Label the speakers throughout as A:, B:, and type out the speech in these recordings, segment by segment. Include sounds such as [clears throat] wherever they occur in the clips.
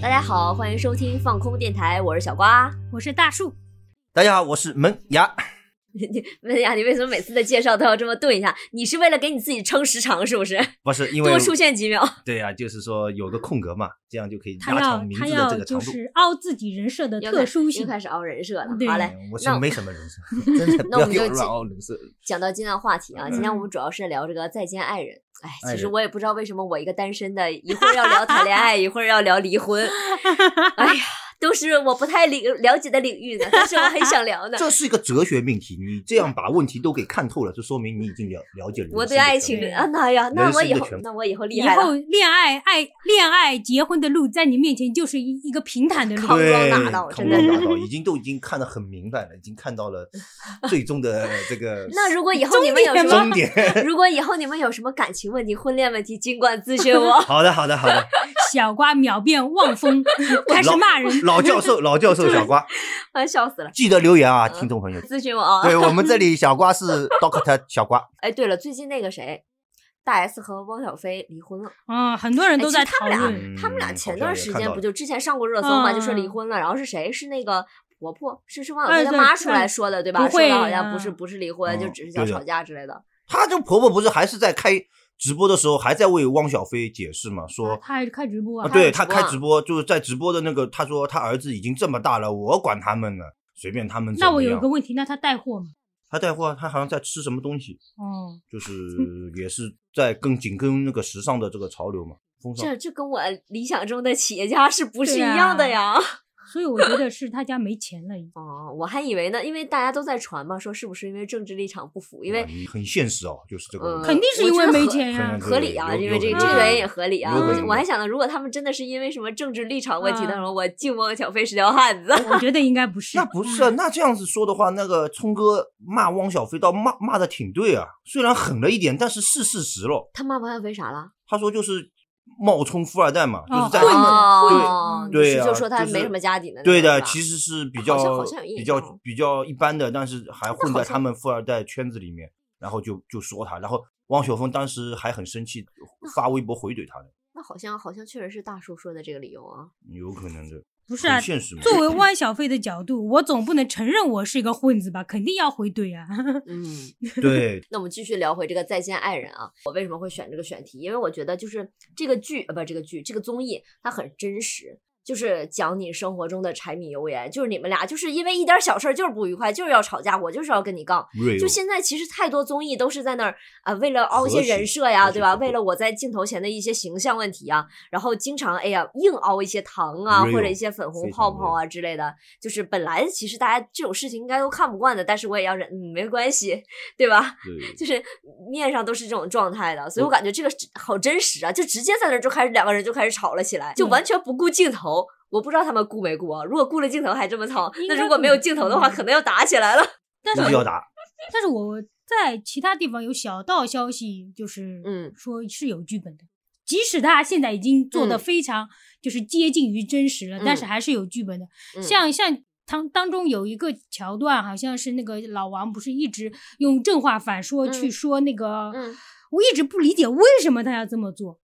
A: 大家好，欢迎收听放空电台，我是小瓜。
B: 我是大树，
C: 大家好，我是门牙。
A: 文雅，哎你为什么每次的介绍都要这么顿一下？你是为了给你自己撑时长是不是？
C: 不是因为
A: 多出现几秒。
C: 对呀、就是说有个空格嘛，这样就可以
B: 他
C: 拉
B: 要
C: 长名
B: 他
C: 字的
B: 要
C: 这个长
B: 就
C: 度。
B: 是凹自己人设的
A: 又
B: [laughs] 特
A: 开
B: 殊
A: 又
B: 性。
A: 开始凹人设了。
B: 对
A: 好嘞，
C: 嗯我是
A: 那我
C: 没什么人设，
A: [laughs]
C: 真的
A: 那
C: 不
A: 我
C: 要
A: 们
C: 给我
A: 就
C: 乱
A: 进
C: 凹人设。
A: 讲到今天的话题啊，
C: 嗯
A: 今天我们主要是聊这个《再见爱人》。哎，
C: 爱
A: 其实
C: 人
A: 我也不知道为什么我一个单身的，一会儿要聊谈恋
C: [laughs]
A: 爱，一会儿要聊离婚，哎呀，都是我不太领了解的领域
C: [laughs]
A: 呢，但是我很想聊呢。
C: 这是一个哲学命题，你这样把问题都给看透了，就说明你已经了了解人
A: 我
C: 生
A: 对
C: 的
A: 爱
C: 全
A: 情
C: 部
A: 啊，那呀，那
C: 人
A: 我
C: 生
A: 以
C: 的
A: 后
C: 全部
A: 那我以后厉
B: 以
A: 害了
B: 后，恋爱、爱恋爱、结婚的路，在你面前就是一一个平坦的路。
A: 靠
C: 对，
A: [laughs] 光大道
C: 靠
A: 真的
C: 光大
A: [laughs]
C: 道已经都已经看得很明白了，已经看到了最终的 [laughs] 这个
A: 那如果以后你们有什
C: 终
A: 么，
C: 点。 [laughs]
A: 如果以后你们有什么感情问题、婚恋问题，尽管咨询
C: [laughs]
A: 我。
C: 好的，好的，
A: [laughs]
C: 好的。
B: 小瓜秒变望
C: [laughs]
B: 风，开始
C: 老
B: 骂人。
C: 老教授，老教授小瓜，
A: 啊，笑死了！
C: 记得留言啊，
A: 嗯
C: 听众朋友。
A: 咨询我啊。
C: 对我们这里小瓜是 Doctor 小瓜，
A: 哎，对了，最近那个谁，大 S 和汪小菲离婚了。
B: 嗯，很多人
A: 哎
B: 都
A: 其
B: 在
A: 实他
B: 讨
A: 们俩
B: 论。
C: 嗯
A: 他们俩前
C: 好像
A: 段
C: 也
A: 时
C: 看
A: 间
C: 到
A: 不
C: 了
A: 就之前上过热搜嘛，就说离
B: 嗯
A: 婚了，然后是谁？是那个婆婆，是是汪小
B: 哎
A: 菲他
B: 对
A: 妈出来
B: 嗯
A: 说的，对吧？
B: 不
A: 说的好
B: 会
A: 像不是
B: 啊
A: 不是离婚，就
C: 嗯
A: 只是想
C: 对
A: 吵
C: 的
A: 架之类的。
C: 她这婆婆不是还是在开直播的时候还在为汪小菲解释嘛，说
B: 他还开直播
C: 啊，
B: 啊？
C: 对
A: 她
C: 她
A: 嗯开直播啊
C: 开直播就是在直播的那个，她说她儿子已经这么大了，我管他们呢，随便他们怎
B: 那我
C: 么
B: 有一
C: 样
B: 个。问题，那他带货吗？
C: 她带货，她好像在吃什么东西，
B: 哦，
C: 就是
A: [laughs]
C: 也是在跟紧跟那个时尚的这个潮流嘛，风尚。
A: 这这跟我理想中的企业家是不是
B: 对
A: 一样的
B: 啊
A: 呀？ [laughs]
B: 所以我觉得是他家没钱了。已经
A: 哦，我还以为呢，因为大家都在传嘛，说是不是因为政治立场不符？因为
C: 哇你很现实哦，就是这个
A: 呃
C: 问题。
B: 肯定是因为没钱
C: 我觉
B: 呀
C: 得。
A: 合理啊，
C: 有
A: 因
C: 有
A: 为这
C: 可
A: 个
C: 能
A: 这个
B: 有
A: 原因也合理啊。
C: 有可
A: 我
C: 能
A: 我还想到，如果他们真的是因为什么政治立场问题的时
B: 啊
A: 候，我敬汪小菲是条汉子。
B: 我觉得应该不
A: 嗯
C: [laughs]
B: 是。嗯
C: 那不是啊，那这样子说的话，那个聪哥骂汪小菲倒骂骂的挺对啊，虽然狠了一点，但是是事实咯。
A: 他骂汪小菲啥了？
C: 他说就是冒充富二代嘛，
B: 哦
C: 就是在
B: 混子
A: 哦
B: 混子
C: 对对
A: 就
C: 啊
A: 说他
C: 就是
A: 没什么家底呢。
C: 对的，
A: 吧
C: 其实是比
A: 好像
C: 较
A: 好像有印
C: 比
A: 象
C: 较
A: 哦
C: 比较一般的，但是还混
A: 好
C: 在
A: 像
C: 他们富二代圈子里面，然后就就说他，然后汪小峰当时还很生气，发微博回怼他的，
A: 那好像好像确实是大叔说的这个理由
C: [laughs]
A: 啊。
C: 有可能的，
B: 不是啊
C: 很？现实嘛。
B: 作为汪小菲的角度，我总不能承认我是一个混子吧？肯定要回怼啊！
A: 嗯，
B: [laughs]
C: 对，
A: 那我们继续聊回这个《再见爱人》啊，我为什么会选这个选题？因为我觉得就是这个剧呃，不，这个剧这个综艺它很真实。就是讲你生活中的柴米油盐，就是你们俩就是因为一点小事儿就是不愉快，就是要吵架，我就是要跟你杠。就
C: real
A: 现在其实太多综艺都是在那儿啊、为了凹一些
C: 和谐
A: 人设呀，
C: 和谐
A: 对吧？
C: 互动
A: 为了我在镜头前的一些形象问题啊，然后经常哎呀硬凹一些糖啊，
C: Real，
A: 或者一些粉红
C: 非常
A: 泡泡啊之类的，就是本来其实大家这种事情应该都看不惯的，但是我也要忍，嗯，没关系，对吧？
C: 对
A: 就是面上都是这种状态的，所以我感觉这个好真实啊，就直接在那儿就开始两个人就开始吵了起来，
C: 嗯
A: 就
B: 对
A: 完全不顾镜头。我不知道他们顾没顾啊，如果顾了镜头还这么吵，
B: 应
A: 那
B: 该
A: 如果没有
B: 顾
A: 镜头的话，
B: 嗯
A: 可能要打起来了。
B: 但是
C: 那
B: 我
C: 就要打，
B: 但是我在其他地方有小道消息，就是
A: 嗯
B: 说是有剧本的，即使他现在已经做的
A: 嗯
B: 非常、就是接近于真实了，但
A: 嗯
B: 是还是有剧本的。
A: 嗯
B: 像像当当中有一个桥段，好像是那个老王不是一直用正话反说
A: 嗯
B: 去说那个，
A: 嗯
B: 我一直不理解为什么他要这么做。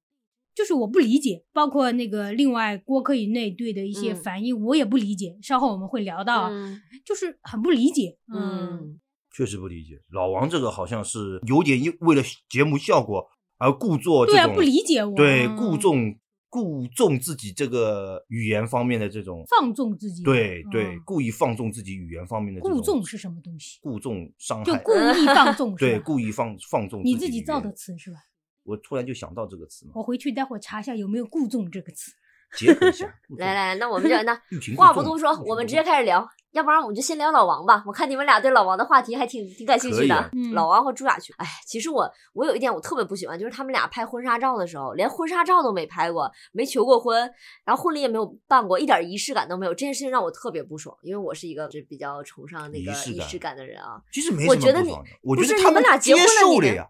B: 就是我不理解，包括那个另外郭柯以内对的一些
A: 嗯
B: 反应，我也不理解。稍后我们会聊到啊，
A: 嗯
B: 就是很不理解。嗯
A: 嗯，
C: 确实不理解。老王这个好像是有点因为了节目效果而故作这
B: 对
C: 种
B: 啊，不理解我。
C: 对，
B: 嗯
C: 顾重顾重自己这个语言方面的这种，
B: 放纵自己。
C: 对对
B: 嗯，
C: 故意放纵自己语言方面的这
B: 故
C: 种
B: 纵是什么东西？
C: 故纵伤害，
B: 就故意放纵。
C: [laughs] 对
B: 是吧
C: 故意放放纵
B: 你
C: 自
B: 自己
C: 语
B: 造
C: 言
B: 的。词是吧？
C: 我突然就想到这个词嘛，
A: 哦
B: 我回去待会儿查一下有没有“故纵”这
A: [laughs]
B: 个词。
C: 结合一下。顾
A: 来
C: 纵，
A: 来，那我们就
C: [laughs]
A: 那
C: 欲擒故
A: 话不
C: 纵
A: 多
C: 嘛
A: 说
C: 欲擒，
A: 我们
C: 故
A: 直接
C: 纵
A: 开始聊，要不然我们就先聊老王吧。我看你们俩对老王的话题还挺挺感兴
C: 可
A: 趣
C: 以
A: 的。
C: 啊
B: 嗯
A: 老王和朱亚群，哎，其实我我有一点我特别不喜欢，就是他们俩拍婚纱照的时候，连婚纱照都没拍过，没求过婚，然后婚礼也没有办过，一点仪式感都没有。这件事情让我特别不爽，因为我是一个就比较崇尚那
C: 仪
A: 个
C: 式
A: 仪
C: 感
A: 式感的人啊。
C: 其实没
A: 我
C: 什么
A: 觉得
C: 不
A: 你
C: 爽的我
A: 不
C: 觉得
A: 是
C: 他
A: 你们
C: 们
A: 俩结
C: 接
A: 婚了
C: 受
A: 你
C: 了
A: 们
C: 呀。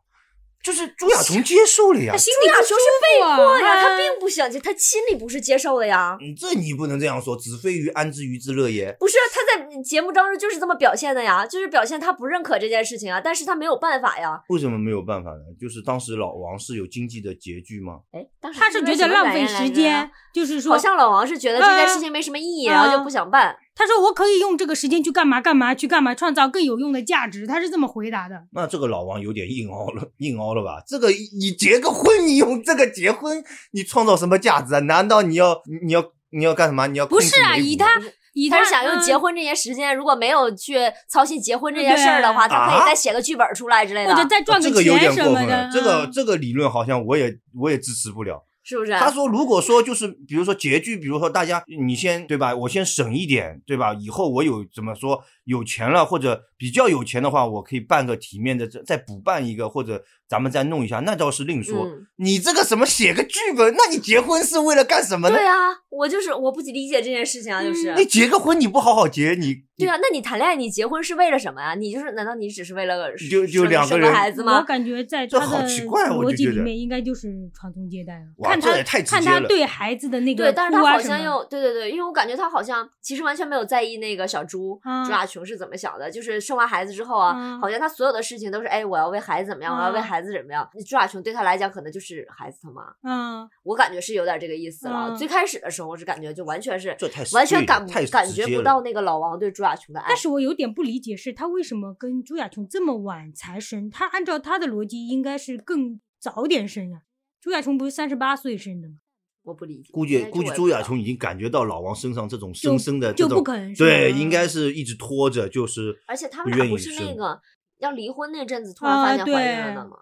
C: 就是朱亚琼接受了呀
B: 他。心里不
A: 亚
B: 舒
A: 琼是被
B: 服啊
A: 迫呀，他
B: 啊
A: 并不想接，他心里不是接受的呀。
C: 嗯，这你不能这样说，子非鱼安知鱼之乐也？
A: 不是他在嗯节目当中就是这么表现的呀，就是表现他不认可这件事情啊，但是他没有办法呀。
C: 为什么没有办法呢？就是当时老王是有经济的拮据吗？
A: 哎，当时
B: 他是觉得浪费
A: 因为什么原
B: 时
A: 因来着
B: 间
A: 呀，，
B: 就是说嗯
A: 好，像老王是觉得这件事情没什么意义，然后就
B: 啊
A: 不想办。
B: 他说我可以用这个时间去干嘛干嘛，去干嘛创造更有用的价值，他是这么回答的。
C: 那这个老王有点硬凹了，硬凹了吧？这个你结个婚，你用这个结婚，你创造什么价值啊？难道你要你你要你要干什么？你要
B: 不是啊，
C: 控制美
B: 以
C: 股吗
B: 他以
A: 他
B: 他
A: 是想用结
B: 嗯
A: 婚这些时间，如果没有去操心结婚这件事儿的话，
C: 对
A: 他可以
C: 啊
A: 再写个剧本出来之类的
B: 或，者再赚
C: 这
B: 个
C: 个有
B: 钱
C: 点
B: 什
C: 过
B: 么
C: 分
B: 的
C: 了，。这个
B: 嗯
C: 这个理论好像我也我也支持不了。
A: 是不是？
B: 啊
C: 他说，如果说就是比如说拮据，比如说大家你先对吧，我先省一点对吧，以后我有怎么说有钱了或者比较有钱的话，我可以办个体面的，再再补办一个或者咱们再弄一下，那倒是另说。
A: 嗯
C: 你这个什么写个剧本，那你结婚是为了干什么呢？
A: 对啊，我就是我不理解这件事情啊，就是。
B: 嗯
C: 你结个婚你不好好结，你你
A: 对啊，那你谈恋爱，你结婚是为了什么呀、你就是，难道你只是为了
C: 就就
A: 生
C: 两个
A: 生
C: 人
A: 孩子
B: 我
A: 吗？
B: 感觉在
C: 这
B: 他
C: 好
B: 的
C: 奇怪我就
B: 逻辑
C: 觉
B: 里
C: 得
B: 面，应该就是传宗接代啊。
C: 哇
B: 看
C: 这
B: 他
C: 也太直
B: 看
C: 接
B: 他
C: 了
B: 对孩子的那个
A: 对，但是他
B: 哭啊
A: 好
B: 什
A: 像
B: 么
A: 又对对对，因为我感觉他好像其实完全没有在意那个小猪、
B: 嗯
A: 朱亚琼是怎么想的，就是生完孩子之后啊，
B: 嗯
A: 好像他所有的事情都是哎，我要为孩子怎么样，我要为
B: 嗯
A: 孩子怎么样。朱亚琼对他来讲可能就是孩子他妈，
B: 嗯，
A: 我感觉是有点这个意思了。
B: 嗯
A: 最开始的时候，我是感觉就完全是
C: 这太
A: 完全
C: 对
A: 感不
C: 太
A: 感
C: 直
A: 觉
C: 接
A: 不
C: 了
A: 到那个老王对朱亚琼的爱
B: 但。是我有点不理解，是他为什么跟朱亚琼这么晚才生？他按照他的逻辑，应该是更早点生呀、朱亚琼不是三十八岁生的吗？
A: 我不理解，
C: 估计
A: 但是
C: 估计
A: 我也
C: 朱
A: 不
C: 亚
A: 知道
C: 琼已经感觉到老王身上这种
B: 就
C: 深深的这
B: 就
C: 种
B: 不肯生
C: 对，
B: 了
C: 应该是一直拖着，就是
A: 而且他
C: 不
A: 们俩
C: 愿
A: 不
C: 意
A: 是那
C: 生
A: 个要离婚那阵子突然发
B: 啊
A: 现怀孕了
B: 对
A: 的吗？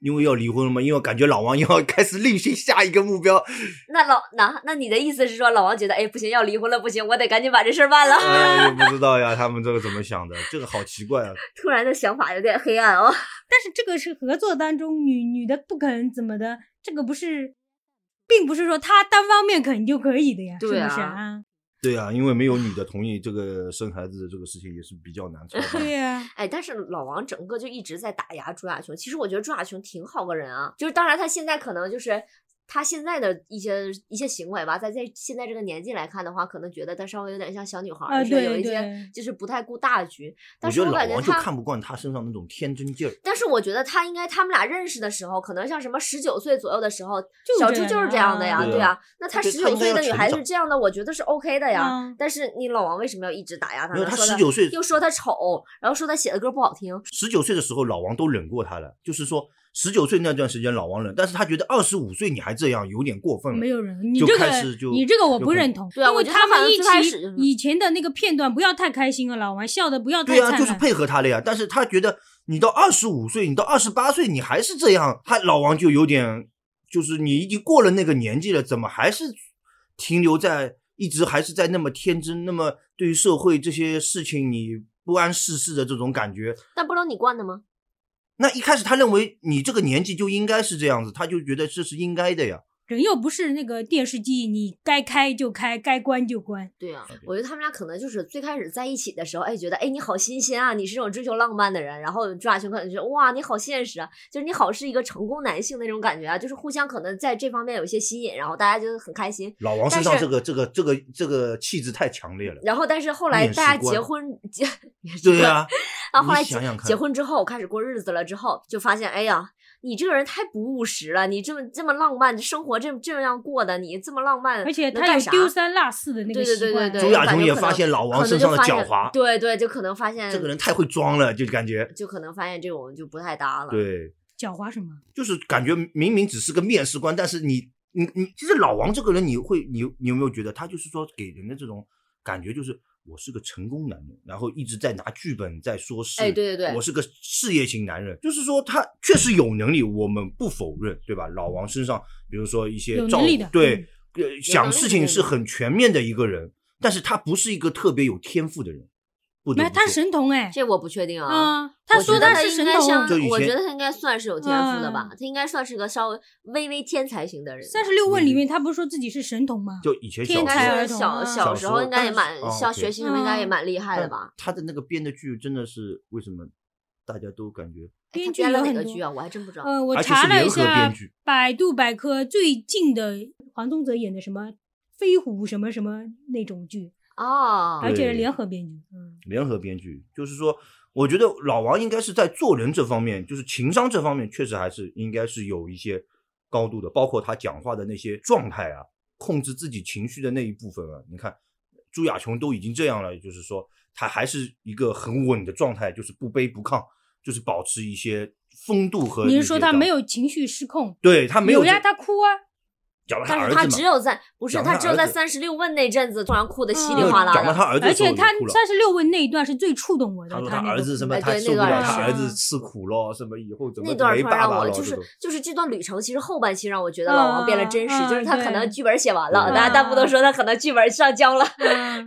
C: 因为要离婚了嘛，因为感觉老王要开始另寻下一个目
A: [laughs]
C: 标，
A: 那老那那你的意思是说老王觉得哎不行要离婚了不行我得赶紧把这事儿办了，
C: 哎，我不知道呀，他们这个怎么想的，这个好奇怪啊！
A: 突然的想法有点黑暗哦。
B: 但是这个是合作当中女女的不肯怎么的，这个不是，并不是说她单方面肯就可以的呀，
A: 对啊
B: 是不是
A: [laughs]
B: 啊？
C: 对呀、因为没有女的同意，这个生孩子这个事情也是比较难操办。
B: 对呀、
A: 哎，但是老王整个就一直在打压朱亚琼。其实我觉得朱亚琼挺好个人啊，就是当然他现在可能就是。他现在的一些一些行为吧，在在现在这个年纪来看的话，可能觉得他稍微有点像小女孩儿，
B: 啊
A: 就是有
B: 对
A: 一些
B: 对
A: 就是不太顾大局。
C: 我
A: 但是
C: 觉得
A: 感
C: 老
A: 觉
C: 王就
A: 他
C: 看不惯他身上那种天真劲儿，
A: 但是我觉得他应该，他们俩认识的时候，可能像什么十九岁左右的时候，
B: 就
A: 小
B: 这
A: 猪
B: 样
A: 就是这样的呀，
C: 啊
A: 对啊。那他
C: 对
A: 十
C: 他
A: 九
C: 应该
A: 岁
C: 要
A: 的女
C: 成
A: 孩子
C: 长
A: 是这样的，我觉得是 OK 的呀。
B: 嗯
A: 但是你老王为什么要一直打压他
C: 没有
A: 呢？
C: 他
A: 啊说
C: 十
A: 他
C: 九岁，
A: 又说他丑，然后说他写的歌不好听，
C: 十九岁的时候老王都忍过他了，就是说十九岁那段时间老王忍，但是他觉得二十五岁你还这样有点过分了。
B: 没有人，你
C: 嗯就
B: 这
C: 开始
B: 个
C: 就
B: 你这个我
C: 就
B: 不
C: 很
B: 认同，
A: 对啊
B: 因
A: 我
B: 为
A: 觉得
B: 他
A: 他好
B: 们
A: 像
B: 一
A: 最开
B: 起
A: 始
B: 以前的那个片段不要太开心啊，老王笑的不要太
C: 对
B: 灿
C: 啊，
B: 烂，
C: 就是配合他了呀。但是他觉得你到二十五岁，你到二十八岁，你还是这样，他老王就有点，就是你已经过了那个年纪了，怎么还是停留在一直还是在那么天真，那么对于社会这些事情你不谙世事的这种感觉？
A: 但不能你惯的吗？
C: 那一开始他认为你这个年纪就应该是这样子，他就觉得这是应该的呀。
B: 人又不是那个电视机，你该开就开，该关就关。
A: 对呀、我觉得他们俩可能就是最开始在一起的时候，哎，觉得哎你好新鲜啊，你是这种追求浪漫的人，然后朱亚琼可能觉得哇你好现实啊，就是你好是一个成功男性那种感觉啊，就是互相可能在这方面有一些吸引，然后大家就很开心。
C: 老王身
A: 但
C: 上
A: 是
C: 这个这个这个这个气质太强烈了。
A: 然后但是后来
C: 面试
A: 大家
C: 官
A: 结
C: [laughs]
A: 婚结
C: 对啊呀、
A: 然后后来
C: 你
A: 结
C: 想想看
A: 结婚之后，开始过日子了之后，就发现，哎呀，你这个人太不务实了，你这么这么浪漫，生活这这样过的，你这么浪漫，
B: 而且
A: 呃能
B: 他
A: 干
B: 有
A: 啥
B: 丢三落四的那
A: 对
B: 个
A: 对
B: 习
A: 对对
B: 惯。
A: 对，
C: 朱
A: 我
C: 亚
A: 感
C: 琼
A: 觉
C: 也
A: 可
C: 发
A: 能
C: 现老
A: 可
C: 王
A: 能
C: 身
A: 就
C: 上的
A: 发现
C: 狡猾
A: 对对，就可能发现
C: 这个人太会装了，就感觉
A: 就可能发现这种就不太搭了。，
C: 对。
B: 狡猾什么？
C: 就是感觉明明只是个面试官，但是你你你，其实老王这个人，你会你你有没有觉得他就是说给人的这种感觉就是我是个成功男人，然后一直在拿剧本在说事，
A: 哎，对对对
C: 我，是个事业型男人，就是说他确实有能力，我们不否认，对吧？老王身上，比如说一些
B: 有
C: 照
B: 能力的嗯
C: 对，呃
A: 能
C: 想
A: 力
C: 事
A: 的
C: 情
A: 人
C: 是很全面的一个人，但是他不是一个特别有天赋的人，不得
B: 没有，
C: 不
B: 他
C: 说
B: 神童哎，
A: 这我不确定啊。
B: 啊，他
A: 我觉
B: 说
A: 得
B: 他
A: 他
B: 是
A: 应
B: 神
A: 该像
C: 就
B: 童，
C: 以，
A: 我
C: 前
A: 觉得他应该算是有天赋的吧，他应该算是个稍微微微天才型的人。
B: 三十六问里面他不是说自己是神童吗？
C: 就以前小
B: 天
A: 应
C: 时
B: 才
A: 该
C: 候
B: 儿
A: 是
B: 童
A: 小
B: 啊
A: 小
C: 小
A: 时
C: 时
A: 候
C: 候
A: 应该也
C: 但是
A: 蛮
C: 哦
A: 像
C: ，OK
A: 学习应该也
B: 嗯
A: 蛮厉害的
C: 但
A: 吧？
C: 他的那个编的剧真的是为什么大家都感觉
A: 哎
B: 编
A: 他
B: 剧
A: 编了
B: 有
A: 哪
B: 很
A: 个
B: 多
A: 剧啊？我还真不知道。
B: 呃，我
C: 而且
B: 查
C: 是
B: 了
C: 联
B: 一
C: 合
B: 下
C: 编剧，
B: 百度百科最近的黄宗泽演的什么飞虎什么什么那种剧，
A: 哦，
B: 而且是
C: 对
B: 联合编剧。嗯，
C: 联合编剧，就是说，我觉得老王应该是在做人这方面，就是情商这方面，确实还是应该是有一些高度的，包括他讲话的那些状态啊，控制自己情绪的那一部分啊。你看，朱亚琼都已经这样了，就是说他还是一个很稳的状态，就是不卑不亢，就是保持一些风度和。
B: 你是说他没
C: 有？
B: 有情绪失控？
C: 对他没有
B: 有呀，
C: 这
B: 他哭啊。
C: 讲到他
A: 但
C: 儿
A: 是
C: 子
A: 他
C: 嘛
A: 只有在不是
C: 讲
A: 他
C: 他
A: 只有
C: 儿
A: 在
C: 子
A: 三十六问那阵子，突然哭的稀里
B: 嗯
A: 哗啦
C: 讲到
A: 的。
C: 他儿子
B: 而
C: 的时候
B: 且
C: 我就
B: 他
C: 哭了，
B: 三十六问那一段是最触动我的。
C: 他说
B: 他
C: 他
B: 那个
C: 儿子什么，
A: 哎
C: 他
A: 对
C: 受不
A: 那
C: 了
A: 段
C: 他
B: 是
C: 儿子吃苦咯，什么以后怎
A: 那
C: 么怎么
A: 段
C: 没
A: 突然
C: 爸
A: 让
C: 爸
A: 我
C: 咯
A: 就
C: 这
A: 是
C: 种。
A: 就是这段旅程，其实后半期让我觉得老王变了真实，
B: 嗯
A: 就是他可能
B: 嗯
A: 剧本写完了，
C: 对
A: 大家大部都说他可能剧本上交了，
B: 嗯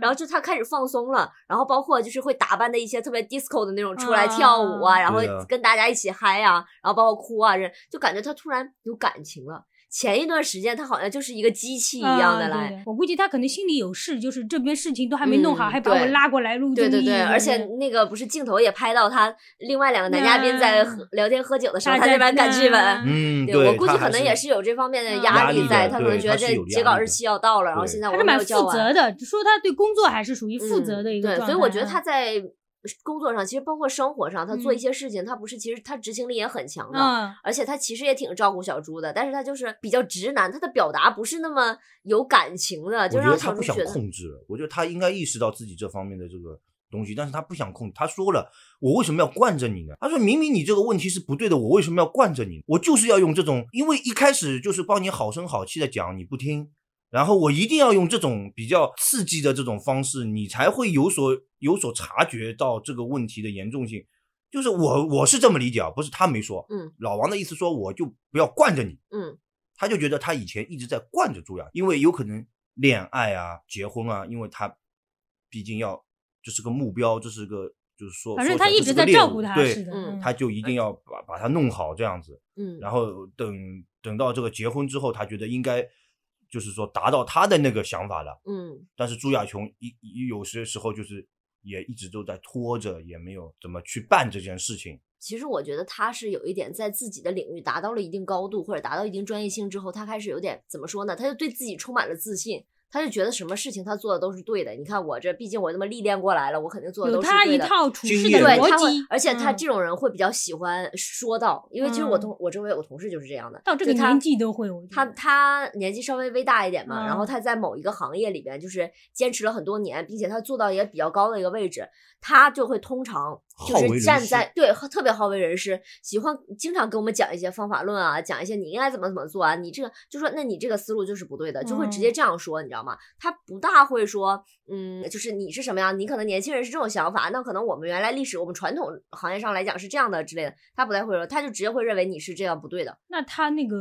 A: [laughs] 然后就他开始放松了，然后包括就是会打扮的一些特别 disco 的那种出
B: 嗯
A: 来跳舞啊，然后
C: 对的
A: 跟大家一起嗨啊，然后包括哭啊，人就感觉他突然有感情了。前一段时间他好像就是一个机器一样的
B: 啊
A: 来，
B: 对我估计他可能心里有事，就是这边事情都还没弄
A: 嗯
B: 好，还把我
A: 对
B: 拉过来录
A: 对
B: 综
A: 对
B: 艺
A: 对，而且
B: 对
A: 那个不是镜头也拍到他另外两个男嘉宾在
B: 嗯
A: 喝聊天喝酒的时候，
B: 大
A: 他
B: 家
A: 这边赶剧本
B: 嗯，
C: 嗯，
A: 对，我估计
C: 他还
A: 可能也是有这方面的
B: 嗯
A: 压
B: 压
A: 力
B: 力
A: 在，
B: 的
A: 他可能
C: 对
A: 觉得
C: 他是
A: 这
C: 有
A: 截
C: 压
A: 稿
C: 力
A: 日
C: 的
A: 期要到了，然后现在
B: 还
A: 我
B: 是
A: 没
B: 蛮
A: 有交
B: 负
A: 完
B: 责。的，就说他对工作还是属于负
A: 嗯
B: 责的一个
A: 对，
B: 状态、
A: 所以我觉得他
B: 嗯
A: 在工作上，其实包括生活上，他做一
B: 嗯
A: 些事情，他不是其实他执行力也很强的，
B: 嗯，
A: 而且他其实也挺照顾小猪的，但是他就是比较直男，他的表达不是那么有感情的，就
C: 我觉
A: 让
C: 得他
A: 小
C: 不
A: 猪
C: 想
A: 觉得。
C: 控制了，我觉得他应该意识到自己这方面的这个东西，但是他不想控。他说了，我为什么要惯着你呢？他说明明你这个问题是不对的，我为什么要惯着你？我就是要用这种，因为一开始就是帮你好声好气的讲，你不听，然后我一定要用这种比较刺激的这种方式，你才会有所有所察觉到这个问题的严重性。就是我我是这么理解啊，不是他没说，
A: 嗯，
C: 老王的意思说我就不要惯着你，
A: 嗯，
C: 他就觉得他以前一直在惯着朱亚，因为有可能恋爱啊、结婚啊，因为他毕竟要这是个目标，这是个就是说，
B: 反正
C: 说
B: 他
C: 起来
B: 一
C: 这
B: 直
C: 是
B: 在
C: 个猎
B: 照
C: 物
B: 顾他，
C: 对，
B: 是的，
A: 嗯
C: 他就一定要把把他弄好这样子。
A: 嗯，
C: 然后等等到这个结婚之后，他觉得应该就是说达到他的那个想法了。
A: 嗯，
C: 但是朱亚琼一一有些时候就是也一直都在拖着，也没有怎么去办这件事情。
A: 其实我觉得他是有一点在自己的领域达到了一定高度，或者达到一定专业性之后，他开始有点怎么说呢？他就对自己充满了自信，他就觉得什么事情他做的都是对的。你看我这，毕竟我这么历练过来了，我肯定做的
B: 有
A: 都是
B: 他
A: 对
B: 一
A: 的。
B: 套处
C: 经
B: 事的
C: 验
A: 对，
B: 逻
A: 他会
B: 辑，，
A: 而且他
B: 嗯
A: 这种人会比较喜欢说道，因为其实我
B: 嗯
A: 同我周围有个同事就是这样的，
B: 到这个
A: 就他
B: 年纪都会，我觉
A: 他
B: 得
A: 他年纪稍微微大一点嘛，然后
B: 嗯
A: 他在某一个行业里边就是坚持了很多年，并且他做到也比较高的一个位置，他就会通常就
C: 好为
A: 是
C: 人
A: 站
C: 师
A: 在对特别好为人师，喜欢经常跟我们讲一些方法论啊，讲一些你应该怎么怎么做啊，你这个就说那你这个思路就是不对的，就会直接
B: 嗯
A: 这样说，你知道吗？他不大会说，嗯，就是你是什么样，你可能年轻人是这种想法，那可能我们原来历史我们传统行业上来讲是这样的之类的，他不太会说，他就直接会认为你是这样不对的，
B: 那他那个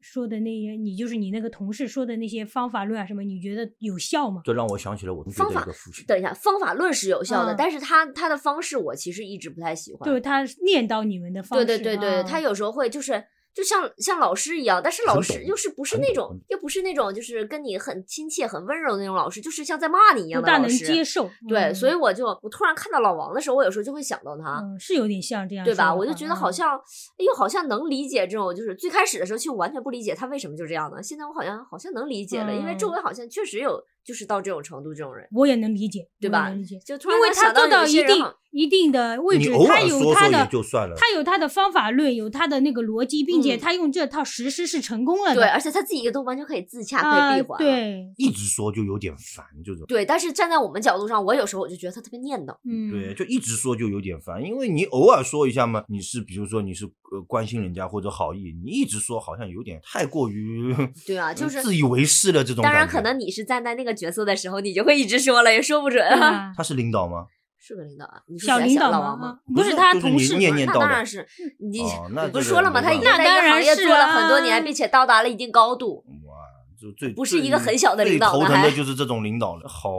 B: 说的那些，你就是你那个同事说的那些方法论啊什么，你觉得有效吗？
C: 这让我想起了我同学的
A: 方法
C: 一个父亲。
A: 等一下，方法论是有效的，
B: 嗯
A: 但是他他的方式我其实一直不太喜欢。
B: 就是他念叨你们的方
A: 对
B: 式，嗯
A: 对对对，他
B: 有
A: 有时候会就是。就像像老师一样，但是老
C: 很
A: 师
C: 懂
A: 又是不是
C: 很
A: 那
C: 懂
A: 种
C: 很
A: 又不是那种就是跟你很亲切、很温柔的那种老师，就是像在骂你一样
B: 不
A: 的
B: 大
A: 老
B: 能
A: 师。
B: 接受，
A: 对，
B: 嗯
A: 所以我就我突然看到老王的时候，我有时候就会想到他。
B: 嗯是有点像这样
A: 啊
B: 说
A: 对
B: 的话，
A: 吧？我就觉得好
B: 嗯
A: 像，哎呦，好像能理解这种，就是最开始的时候，其实我完全不理解他为什么就这样呢。现在我好像好像能理解了，因为周
B: 嗯
A: 围好像确实有，就是到这种程度这种人，
B: 我也能理解，
A: 对
B: 我也
A: 吧
B: 能理解，
A: 就突然
B: 因为
A: 间想
B: 做
A: 到
B: 到
A: 有
B: 一
A: 些人
B: 定
A: 好
B: 一定的位
C: 你
B: 置
C: 偶，
B: 他
C: 尔
B: 有
C: 说
B: 他
C: 说
B: 的
C: 也就算了，
B: 他有他的方法论，有他的那个逻辑，并且
A: 嗯
B: 他用这套实施是成功了的。
A: 对，而且他自己都完全可以自洽，可
B: 啊
A: 以闭环了。
B: 对，
C: 一直说就有点烦，这种。
A: 对，但是站在我们角度上，我有时候我就觉得他特别念叨。
B: 嗯，
C: 对，就一直说就有点烦，因为你偶尔说一下嘛，你是比如说你是呃关心人家或者好意，你一直说好像有点太过于
A: 对啊，就
C: 呃
A: 是
C: 自以为是了这种
A: 当
C: 感觉。
A: 然，可能你是站在那个角色的时候，你就会一直说了，也说不准。[laughs]
B: 对
C: [laughs]
B: 啊
C: 他是领导吗？
A: 是个领导啊，你说
B: 小
A: 谁
B: 领导
A: 老
B: 吗
A: 王吗？
B: 啊不
C: 不
B: 是
C: 是
B: 他
C: 就是
B: 同
C: 你
B: 事，
C: 念念
A: 那
C: 叨
A: 当
C: 的
A: 然是你，
C: 哦那
A: 我不
C: 这
A: 是
C: 个
A: 说了吗？
C: 没
A: 他已经
C: 办
A: 在
B: 法
A: 一
B: 那
A: 个
B: 当
A: 行
B: 然
A: 业
B: 是
A: 做了很多年，
B: 啊
A: 并且到达了一定高度。
C: 哇，就最
A: 不是一
C: 最
A: 个很小的领导
C: 最头
A: 呢
C: 疼
A: 还
C: 的就是这种领导了，好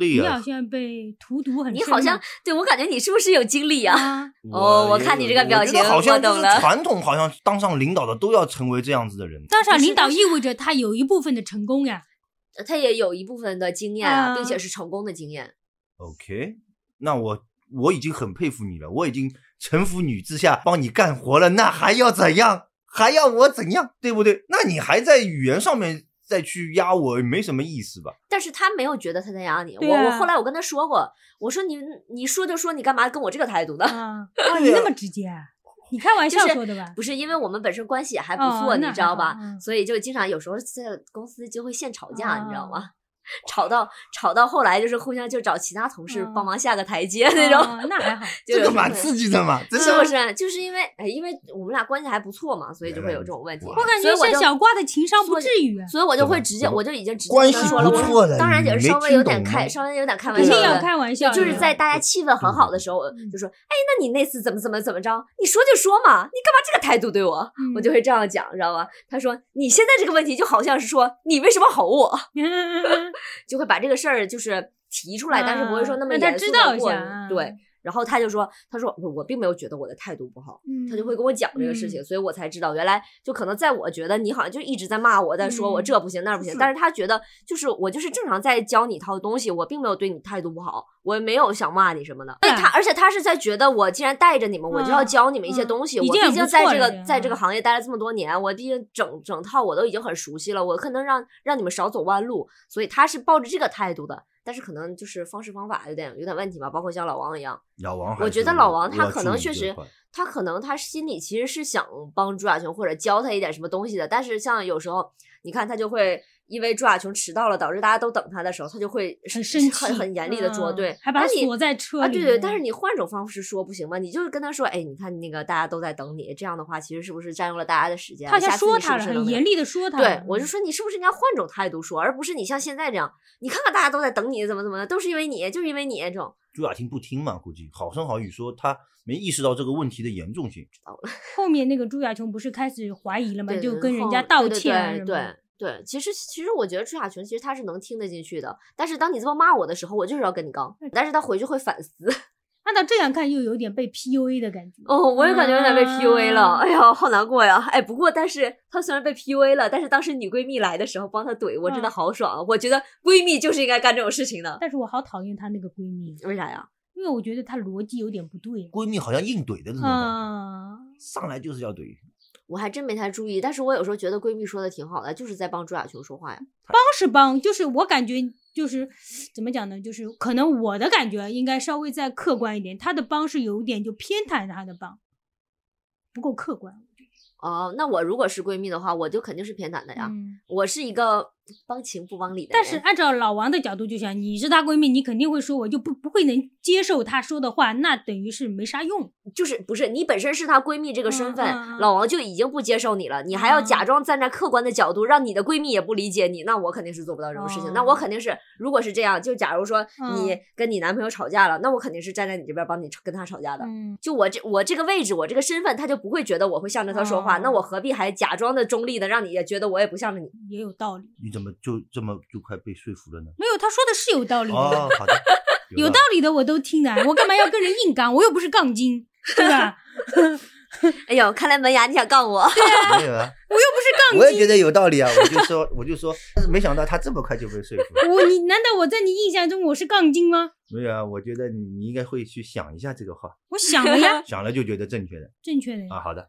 C: 累
B: 你好
C: 啊！
B: 像被荼毒很
A: 你
B: 深
A: 好像
B: 呢
A: 对我感觉你是不是有经历啊？ [laughs]
B: 啊，
A: 哦我
C: 也
A: 看你
C: 有
A: 这个表
C: 我觉得
A: 情
C: 好
A: 我
C: 像
A: 懂
C: 就是
A: 了
C: 传统好像当上领导的都要成为这样子的人。
B: 当上
A: 不是
B: 领导
A: 但是
B: 意味着他有一部分的成
A: [laughs]
B: 功呀。
A: 他也有一部分的经验啊，并
B: 啊
A: 且是成功的经验。
C: OK，那我我已经很佩服你了，我已经臣服女之下帮你干活了，那还要怎样？还要我怎样？对不对？那你还在语言上面再去压我，没什么意思吧？
A: 但是他没有觉得他在压你。
B: 对
A: 我我
B: 啊
A: 后来我跟他说过，我说你你说就说，你干嘛跟我这个态度呢？
B: 啊啊！你那么直接啊，你开玩笑
A: 就是
B: 说的吧？
A: [laughs] 不是因为我们本身关系也还不
B: 哦
A: 错，你
B: 那
A: 知
B: 还
A: 道吧
B: 好？嗯
A: 所以就经常有时候在公司就会现吵架，你知道
B: 哦
A: 吗？ [laughs] 吵到吵到后来就是互相就找其他同事
B: 嗯
A: 帮忙下个台阶、 [laughs] 那种，
B: 啊那还好，
A: [laughs] 就
C: 这
A: 有
C: 个
A: 时
C: 蛮
A: 候
C: 刺激的嘛，真
A: 是
C: 的
B: 嗯
A: 不。是？就是因为哎，因为我们俩关系还不错嘛，所以就会有这种问题。
C: 我
B: 我感
A: 所以
B: 觉
A: 我
B: 像
A: 就
B: 小瓜的情商不
A: 所以
B: 至于啊，
A: 所以我就会
C: 对
A: 直接，
C: 我
A: 我就已经直接
C: 关
A: 跟他
B: 系
A: 说了，
B: 不
A: 我
C: 错
A: 说
C: 的
A: 当然
C: 你
A: 也是
C: 没
A: 稍微
C: 听
A: 有点
C: 懂
A: 开，
C: 吗
A: 稍微有点开玩
B: 一
A: 笑
B: 定
C: 对
B: 要
A: 的。
B: 开玩笑的，
A: 就是在大家气氛很好的时候，
B: 嗯
A: 就说：“哎，那你那次怎么怎么怎么着？你说就说嘛，你干嘛这个态度对我？”
B: 嗯
A: 我
B: [laughs]
A: 就会 [laughs] 这样讲，知道吧？他说：“你现在这个问题就好像是说你为什么吼我
B: 嗯？”
A: 就会把这个事儿就是提出来，但是不会说那么
B: 啊让他
A: 严肃
B: 知道
A: 的
B: 一
A: 过
B: 下
A: 你
B: 啊
A: 对，然后他就说：“他说我我并没有觉得我的态度不好。”
B: 嗯
A: 他就会跟我讲这个事情，所以我才知道原来就可能在我觉得你好像就一直在骂我，在说我
B: 嗯
A: 这不行那不行，但是他觉得就是我就是正常在教你一套东西，我并没有对你态度不好，我也没有想骂你什么的。
B: 对
A: 对他，而且他是在觉得我既然带着你们，我就要
B: 嗯
A: 教你们一些
B: 嗯
A: 东西，
B: 已
A: 我
B: 经
A: 毕
B: 很
A: 竟
B: 不
A: 在
B: 错
A: 这
B: 了
A: 个
B: 已经
A: 在这个
B: 嗯
A: 行业待了这么多年，我毕竟整整套我都已经很熟悉了，我可能让让你们少走弯路，所以他是抱着这个态度的。但是可能就是方式方法有点有点问题吧，包括像老王一样，
C: 老王还是，
A: 我觉得老王他
C: 要
A: 可
C: 注
A: 能
C: 意
A: 确
C: 这
A: 实
C: 块，
A: 他可能他心里其实是想帮朱亚琼或者教他一点什么东西的，但是像有时候你看他就会因为朱亚琼迟到了，导致大家都等他的时候，他就会
B: 嗯很生气，
A: 很很严厉的说，
B: 嗯
A: 对，
B: 还把他
A: 那你
B: 锁在车里
A: 啊，对对，但是你换种方式说不行吗？你就是跟他说，哎，你看那个大家都在等你，这样的话其实是不是占用了大家的时间啊？
B: 他好
A: 下
B: 像
A: 次
B: 说
A: 你是
B: 他
A: 不
B: 了，
A: 是
B: 很
A: 能那
B: 严
A: 样
B: 厉的说他了，
A: 对，我就说你是不是应该换种态度说，而不是你像现在这样，你看看大家都在等你，怎么怎么的，都是因为你，就是因为你这种。
C: 朱亚婷不听嘛，估计好声好语说他没意识到这个问题的严重性。
B: 后面那个朱亚琼不是开始怀疑了吗？
A: 对
B: 就
A: 对
B: 跟人
A: 后
B: 家道
A: 对对
B: 歉啊
A: 对
B: 什
A: 对
B: 么
A: 对，其实其实我觉得朱亚琼其实她是能听得进去的，但是当你这么骂我的时候，我就是要跟你刚，但是她回去会反思。
B: 按照这样看，又有点被 PUA 的感觉。
A: [laughs] 哦，我也感觉有点被 PUA 了，
B: 啊
A: 哎呀，好难过呀！哎，不过但是她虽然被 PUA 了，但是当时女闺蜜来的时候帮她怼，我真的
B: 嗯
A: 好爽啊！我觉得闺蜜就是应该干这种事情的，
B: 但是我好讨厌她那个闺蜜，
A: 为啥呀？
B: 因为我觉得她逻辑有点不对。
C: 闺蜜好像硬怼的
A: 嗯
C: 那种感觉，
B: 啊，
C: 上来就是要怼。
A: 我还真没太注意，但是我有时候觉得闺蜜说的挺好的，就是在帮朱亚琼说话呀。
B: 帮是帮，就是我感觉就是怎么讲呢？就是可能我的感觉应该稍微再客观一点，她的帮是有点就偏袒她的帮，不够客观。
A: 哦，那我如果是闺蜜的话，我就肯定是偏袒的呀。
B: 嗯，
A: 我是一个帮情不帮理的人。
B: 但是按照老王的角度就想，你是她闺蜜，你肯定会说我就不不会能接受她说的话，那等于是没啥用。
A: 就是不是你本身是她闺蜜这个身份，
B: 嗯嗯嗯
A: 老王就已经不接受你了，你还要假
B: 嗯
A: 装站在客观的角度，让你的闺蜜也不理解你，那我肯定是做不到这种事情。那我
B: 哦
A: 肯定是，如果是这样，就假如说你
B: 嗯
A: 跟你男朋友吵架了，那我肯定是站在你这边帮你吵跟他吵架的。
B: 嗯，
A: 就我这我这个位置，我这个身份，他就不会觉得我会向着他说话，那
B: 哦
A: 我何必还假装的中立的，让你也觉得我也不向着你？ [laughs]
B: 也有道理。
C: 你怎么就这么就快被说服了
A: [laughs]
C: 呢？
B: 没有，他说的是有道理的，
C: 哦，好的，
B: 有
C: 道
B: 道理的我都听的，我干嘛要跟人硬刚？我又不是杠精，对吧？
A: 哎呦，看来门牙你想杠我， [laughs]
C: 理，没有啊，我又不是杠我也觉得有道理啊，我就说，我就说，但是没想到他这么快就被说服了。
B: 我你难道我在你印象中我是杠精吗？
C: 没有啊，我觉得你你应该会去想一下这个话，
B: 我想了呀，
C: 想了就觉得正确的
B: 正确的呀。
C: 啊。好的，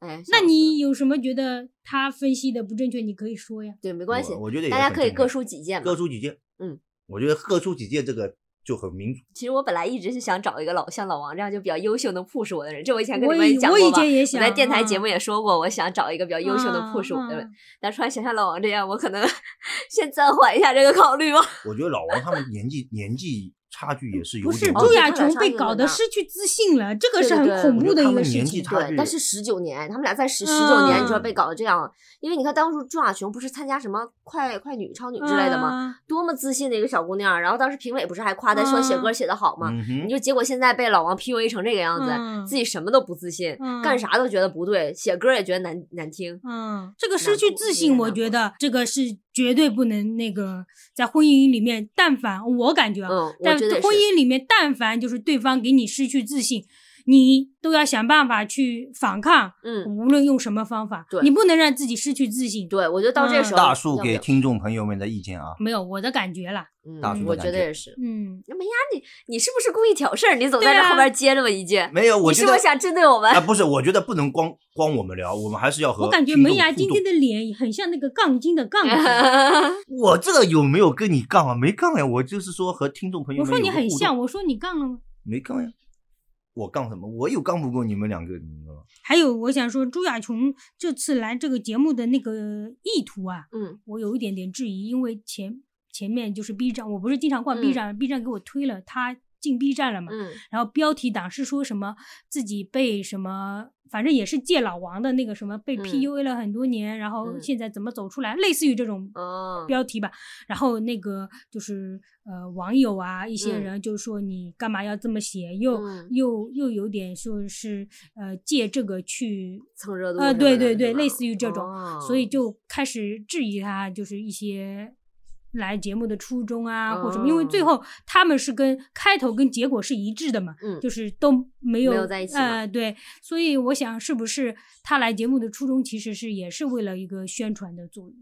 A: 哎，
B: 那
A: 笑
B: 你有什么觉得他分析的不正确？你可以说呀。
A: 对没
C: 我
A: 关系，
C: 我觉得也
A: 大家
C: 很
A: 可以
C: 正
A: 各
C: 确
A: 抒己见
C: 各
A: 嘛。
C: 抒己见。
A: 嗯，
C: 我觉得各抒己见这个就很民主。
A: 其实我本来一直是想找一个老像老王这样就比较优秀能 push 我的人，这我以前跟
B: 我
A: 你们
B: 以
A: 讲
B: 我
A: 过
B: 以
A: 吧
B: 前也
A: 我
B: 想
A: 在电台节
B: 啊
A: 目也说过，我想找一个比较优秀的
B: 啊
A: push 我的人，
B: 啊
A: 但突然想想老王这样，我可能 [laughs] 先暂缓一下这个考虑吧。
C: 我觉得老王他们年纪年纪差距也是有
B: 不是
C: 点
A: 哦
B: 朱
A: 对
B: 亚
A: 他俩
B: 琼
A: 差
B: 被
A: 距
B: 搞
A: 很
B: 得
A: 大
B: 失去自信了，这个
A: 对
B: 是
A: 对
B: 很
A: 对
B: 恐
C: 我觉得
B: 怖的
C: 他
B: 一个
C: 们
B: 事
C: 年纪
B: 情。
C: 差
A: 对，但
C: 距
A: 是十九年，他们俩在十十九年，你说被搞得这样，因为你看当初朱亚琼不是参加什么快快女、超女之类的吗？
B: 啊？
A: 多么自信的一个小姑娘，然后当时评委不是还夸她说写歌写得好吗？
C: 嗯
A: 你
C: 哼，
A: 就结果现在被老王 PUA 成这个样子，
B: 嗯
A: 自己什么都不自信，
B: 嗯
A: 干啥都觉得不对，写歌也觉得难难听。
B: 嗯，这个
A: 难
B: 失去
A: 过
B: 自
A: 有
B: 信，
A: 点
B: 我
A: 难
B: 觉
A: 过
B: 得这个是绝对不能那个在婚姻里面，但凡我感觉啊，
A: 嗯，我
B: 但
A: 觉得也
B: 婚
A: 是
B: 姻里面，但凡就是对方给你失去自信，你都要想办法去反抗，
A: 嗯，
B: 无论用什么方法，
A: 对
B: 你不能让自己失去自信。
A: 对，我觉得到
B: 嗯
A: 这时候
C: 大树
A: 要
C: 给
A: 有
C: 听众朋友们的意见
A: [laughs]
C: 啊，
B: 没有我的感觉啦，
C: 大
A: 嗯，
C: 树
A: 我
C: 的
A: 觉
C: 感
A: 得
C: 觉
A: 也是。
B: 嗯，
A: 那没呀，你你是不是故意挑事儿？你总在
B: 对
A: 这
B: 啊
A: 后边接了我一句，
B: [laughs]
C: 没有，我
A: 你
C: 觉
A: 是
C: 得
A: 不是想针对我们？
C: 啊，不是，我觉得不能光光我们聊，我们还是要和
B: 我感
C: 听
B: 觉
C: 众
B: 门牙
C: 互
B: 今
C: 动
B: 天的脸很像那个杠精的 [laughs] 杠精。
C: 我这个有没有跟你杠啊？没杠呀，我就是说和听众朋友
B: 我
C: 们
B: 说
C: 有
B: 你
C: 个
B: 很
C: 互动
B: 像，，我说你杠了吗？
C: 没杠呀。我杠什么？我有杠不过你们两个，你知道吗？
B: 还有，我想说朱亚琼这次来这个节目的那个意图啊，
A: 嗯
B: 我有一点点质疑，因为前前面就是 B 站，我不是经常逛
A: 嗯
B: B 站、b 站给我推了他进 B 站了嘛，
A: 嗯
B: 然后标题党是说什么自己被什么，反正也是借老王的那个什么被
A: 嗯
B: PUA 了很多年，然后
A: 嗯
B: 现在怎么走出来，类似于这种
A: 哦，
B: 标题吧。然后那个就是呃网友啊，一些
A: 嗯
B: 人就说你干嘛要这么写，又、
A: 嗯
B: 又又有点说是呃借这个去
A: 蹭热度
B: 呃
A: 什么
B: 对
A: 的
B: 对
A: 是
B: 对，
A: 吧
B: 类似于这种，所以
A: 哦
B: 就开始质疑他就是一些。来节目的初衷啊，或什么，因为最
A: 哦
B: 后他们是跟开头跟结果是一致的嘛，
A: 嗯
B: 就是都没有
A: 没有在一起嘛
B: 呃，对，所以我想是不是他来节目的初衷其实是也是为了一个宣传的作用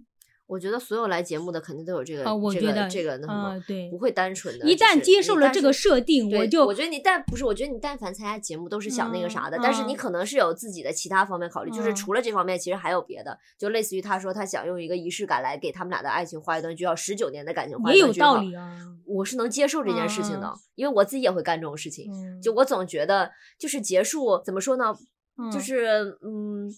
A: 我觉得所有来节目的肯定都有这个，
B: 啊、我
A: 这
B: 觉得
A: 个这个那什
B: 啊、
A: 么，
B: 对
A: 不，会单纯的。
B: 一
A: 就
B: 旦
A: 是
B: 接
A: 你
B: 受了
A: 单
B: 这个
A: 纯
B: 设定，
A: 对
B: 我就
A: 我觉得你但不是，我觉得你但凡参加节目都是想那个啥的，但是你
B: 嗯
A: 可能是有自己的其他方面考虑，就是
B: 嗯
A: 除了这方面，其实还有别的，就类似于他说他想用一个仪式感来给他们俩的爱情画一段句号，十九年的感情画
B: 也
A: 一段
B: 有
A: 句号。
B: 道理啊。
A: 我是能接受这件事情的，
B: 嗯
A: 因为我自己也会干这种事情。
B: 嗯，
A: 就我总觉得，就是结束怎么说呢？
B: 嗯
A: 就是嗯，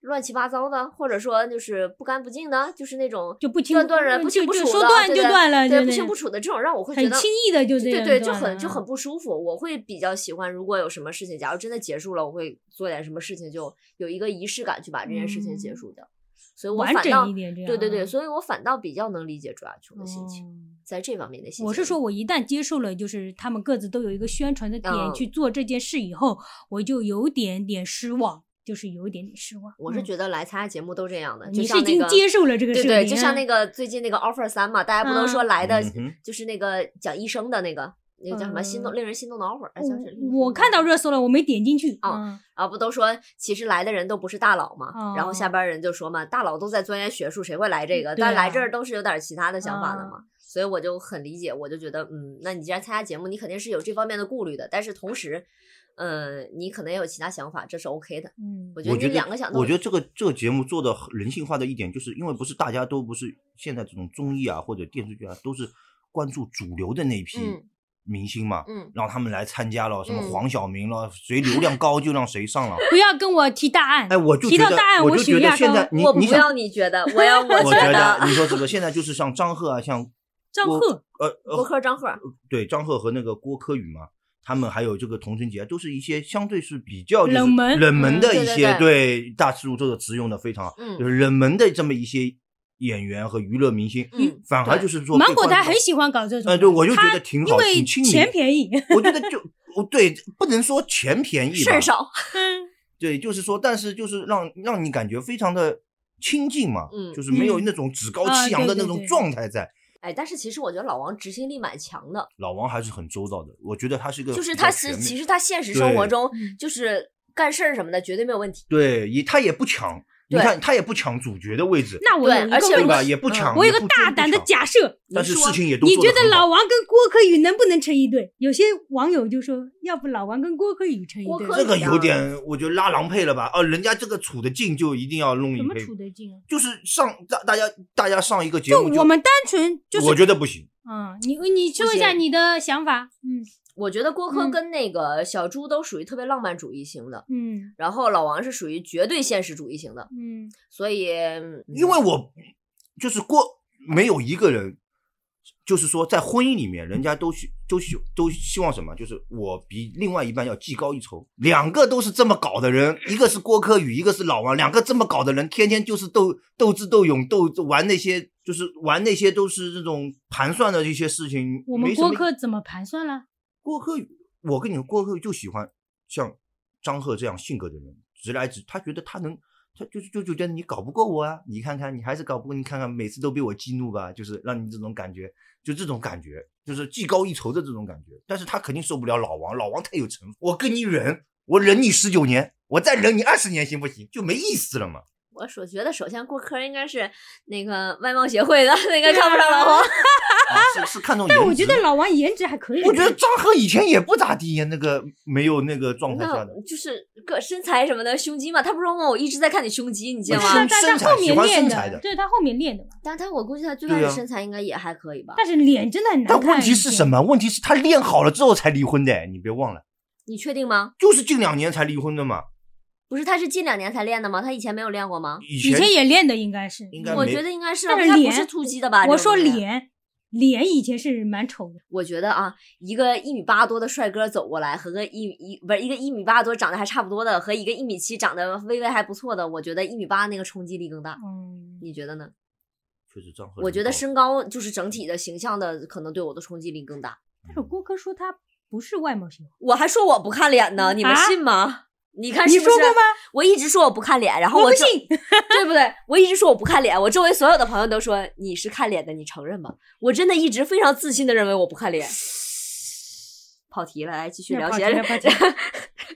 A: 乱七八糟的，或者说就是不干不净的，就是那种
B: 就不清
A: 断断人
B: 嗯
A: 不
B: 就
A: 清不
B: 就
A: 楚
B: 说
A: 的
B: 断
A: 对
B: 就
A: 对
B: 断
A: 对
B: 了
A: 不
B: 就那
A: 清不
B: 样
A: 楚的这种，让我会觉
B: 很
A: 得
B: 轻易的就这
A: 对
B: 样
A: 对，就
B: 断
A: 很
B: 了
A: 就
B: 啊
A: 很不舒服。我会比较喜欢，如果有什么事情，假如真的结束了，我会做点什么事情，就有一个仪式感去把这件事情结
B: 嗯
A: 束掉。所以我
B: 完
A: 反倒
B: 整一点这样啊。
A: 对对对，所以我反倒比较能理解朱亚琼的心情，
B: 哦
A: 在这方面的心情。
B: 我是说，，我一旦接受了，就是他们各自都有一个宣传的点
A: 嗯
B: 去做这件事以后，我就有点点失望，就是有一点点失望。
A: 我是
B: 嗯
A: 觉得来参加节目都这样的，就
B: 你是
A: 像
B: 已
A: 那
B: 经
A: 个
B: 接受了这个
A: 对
B: 事
A: 对，
B: 情，
A: 就像那个最近那个 offer 三嘛，大家不都说
B: 嗯
A: 来的
C: 嗯哼
A: 就是那个讲医生的那个那个叫什么心动令人心动的 offer，哎叫是
B: 嗯我我看到热搜了，我没点进去
A: 啊
B: 啊。
A: 啊，不都说其实来的人都不是大佬嘛？然后
B: 哦
A: 下边人就说嘛，大佬都在钻研学术，谁会来这个？
B: 对
A: 但来
B: 啊
A: 这儿都是有点其他的想法的
B: 啊
A: 嘛。所以我就很理解，我就觉得，嗯，那你既然参加节目，你肯定是有这方面的顾虑的。但是同时，嗯，你可能也有其他想法，这是 OK 的。
B: 嗯
A: 我觉
C: 我
A: 得
C: 觉
A: 你
C: 得
A: 两个想，
C: 我觉得这个这个节目做的人性化的一点，就是因为不是大家都不是现在这种综艺啊或者电视剧啊，都是关注主流的那一批
A: 嗯
C: 明星嘛，
A: 嗯，
C: 让他们来参加了，什么
A: 嗯
C: 黄晓明了，谁流
B: [laughs]
C: 量高就让谁上了。
B: 不要跟我提答案。
C: 哎，我就
B: 提
C: 觉
B: 到
C: 得
B: 答案，
C: 我就
B: 血
C: 觉得
B: 压
C: 现
B: 高。
C: 在你
A: 我
C: 你
A: 不
C: 想
A: 要，你觉得，我要
C: [laughs]
A: 我
B: [laughs]
C: 我
A: 觉
C: 得
A: 得
C: 你说这个现在就是像张赫啊，像
B: 张
C: 郭
B: 赫，
C: 呃
A: 博
C: 呃，
A: 客张赫，
C: 对张赫和那个郭柯宇嘛，他们还有这个童晨杰，都是一些相对是比较就是
B: 冷门
C: 冷门
B: 嗯
C: 的
A: 对
C: 一
A: 对
C: 些，对大师傅这个词用的非常好，
A: 嗯
C: 就是冷门的这么一些演员和娱乐明星，
A: 嗯
C: 反而
A: 对
C: 就是说
B: 芒果台
C: 台
B: 很喜欢搞这种的。
C: 呃，对我就觉
B: 他
C: 得挺
B: 因
C: 好，
B: 为
C: 挺亲民
B: 钱便宜。
C: 我觉得就我对不能说钱便宜
A: 事
C: 吧
A: 儿，少，
B: 嗯，
C: 对，就是说，但是就是让让你感觉非常的亲近嘛，
A: 嗯
C: 就是没有
B: 嗯
C: 那种趾高
B: 啊
C: 气扬的
B: 对
C: 那
B: 对
C: 种
B: 对
C: 状态在。
A: 哎，但是其实我觉得老王执行力蛮强的，
C: 老王还是很周到的，我觉得他是一个
A: 就是
C: 比
A: 他
C: 较
A: 是
C: 全面
A: 其实他现实生活
C: 对
A: 中
B: 嗯
A: 就是干事儿什么的绝对没有问题。
C: 对，也他也不抢，你
A: 对
C: 看他也不抢主角的位置，
B: 那我
A: 对
B: 有一
A: 而且
B: 个
C: 对
B: 问
C: 吧？
B: 题，
C: 也不
A: 嗯
C: 抢，
B: 我
C: 也
B: 有个
C: 不
B: 大
C: 不
B: 胆的
C: 抢，
B: 假设，
C: 但是
A: 说
C: 事情也都
B: 你
C: 做
B: 觉
C: 得
B: 得
C: 很好
B: 老王跟郭柯宇能不能成一对？有些网友就说，要不老王跟郭柯宇成一
A: 郭
B: 对
A: 柯，
C: 这个
A: 宇
C: 有
A: 啊
C: 点，我觉得拉郎配了吧？哦，人家这个处得近就一定要弄
B: 怎
C: 一
B: 么
C: 配
B: 处，得近啊？
C: 就是上大大家大家上一个节
B: 就
C: 目
B: 我们单纯就是，
C: 我觉得不行，
B: 嗯，你你说一下
A: 不行
B: 你的想法，嗯
A: 我觉得郭柯
B: 嗯
A: 跟那个小猪都属于特别浪漫主义型的，
B: 嗯
A: 然后老王是属于绝对现实主义型的，
B: 嗯，
A: 所以嗯
C: 因为我就是过没有一个人，就是说在婚姻里面，人家都希都希都希望什么？就是我比另外一半要技高一筹。两个都是这么搞的人，一个是郭柯宇，一个是老王，两个这么搞的人，天天就是斗斗智斗勇，斗玩那些就是玩那些都是这种盘算的一些事情。
B: 我们
C: 没什么
B: 郭柯怎么盘算了？
C: 郭柯宇，我跟你说，郭柯宇就喜欢像张赫这样性格的人，直来直，他觉得他能，他就是就就觉得你搞不过我啊，你看看你还是搞不过，你看看每次都被我激怒吧，就是让你这种感觉，就这种感觉，就是技高一筹的这种感觉。但是他肯定受不了老王，老王太有城府，我跟你忍，我忍你十九年，我再忍你二十年行不行？就没意思
B: [laughs]
C: 了嘛。
A: 我所觉得首先过客应该是那个外貌协会的，那个看不上老黄。
C: 啊、是是看重颜
B: 但
C: 值。
B: 我觉得老王颜值还可以。
C: 我觉得张赫以前也不咋地呀，那个没有那个状态下
A: 那
C: 的。
A: 就是个身材什么的，胸肌嘛。他不是问我一直在看你胸肌，你见
C: 我
A: 吗
C: 是？
B: 但但
C: 身材
B: 他后面
C: 喜欢
B: 练
C: 身材的
B: 对他后面练的嘛。
A: 但他我估计他最
C: 对
A: 开始
C: 啊
A: 身材应该也还可以吧。
B: 但是脸真的很难
C: 但
B: 看。
C: 问题是什
B: 么？
C: 么？问题是他练好了之后才离婚的，你别忘了，
A: 你确定吗？
C: 就是近两年才离婚的嘛。
A: 不是，他是近两年才练的吗？他以前没有练过吗？
C: 以
B: 以
C: 前
B: 前也练的应该是。
C: 应该
A: 我
C: 没
A: 觉得应该是啊，
B: 但是
A: 他不
B: 脸
A: 是突击的吧？
B: 我
A: 这种
B: 说
A: 东西，
B: 脸，脸以前是蛮丑的。
A: 我觉得啊，一个一米八多的帅哥走过来，和个一米一不是一个一米八多长得还差不多的，和一个一米七长得微微还不错的，我觉得一米八那个冲击力更大。
B: 嗯，
A: 你觉得呢？
C: 确实张赫，
A: 我觉得身高就是整体的形象的，可能对我的冲击力更大。
B: 但是郭哥说他不是外貌协会，
A: 我还说我不看脸呢，你们
B: 啊
A: 信吗？你看
B: 你
A: 是不
B: 说
A: 是？
B: 过吗？
A: 我一直说我不看脸，然后
B: 我不
A: 周
B: 信，
A: [laughs] 对不对？我一直说我不看脸，我周围所有的朋友都说你是看脸的，你承认吧？我真的一直非常自信的认为我不看
B: [laughs]
A: 脸。跑题了，来继续
B: 那
A: 聊
B: 跑
A: 些
B: 题了跑题了，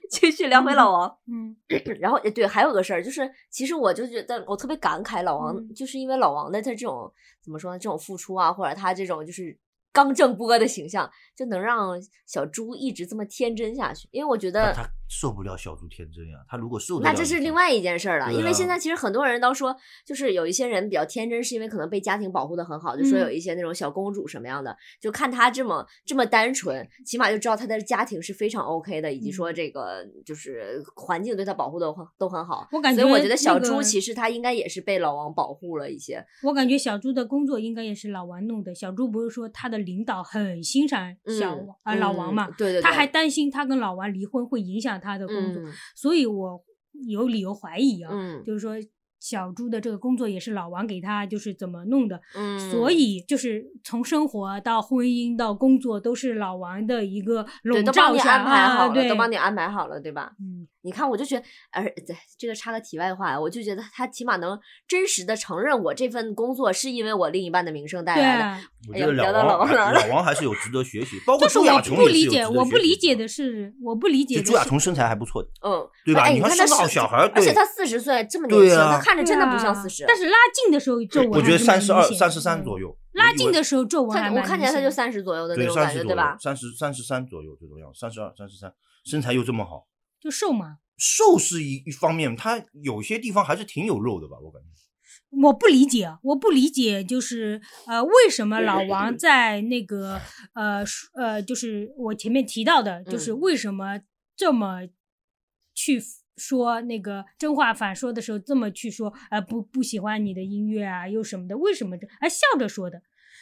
A: [laughs] 继续聊回老王。
B: 嗯，
A: 然后呃对，还有个事儿就是，其实我就觉得我特别感慨老王，
B: 嗯
A: 就是因为老王的他这种怎么说呢？这种付出啊，或者他这种就是刚正不阿的形象，就能让小猪一直这么天真下去。因为我觉
C: 但
A: 得
C: 他受不了小猪天真呀，他如果受得了，
A: 那这是另外一件事儿了，
C: 对
A: 因为现
C: 啊
A: 在其实很多人都说，就是有一些人比较天真，是因为可能被家庭保护的很好，就说有
B: 嗯
A: 一些那种小公主什么样的，就看她这么这么单纯，起码就知道她的家庭是非常 OK 的，以及
B: 嗯
A: 说这个就是环境对她保护的都很好。
B: 我感
A: 所以我觉
B: 觉
A: 得小
B: 那
A: 猪
B: 个
A: 其实她应该也是被老王保护了一些，
B: 我感觉小猪的工作应该也是老王弄的。小猪不是说他的领导很欣赏小
A: 嗯
B: 王啊老王嘛
A: 嗯，对对对，
B: 他还担心他跟老王离婚会影响他的工作，
A: 嗯
B: 所以我有理由怀疑啊，
A: 嗯
B: 就是说小猪的这个工作也是老王给他就是怎么弄的，
A: 嗯，
B: 所以就是从生活到婚姻到工作都是老王的一个
A: 对
B: 笼
A: 都帮
B: 罩
A: 你
B: 下
A: 安排好
B: 啊，
A: 了，
B: 对，
A: 都帮你安排好了，对吧？
B: 嗯，
A: 你看，我就觉得，而对这个插个题外话，啊我就觉得他起码能真实的承认我这份工作是因为我另一半的名声带
B: 对
A: 来的。
B: 啊。
C: 我
A: 哎
C: 觉
A: 呀
C: 得
A: 聊到老
C: 老
A: 王
C: 王
A: 来
C: 还
A: 了
C: 老王还是有值得学习，包括
B: 就是
C: 朱
B: 我
C: 亚琼
B: 不
C: 也是
B: 理
C: 有
B: 解，
C: 值得
B: 我
C: 学
B: 不
C: 习
B: 理
C: 的
B: 解的是，我不理解
C: 就
B: 的
C: 朱亚
B: 是
C: 琼身材还不错的，
A: 嗯，
C: 对吧
A: 哎，
C: 你看
A: 他
C: 生个
A: 是
C: 好小孩儿
A: 而且
C: 对
A: 他四十岁这么年
C: 对
A: 轻，
C: 啊
A: 他看着真的不像
B: 对啊
A: 四十。
B: 但是拉近的时候皱纹
C: 我
B: 还
C: 觉得
B: 是蛮
C: 三十二、
B: 明显
C: 三
B: 的
C: 十三
B: 嗯
C: 左右。
B: 拉
C: 因
B: 近
C: 为
B: 的时候皱纹还
A: 他
B: 蛮
A: 我看起来他
B: 明
A: 就
B: 显的
A: 三十左右的那
C: 对
A: 种
C: 三
A: 感
C: 十
A: 觉，
C: 左
A: 对
C: 右
A: 吧，？
C: 三十三十三左右这种样子，三十二、三十三，身材又这么好，
B: 就瘦嘛。
C: 瘦是一一方面，他有些地方还是挺有肉的吧，我感觉。
B: 我不理解，我不理解，就是呃，为什么老王
C: 嗯
B: 在那个呃说呃，就是我前面提到的，就是
A: 嗯
B: 为什么这么去说那个真话反说的时候，这么去说，呃，不不喜欢你的音乐啊，又什么的，为什么这还笑着说的？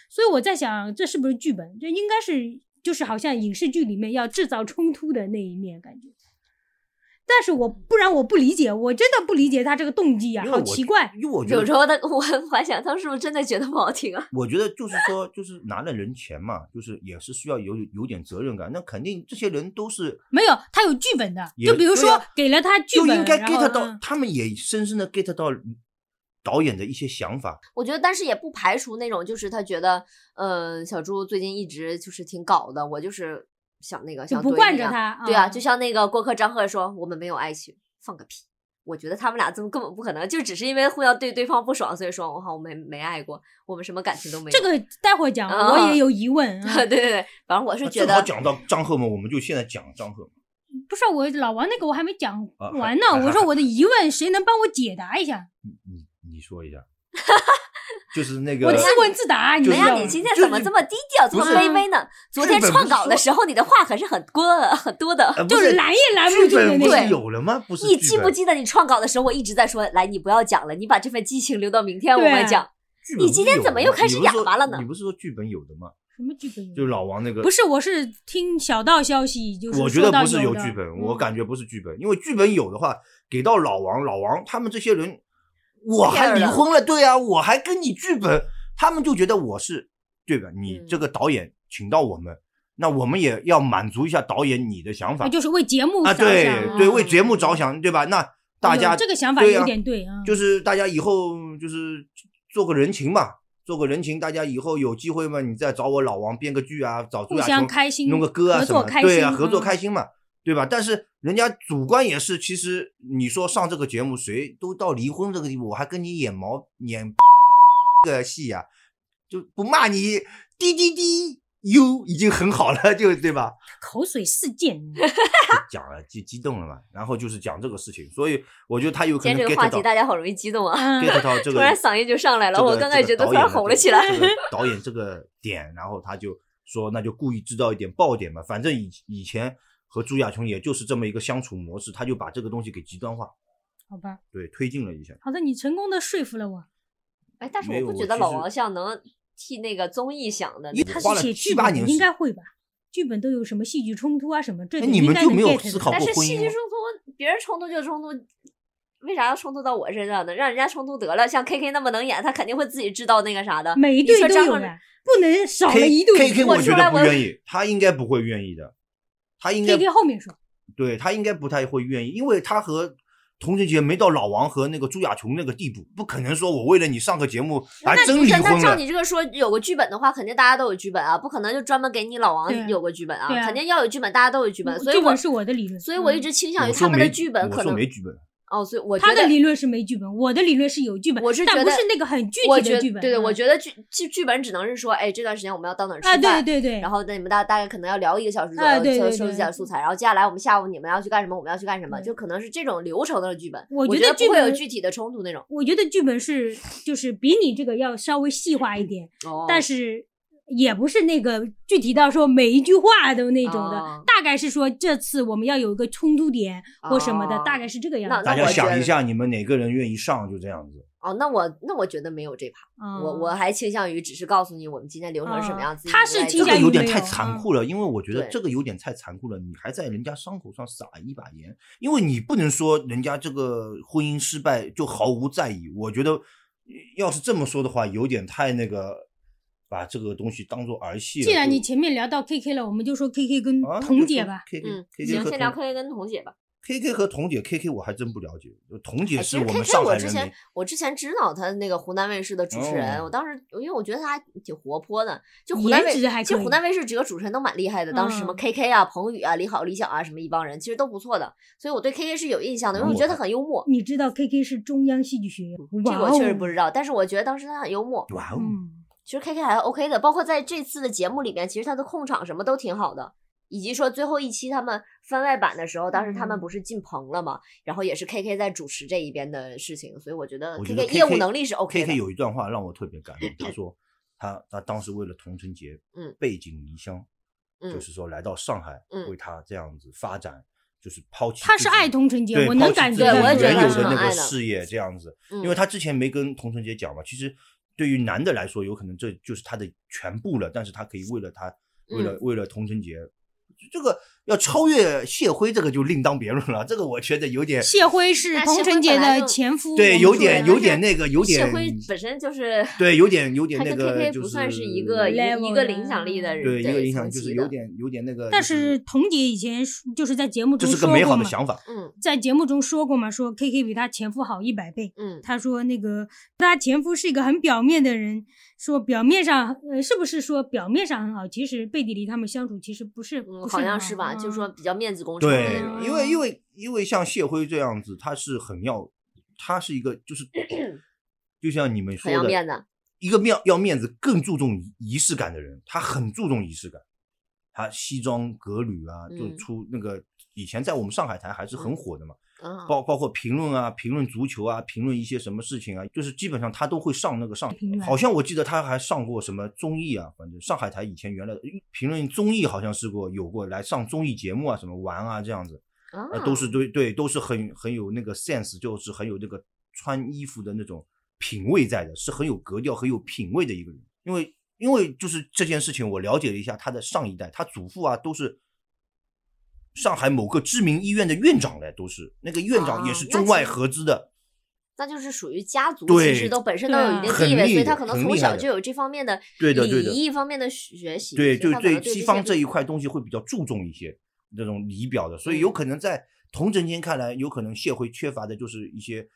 B: 所以我在想，这是不是剧本？这应该是就是好像影视剧里面要制造冲突的那一面感觉。但是我不然我不理解，我真的不理解他这个动机
C: 嗯
B: 啊，
C: 因为我
B: 好奇怪。
C: 因为我觉
A: 有时
C: 得，
A: 候他 [laughs] 我我还想他是不是真的觉得不好听啊？
C: 我觉得就是说，就是拿了人钱嘛，就是也是需要有有点责任感。那肯定这些人都是
B: 没有，他有剧本的。
C: 也
B: 就比如
C: 对
B: 说
C: 啊
B: 给了他剧
C: 就
B: 本，
C: 应该
B: 然后
C: get 到
B: 嗯，
C: 他们也深深的 get 到导演的一些想法。
A: 我觉得，但是也不排除那种就是他觉得，嗯、小猪最近一直就是挺搞的，我就是想那个
B: 就
A: 想
B: 不
A: 怼
B: 惯
A: 你
B: 着
A: 啊
B: 他。
A: 对啊，
B: 嗯
A: 就像那个过客张赫说：“我们没有爱情，放个屁。”我觉得他们俩这么根本不可能，就只是因为互相对对方不爽，所以说我好我没没爱过，我们什么感情都没有。
B: 这个待会儿讲，
A: 啊
B: 我也有疑问。啊
A: [laughs] 对对对，反正我是
C: 那
A: 觉
C: 正好
A: 得，
C: 讲到张赫嘛，我们就现在讲张赫。
B: 不是我老王那个我还没讲
C: 啊
B: 完呢
C: 还，还
B: 我说我的疑问谁能帮我解答一下？
C: 你你你说
A: [laughs]
C: 一下，就是那个
B: 我自问自答，你
C: 啊就
B: 知
A: 哎
C: 是
A: 呀，
B: 道
A: 你
B: 吗？
A: 今天怎么这么低调，这
C: 不
A: 么
C: 是
A: 卑微呢？昨天
C: 剧本
A: 创
C: 不是
A: 稿的
C: 说
A: 时候，你的话可是很多很多的。
C: 呃不
B: 就是拦也拦不
C: 剧
B: 住的
C: 本
B: 那
C: 不
B: 种
C: 是。有了吗？不是
A: 你
C: 剧
A: 记不
C: 本
A: 记得你创稿的时候，我一直在说，来，你不要讲了，你把这份激情留到明天我
B: 对啊
A: 们讲。
C: 剧本
A: 你今天
C: 不是
A: 怎么
C: 有
A: 又
C: 的吗
A: 开始
C: 你不是
A: 哑
C: 说
A: 巴了呢
C: 你不是说剧本有的吗？
B: 什么剧本有？
C: 就是老王那个，
B: 不是，我是听小道消息，就是
C: 我觉
B: 说
C: 得
B: 到
C: 不是
B: 有
C: 有
B: 的
C: 剧本，我
B: 嗯
C: 感觉不是剧本，因为剧本有的话，给到老王，老王他们这些人，我还离婚了，对啊，我还跟你剧本，他们就觉得我是对吧？你
A: 嗯
C: 这个导演请到我们，那我们也要满足一下导演你的想法
B: 啊就是为节目
C: 啊，
B: 着想
C: 对
B: 啊
C: 对，为节目着想，对吧？那大
B: 有
C: 家
B: 这个想法
C: 对
B: 有
C: 啊
B: 点对啊，
C: 就是大家以后就是做个人情嘛，做个人情，大家以后有机会嘛，你再找我老王编个剧啊，找朱
B: 互
C: 亚
B: 相
C: 琼
B: 开心，
C: 弄个歌啊
B: 合
C: 什么
B: 作
C: 的，
B: 开心，
C: 对啊，合作
B: 嗯
C: 开心嘛。 [laughs] 对吧？但是人家主观也是，其实你说上这个节目，谁都到离婚这个地步，我还跟你演毛演 [laughs] 这个戏呀、就不骂你滴滴滴哟，已经很好了，就对吧？ [laughs]
B: 口水事件，
C: 就讲了就激动了嘛，然后就是讲这个事情，所以我觉得他有可
A: 今天
C: 能
A: 这个话
C: get
A: 题，
C: 到
A: 大家好容易激动啊！
B: 嗯
C: get 到这个，
A: 突然嗓音就上来了我刚刚也觉得突然红了起来
C: 这
A: [laughs]
C: 个导演这个点，然后他就说，那就故意制造一点爆点嘛，反正以以前和朱亚琼也就是这么一个相处模式，他就把这个东西给极端化，
B: 好吧，
C: 对，推进了一下。
B: 好的，你成功的说服了我。
A: 哎，但是
C: 没有
A: 我不
C: 我
A: 觉得
C: 其
A: 老
C: 实
A: 王像能替那个综艺想的那
C: 因为
A: 种，
B: 他
C: 花
B: 是
C: 了
B: 写剧
C: 7-8
B: 本
C: 年
B: 的，
C: 时
B: 应该会吧？剧本都有什么戏剧冲突啊什么，这
C: 哎
B: 点
C: 你
B: 应
C: 们
B: 该
C: 就
B: 能
C: 没有
B: get
C: 思
B: 的
C: 考
A: 但
C: 过
A: 是
C: 婚
A: 戏
C: 姻
A: 剧
C: 吗
A: 冲突，别人冲突就冲突，为啥要冲突到我身上呢？让人家冲突得了，像 K K 那么能演，他肯定会自己知道那个啥的。
B: 每一
A: 你
B: 对
A: 说
B: 都
A: 张
B: 有
A: 翰
B: 的，不能少了
C: K
B: 一对。
C: K K，
A: 我
C: 我
A: 出
C: 觉
A: 来
C: 得不
A: 我
C: 愿意，他应该不会愿意的，他应该
B: K K 后面说，
C: 对他应该不太会愿意，因为他和童俊杰没到老王和那个朱亚琼那个地步，不可能说我为了你上个节目还
A: 那
C: 真
A: 不
C: 离
A: 是，那
C: 啊婚
A: 照
C: 了。
A: 你这个说，有个剧本的话，肯定大家都有剧本啊，不可能就专门给你老
B: 对啊
A: 王有个剧本啊，
B: 对啊
A: 肯定要有剧本，大家都有剧本，
B: 嗯
A: 所以
B: 这
A: 我
B: 本是我的理论，
A: 所以我一
B: 嗯
A: 直倾向于
C: 我
A: 他
C: 说
A: 们的
C: 没
A: 剧本
C: 我
A: 可
C: 说
A: 能
C: 没剧本，
A: 哦，所以我觉
B: 他
A: 得
B: 的理论是没剧本，我的理论是有剧本，
A: 我是
B: 但
A: 觉
B: 不
A: 得
B: 是那个很具
A: 我
B: 体
A: 觉
B: 的
A: 得
B: 剧本。
A: 对对，我
B: 嗯
A: 觉得剧剧剧本只能是说，哎，这段时间我们要到哪儿吃
B: 啊，
A: 饭，
B: 对对对，
A: 然后那你们大大概可能要聊一个小时左右，
B: 哎对对
A: 就收集
B: 对
A: 点素材，然后接下来我们下午你们要去干什么，我们要去干什么，
B: 对
A: 就可能是这种流程的剧本。
B: 我
A: 我
B: 觉
A: 觉
B: 得剧
A: 不会有
B: 本
A: 具体的冲突那种。
B: 我觉得剧本是就是比你这个要稍微细化一点，
A: 哦
B: 但是也不是那个具体到说每一句话都那种的，
A: 哦
B: 大概是说这次我们要有一个冲突点或什么的，
A: 哦
B: 大概是这个样
A: 那
B: 子。
C: 大家
A: 我觉
C: 想一
A: 得
C: 下，你们哪个人愿意上，就这样子。
A: 哦，那我那我觉得没有这趴，
B: 嗯
A: 我我还倾向于只是告诉你我们今天流程是什么样子。
B: 嗯他
A: 你们
B: 是
A: 来
B: 倾
C: 这
A: 做
B: 向
C: 个
B: 于
C: 有点
B: 没
C: 太
B: 有
C: 残
B: 嗯
C: 酷了，因为我觉得
A: 对
C: 这个有点太残酷了。你还在人家伤口上撒一把盐，因为你不能说人家这个婚姻失败就毫无在意。我觉得要是这么说的话，有点太那个，把这个东西当做儿戏了。
B: 既然
C: 就
B: 你前面聊到 K K 了，我们就说 K K 跟
C: 啊，
B: 彤姐吧。
C: K K，
A: 嗯，
C: K
A: 行，
C: 和
A: 先聊
C: 彤
A: K K 跟彤姐吧。
C: K K 和彤姐，K K 我还真不了解，彤姐
A: 哎
C: 是
A: 其实
C: 我
A: K
C: 们
A: K
C: 上
A: 我
C: 海
A: 之
C: 人
A: 前
C: 民。
A: 我之前知道他那个湖南卫视的主持人，
C: 哦
A: 我当时因为我觉得他还挺活泼的，就湖
B: 颜
A: 南卫
B: 值还
A: 其实
B: 可
A: 湖
B: 以
A: 南卫视几个主持人都蛮厉害的，当时什么
B: 嗯
A: K K 啊、彭宇啊、李好、李想啊什么一帮人，其实都不错的，所以我对 K K 是有印象的，因为我
C: 嗯
A: 觉得他很幽默。
B: 你知道 K K 是中央戏剧学院，
A: 这
B: 哇
A: 个我确实
B: 哦
A: 不知道，但是我觉得当时他很幽默。
C: 哇哦，
B: 嗯，
A: 其实 K K 还 OK 的，包括在这次的节目里面，其实他的控场什么都挺好的，以及说最后一期他们番外版的时候，当时他们
B: 嗯
A: 不是进棚了嘛，然后也是 K K 在主持这一边的事情，所以我觉得
C: 我
A: K
C: 觉得
A: K 业务能力是 OK 的
C: K K。有一段话让我特别感动，他说他他当时为了童承杰，
A: 嗯
C: 背井离乡，
A: 嗯
C: 就是说来到上海，
A: 嗯
C: 为他这样子发展，就是抛弃
B: 他
C: 自
B: 是
C: 己
B: 爱童承杰，
C: 对
B: 我
C: 抛
B: 能
C: 弃
B: 感
C: 自
B: 觉
A: 对
B: 到
C: 己
A: 我也
B: 这
A: 觉得
C: 原
B: 个
A: 他
C: 有
A: 是
C: 的
A: 很
C: 那
A: 爱
C: 个
A: 的
C: 事业这样子，
A: 嗯
C: 因为他之前没跟童承杰讲嘛，其实对于男的来说，有可能这就是他的全部了，但是他可以为了他，为了、
A: 嗯
C: 为了童承杰，这个要超越谢辉，这个就另当别论了，这个我觉得有点
B: 谢辉是
A: 那
B: 童
A: 谢
B: 承
A: 辉
B: 杰
A: 本来
B: 的
A: 就
B: 前夫，
C: 对
B: 我
C: 有
B: 们说
C: 点
B: 的
C: 有
B: 是
C: 点那个有点
A: 谢辉本身就是
C: 对有点有点
A: 他
C: 那
A: 跟
C: 个
A: K K
C: 就
A: 不算是一
C: 是
A: 个一个
B: level
A: 一个影响力的
B: 的
A: 人，
C: 对一个影响
A: 层
C: 就是
A: 级
C: 有
A: 的
C: 点有点那个，
B: 但
C: 就是
B: 童姐以前说就是在节目
C: 这
B: 中
C: 是个
B: 说
C: 美
B: 过
C: 好的
B: 嘛，
C: 想法，
A: 嗯
B: 在节目中说过嘛，说 K K 比她前夫好一百倍。
A: 嗯
B: 她说那个她前夫是一个很表面的人，说表面上呃是不是说表面上很好，其实背地里他们相处其实不是，
A: 嗯，
B: 不
A: 好
B: 很
A: 像是吧？就说比较面子工程的
C: 对
A: 那种，
C: 因为因为因为像谢辉这样子，他是很要，他是一个就是，
A: [clears throat]
C: 就像你们说
A: 很要
C: 的，
A: 面子
C: 一个面要面子，更注重仪仪式感的人，他很注重仪式感，他西装革履啊，就
A: 嗯
C: 出那个以前在我们上海台还是很
A: 嗯
C: 火的嘛，
A: 啊。
C: 包包括评论啊，评论足球啊，评论一些什么事情啊，就是基本上他都会上那个上
B: 评，论
C: 好像我记得他还上过什么综艺啊，反正上海台以前原来评论综艺好像是过有过来上综艺节目啊，什么玩啊这样子。
A: 啊
C: 呃，都是对对，都是很很有那个 sense，就是很有那个穿衣服的那种品味在的，是很有格调、很有品味的一个人。因为因为就是这件事情，我了解了一下他的上一代，他祖父啊都是上海某个知名医院的院长嘞，都是那个院长也
A: 啊
C: 是
A: 那
C: 中
A: 其
C: 外
A: 实
C: 合资的。
A: 那就是属于家族，其
C: 对
A: 实都本身都
B: 对
A: 有
B: 啊
A: 一定
C: 很
A: 地位，所
C: 厉
A: 以他
C: 害
A: 可能
C: 很
A: 从
C: 厉
A: 小
C: 害的
A: 就有这方面的
C: 对的对的
A: 礼仪方面的学习，
C: 对，
A: 所以
C: 就
A: 他可能
C: 对
A: 对
C: 西
A: 些
C: 方
A: 比
C: 这一块东西会比较注重一些这种仪表的，所以有
A: 嗯
C: 可能在童承坚看来，有可能谢辉缺乏的就是一些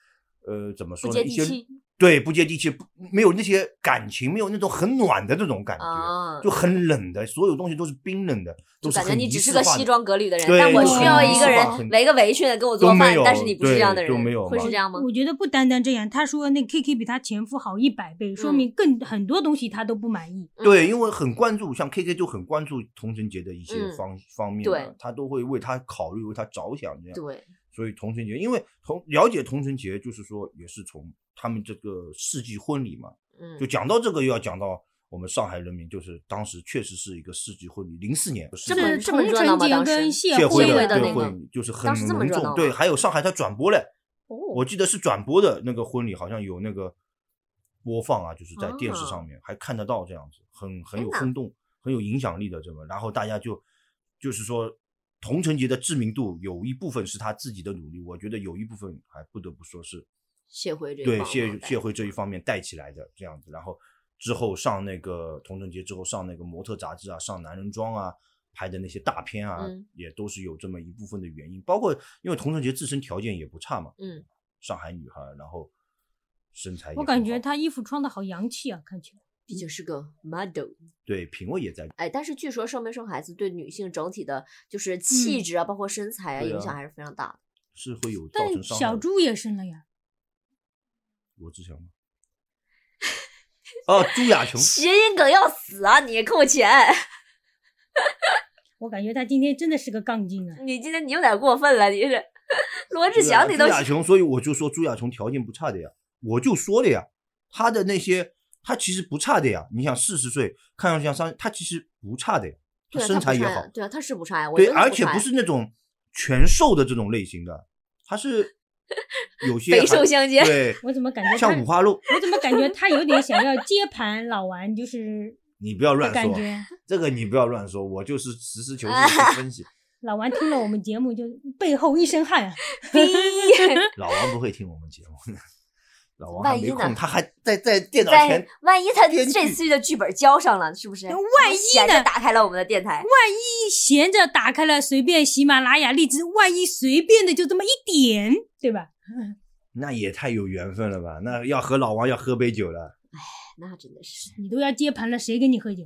C: 呃怎么
B: 不
C: 说呢？
B: 接
C: 一
B: 地
C: 些
B: 气，
C: 对不接地气，不没有那些感情，没有那种很暖的那种感觉，
A: 啊，
C: 就很冷的，所有东西都是冰冷的，都
A: 就是感觉
C: 很
A: 你
C: 仪
A: 只是
C: 式
A: 个
C: 化
A: 西
C: 的
A: 装革履的人，
C: 对
A: 但我
B: 就
A: 需
B: 很
A: 要
B: 仪
A: 一
B: 式
A: 个
B: 化
A: 人
C: 很
A: 围个围裙给我做
C: 都没
A: 饭，但是
C: 有
A: 你不是这样的
C: 对
A: 人，
C: 都没有
A: 会
C: 嘛
A: 是这样吗？
B: 我觉得不单单这样，他说那 K K 比他前夫好一百倍，说
A: 嗯
B: 明更很多东西他都不满意。
C: 对，因为很关注，像 KK 就很关注童晨杰的一些
A: 嗯
C: 方、方面、
A: 对
C: 啊，他都会为他考虑，为他着想这
A: 嗯
C: 样。
A: 对，
C: 所以童晨杰，因为童了解童晨杰，就是说也是从他们这个世纪婚礼嘛，
A: 嗯
C: 就，讲到这个又要讲到我们上海人民，就是当时确实是一个世纪婚礼，零四年
A: 这么
B: 是
A: 这么
B: 童
A: 热闹
B: 晨
A: 吗
B: 杰
A: 当
B: 跟
A: 时
B: 谢
C: 谢
A: 辉
C: 辉
A: 的
B: 的
A: 的
C: 这
A: 那
C: 个
A: 个
C: 婚礼就是很
A: 当时这么
C: 隆
A: 热闹
C: 重，
A: 吗
C: 对，还有上海他转播嘞，我
A: 哦，
C: 记得是转播的那个婚礼，好像有那个播放啊，就是在电视
A: 啊
C: 上面、还看得到这样子，很很有
A: 天哪
C: 轰动，很有影响力的这么。然后大家就就是说，童晨杰的知名度有一部分是他自己的努力，我觉得有一部分还不得不说是
A: 谢辉这一
C: 对
A: 帮
C: 谢
A: 的
C: 谢辉这
B: 嗯
C: 一方面带起来的这样子。然后之后上那个童晨杰之后上那个模特杂志啊，上男人装啊。拍的那些大片啊，
A: 嗯
C: 也都是有这么一部分的原因，包括因为童晨杰自身条件也不差嘛，
A: 嗯，
C: 上海女孩，然后身材也
B: 我
C: 很
B: 感觉
C: 好
B: 他衣服穿的好洋气啊，看起来。
A: 毕竟是个 model。
C: 对品味也在。
A: 哎，但是据说生没生孩子对女性整体的就是气
B: 嗯
A: 质啊，包括身材啊，
C: 对
A: 影
C: 啊
A: 响还是非常大的。
C: 是会有造
B: 但
C: 成伤害
B: 小
C: 的。
B: 猪也生了呀，
C: 罗志祥吗？ [laughs] 哦，朱亚
B: [laughs]
C: 琼，
A: 谐音梗要死啊！你扣钱， [laughs]
B: 我感觉他今天真的是个杠精啊。
A: 你今天你有点过分了，你是罗志
C: 朱亚
A: 祥，你都
C: 啊朱亚琼，所以我就说朱亚琼条件不差的呀，我就说的呀，她的那些她其实不差的呀。你想四十岁看上去像三，她其实不差的呀，她
A: 对啊
C: 身
A: 他
C: 材
A: 不
C: 也
A: 差呀
C: 好，
A: 对啊，他是不差呀，我
C: 对，
A: 觉得他
C: 而且
A: 差
C: 不
A: 呀
C: 是那种全瘦的这种类型的，她是
A: [laughs]
C: 有些
A: 肥
C: 还
A: 瘦相间
C: 对，
B: 我怎么感觉他
C: 像五花肉，
B: 我怎么感觉他有点想要接盘老顽，就是
C: 你不要 [laughs]
B: 的
C: 乱
B: 感
C: 说，
B: 觉。
C: 这个你不要乱说，我就是实事求是
A: 啊
C: 的去分析。
B: 老顽听了我们节目就背后一身汗啊。
C: 老王不会听我们节目 [laughs] 的，老王
A: 万
C: 还没
A: 一呢
C: 空，他还在在电脑前
A: 在。万一他
C: 编
A: 这
C: 剧
A: 次的剧本交上了，是不是？
B: 万
A: 他
B: 一
A: 闲着
B: 呢
A: 打开了我们的电台，
B: 一闲着打开了随便喜马拉雅、荔枝，万一随便的就这么一点，对吧？
C: 那也太有缘分了吧？那要和老王要喝杯酒了。
A: 那真的是
B: 你都要接盘了，谁跟你喝酒？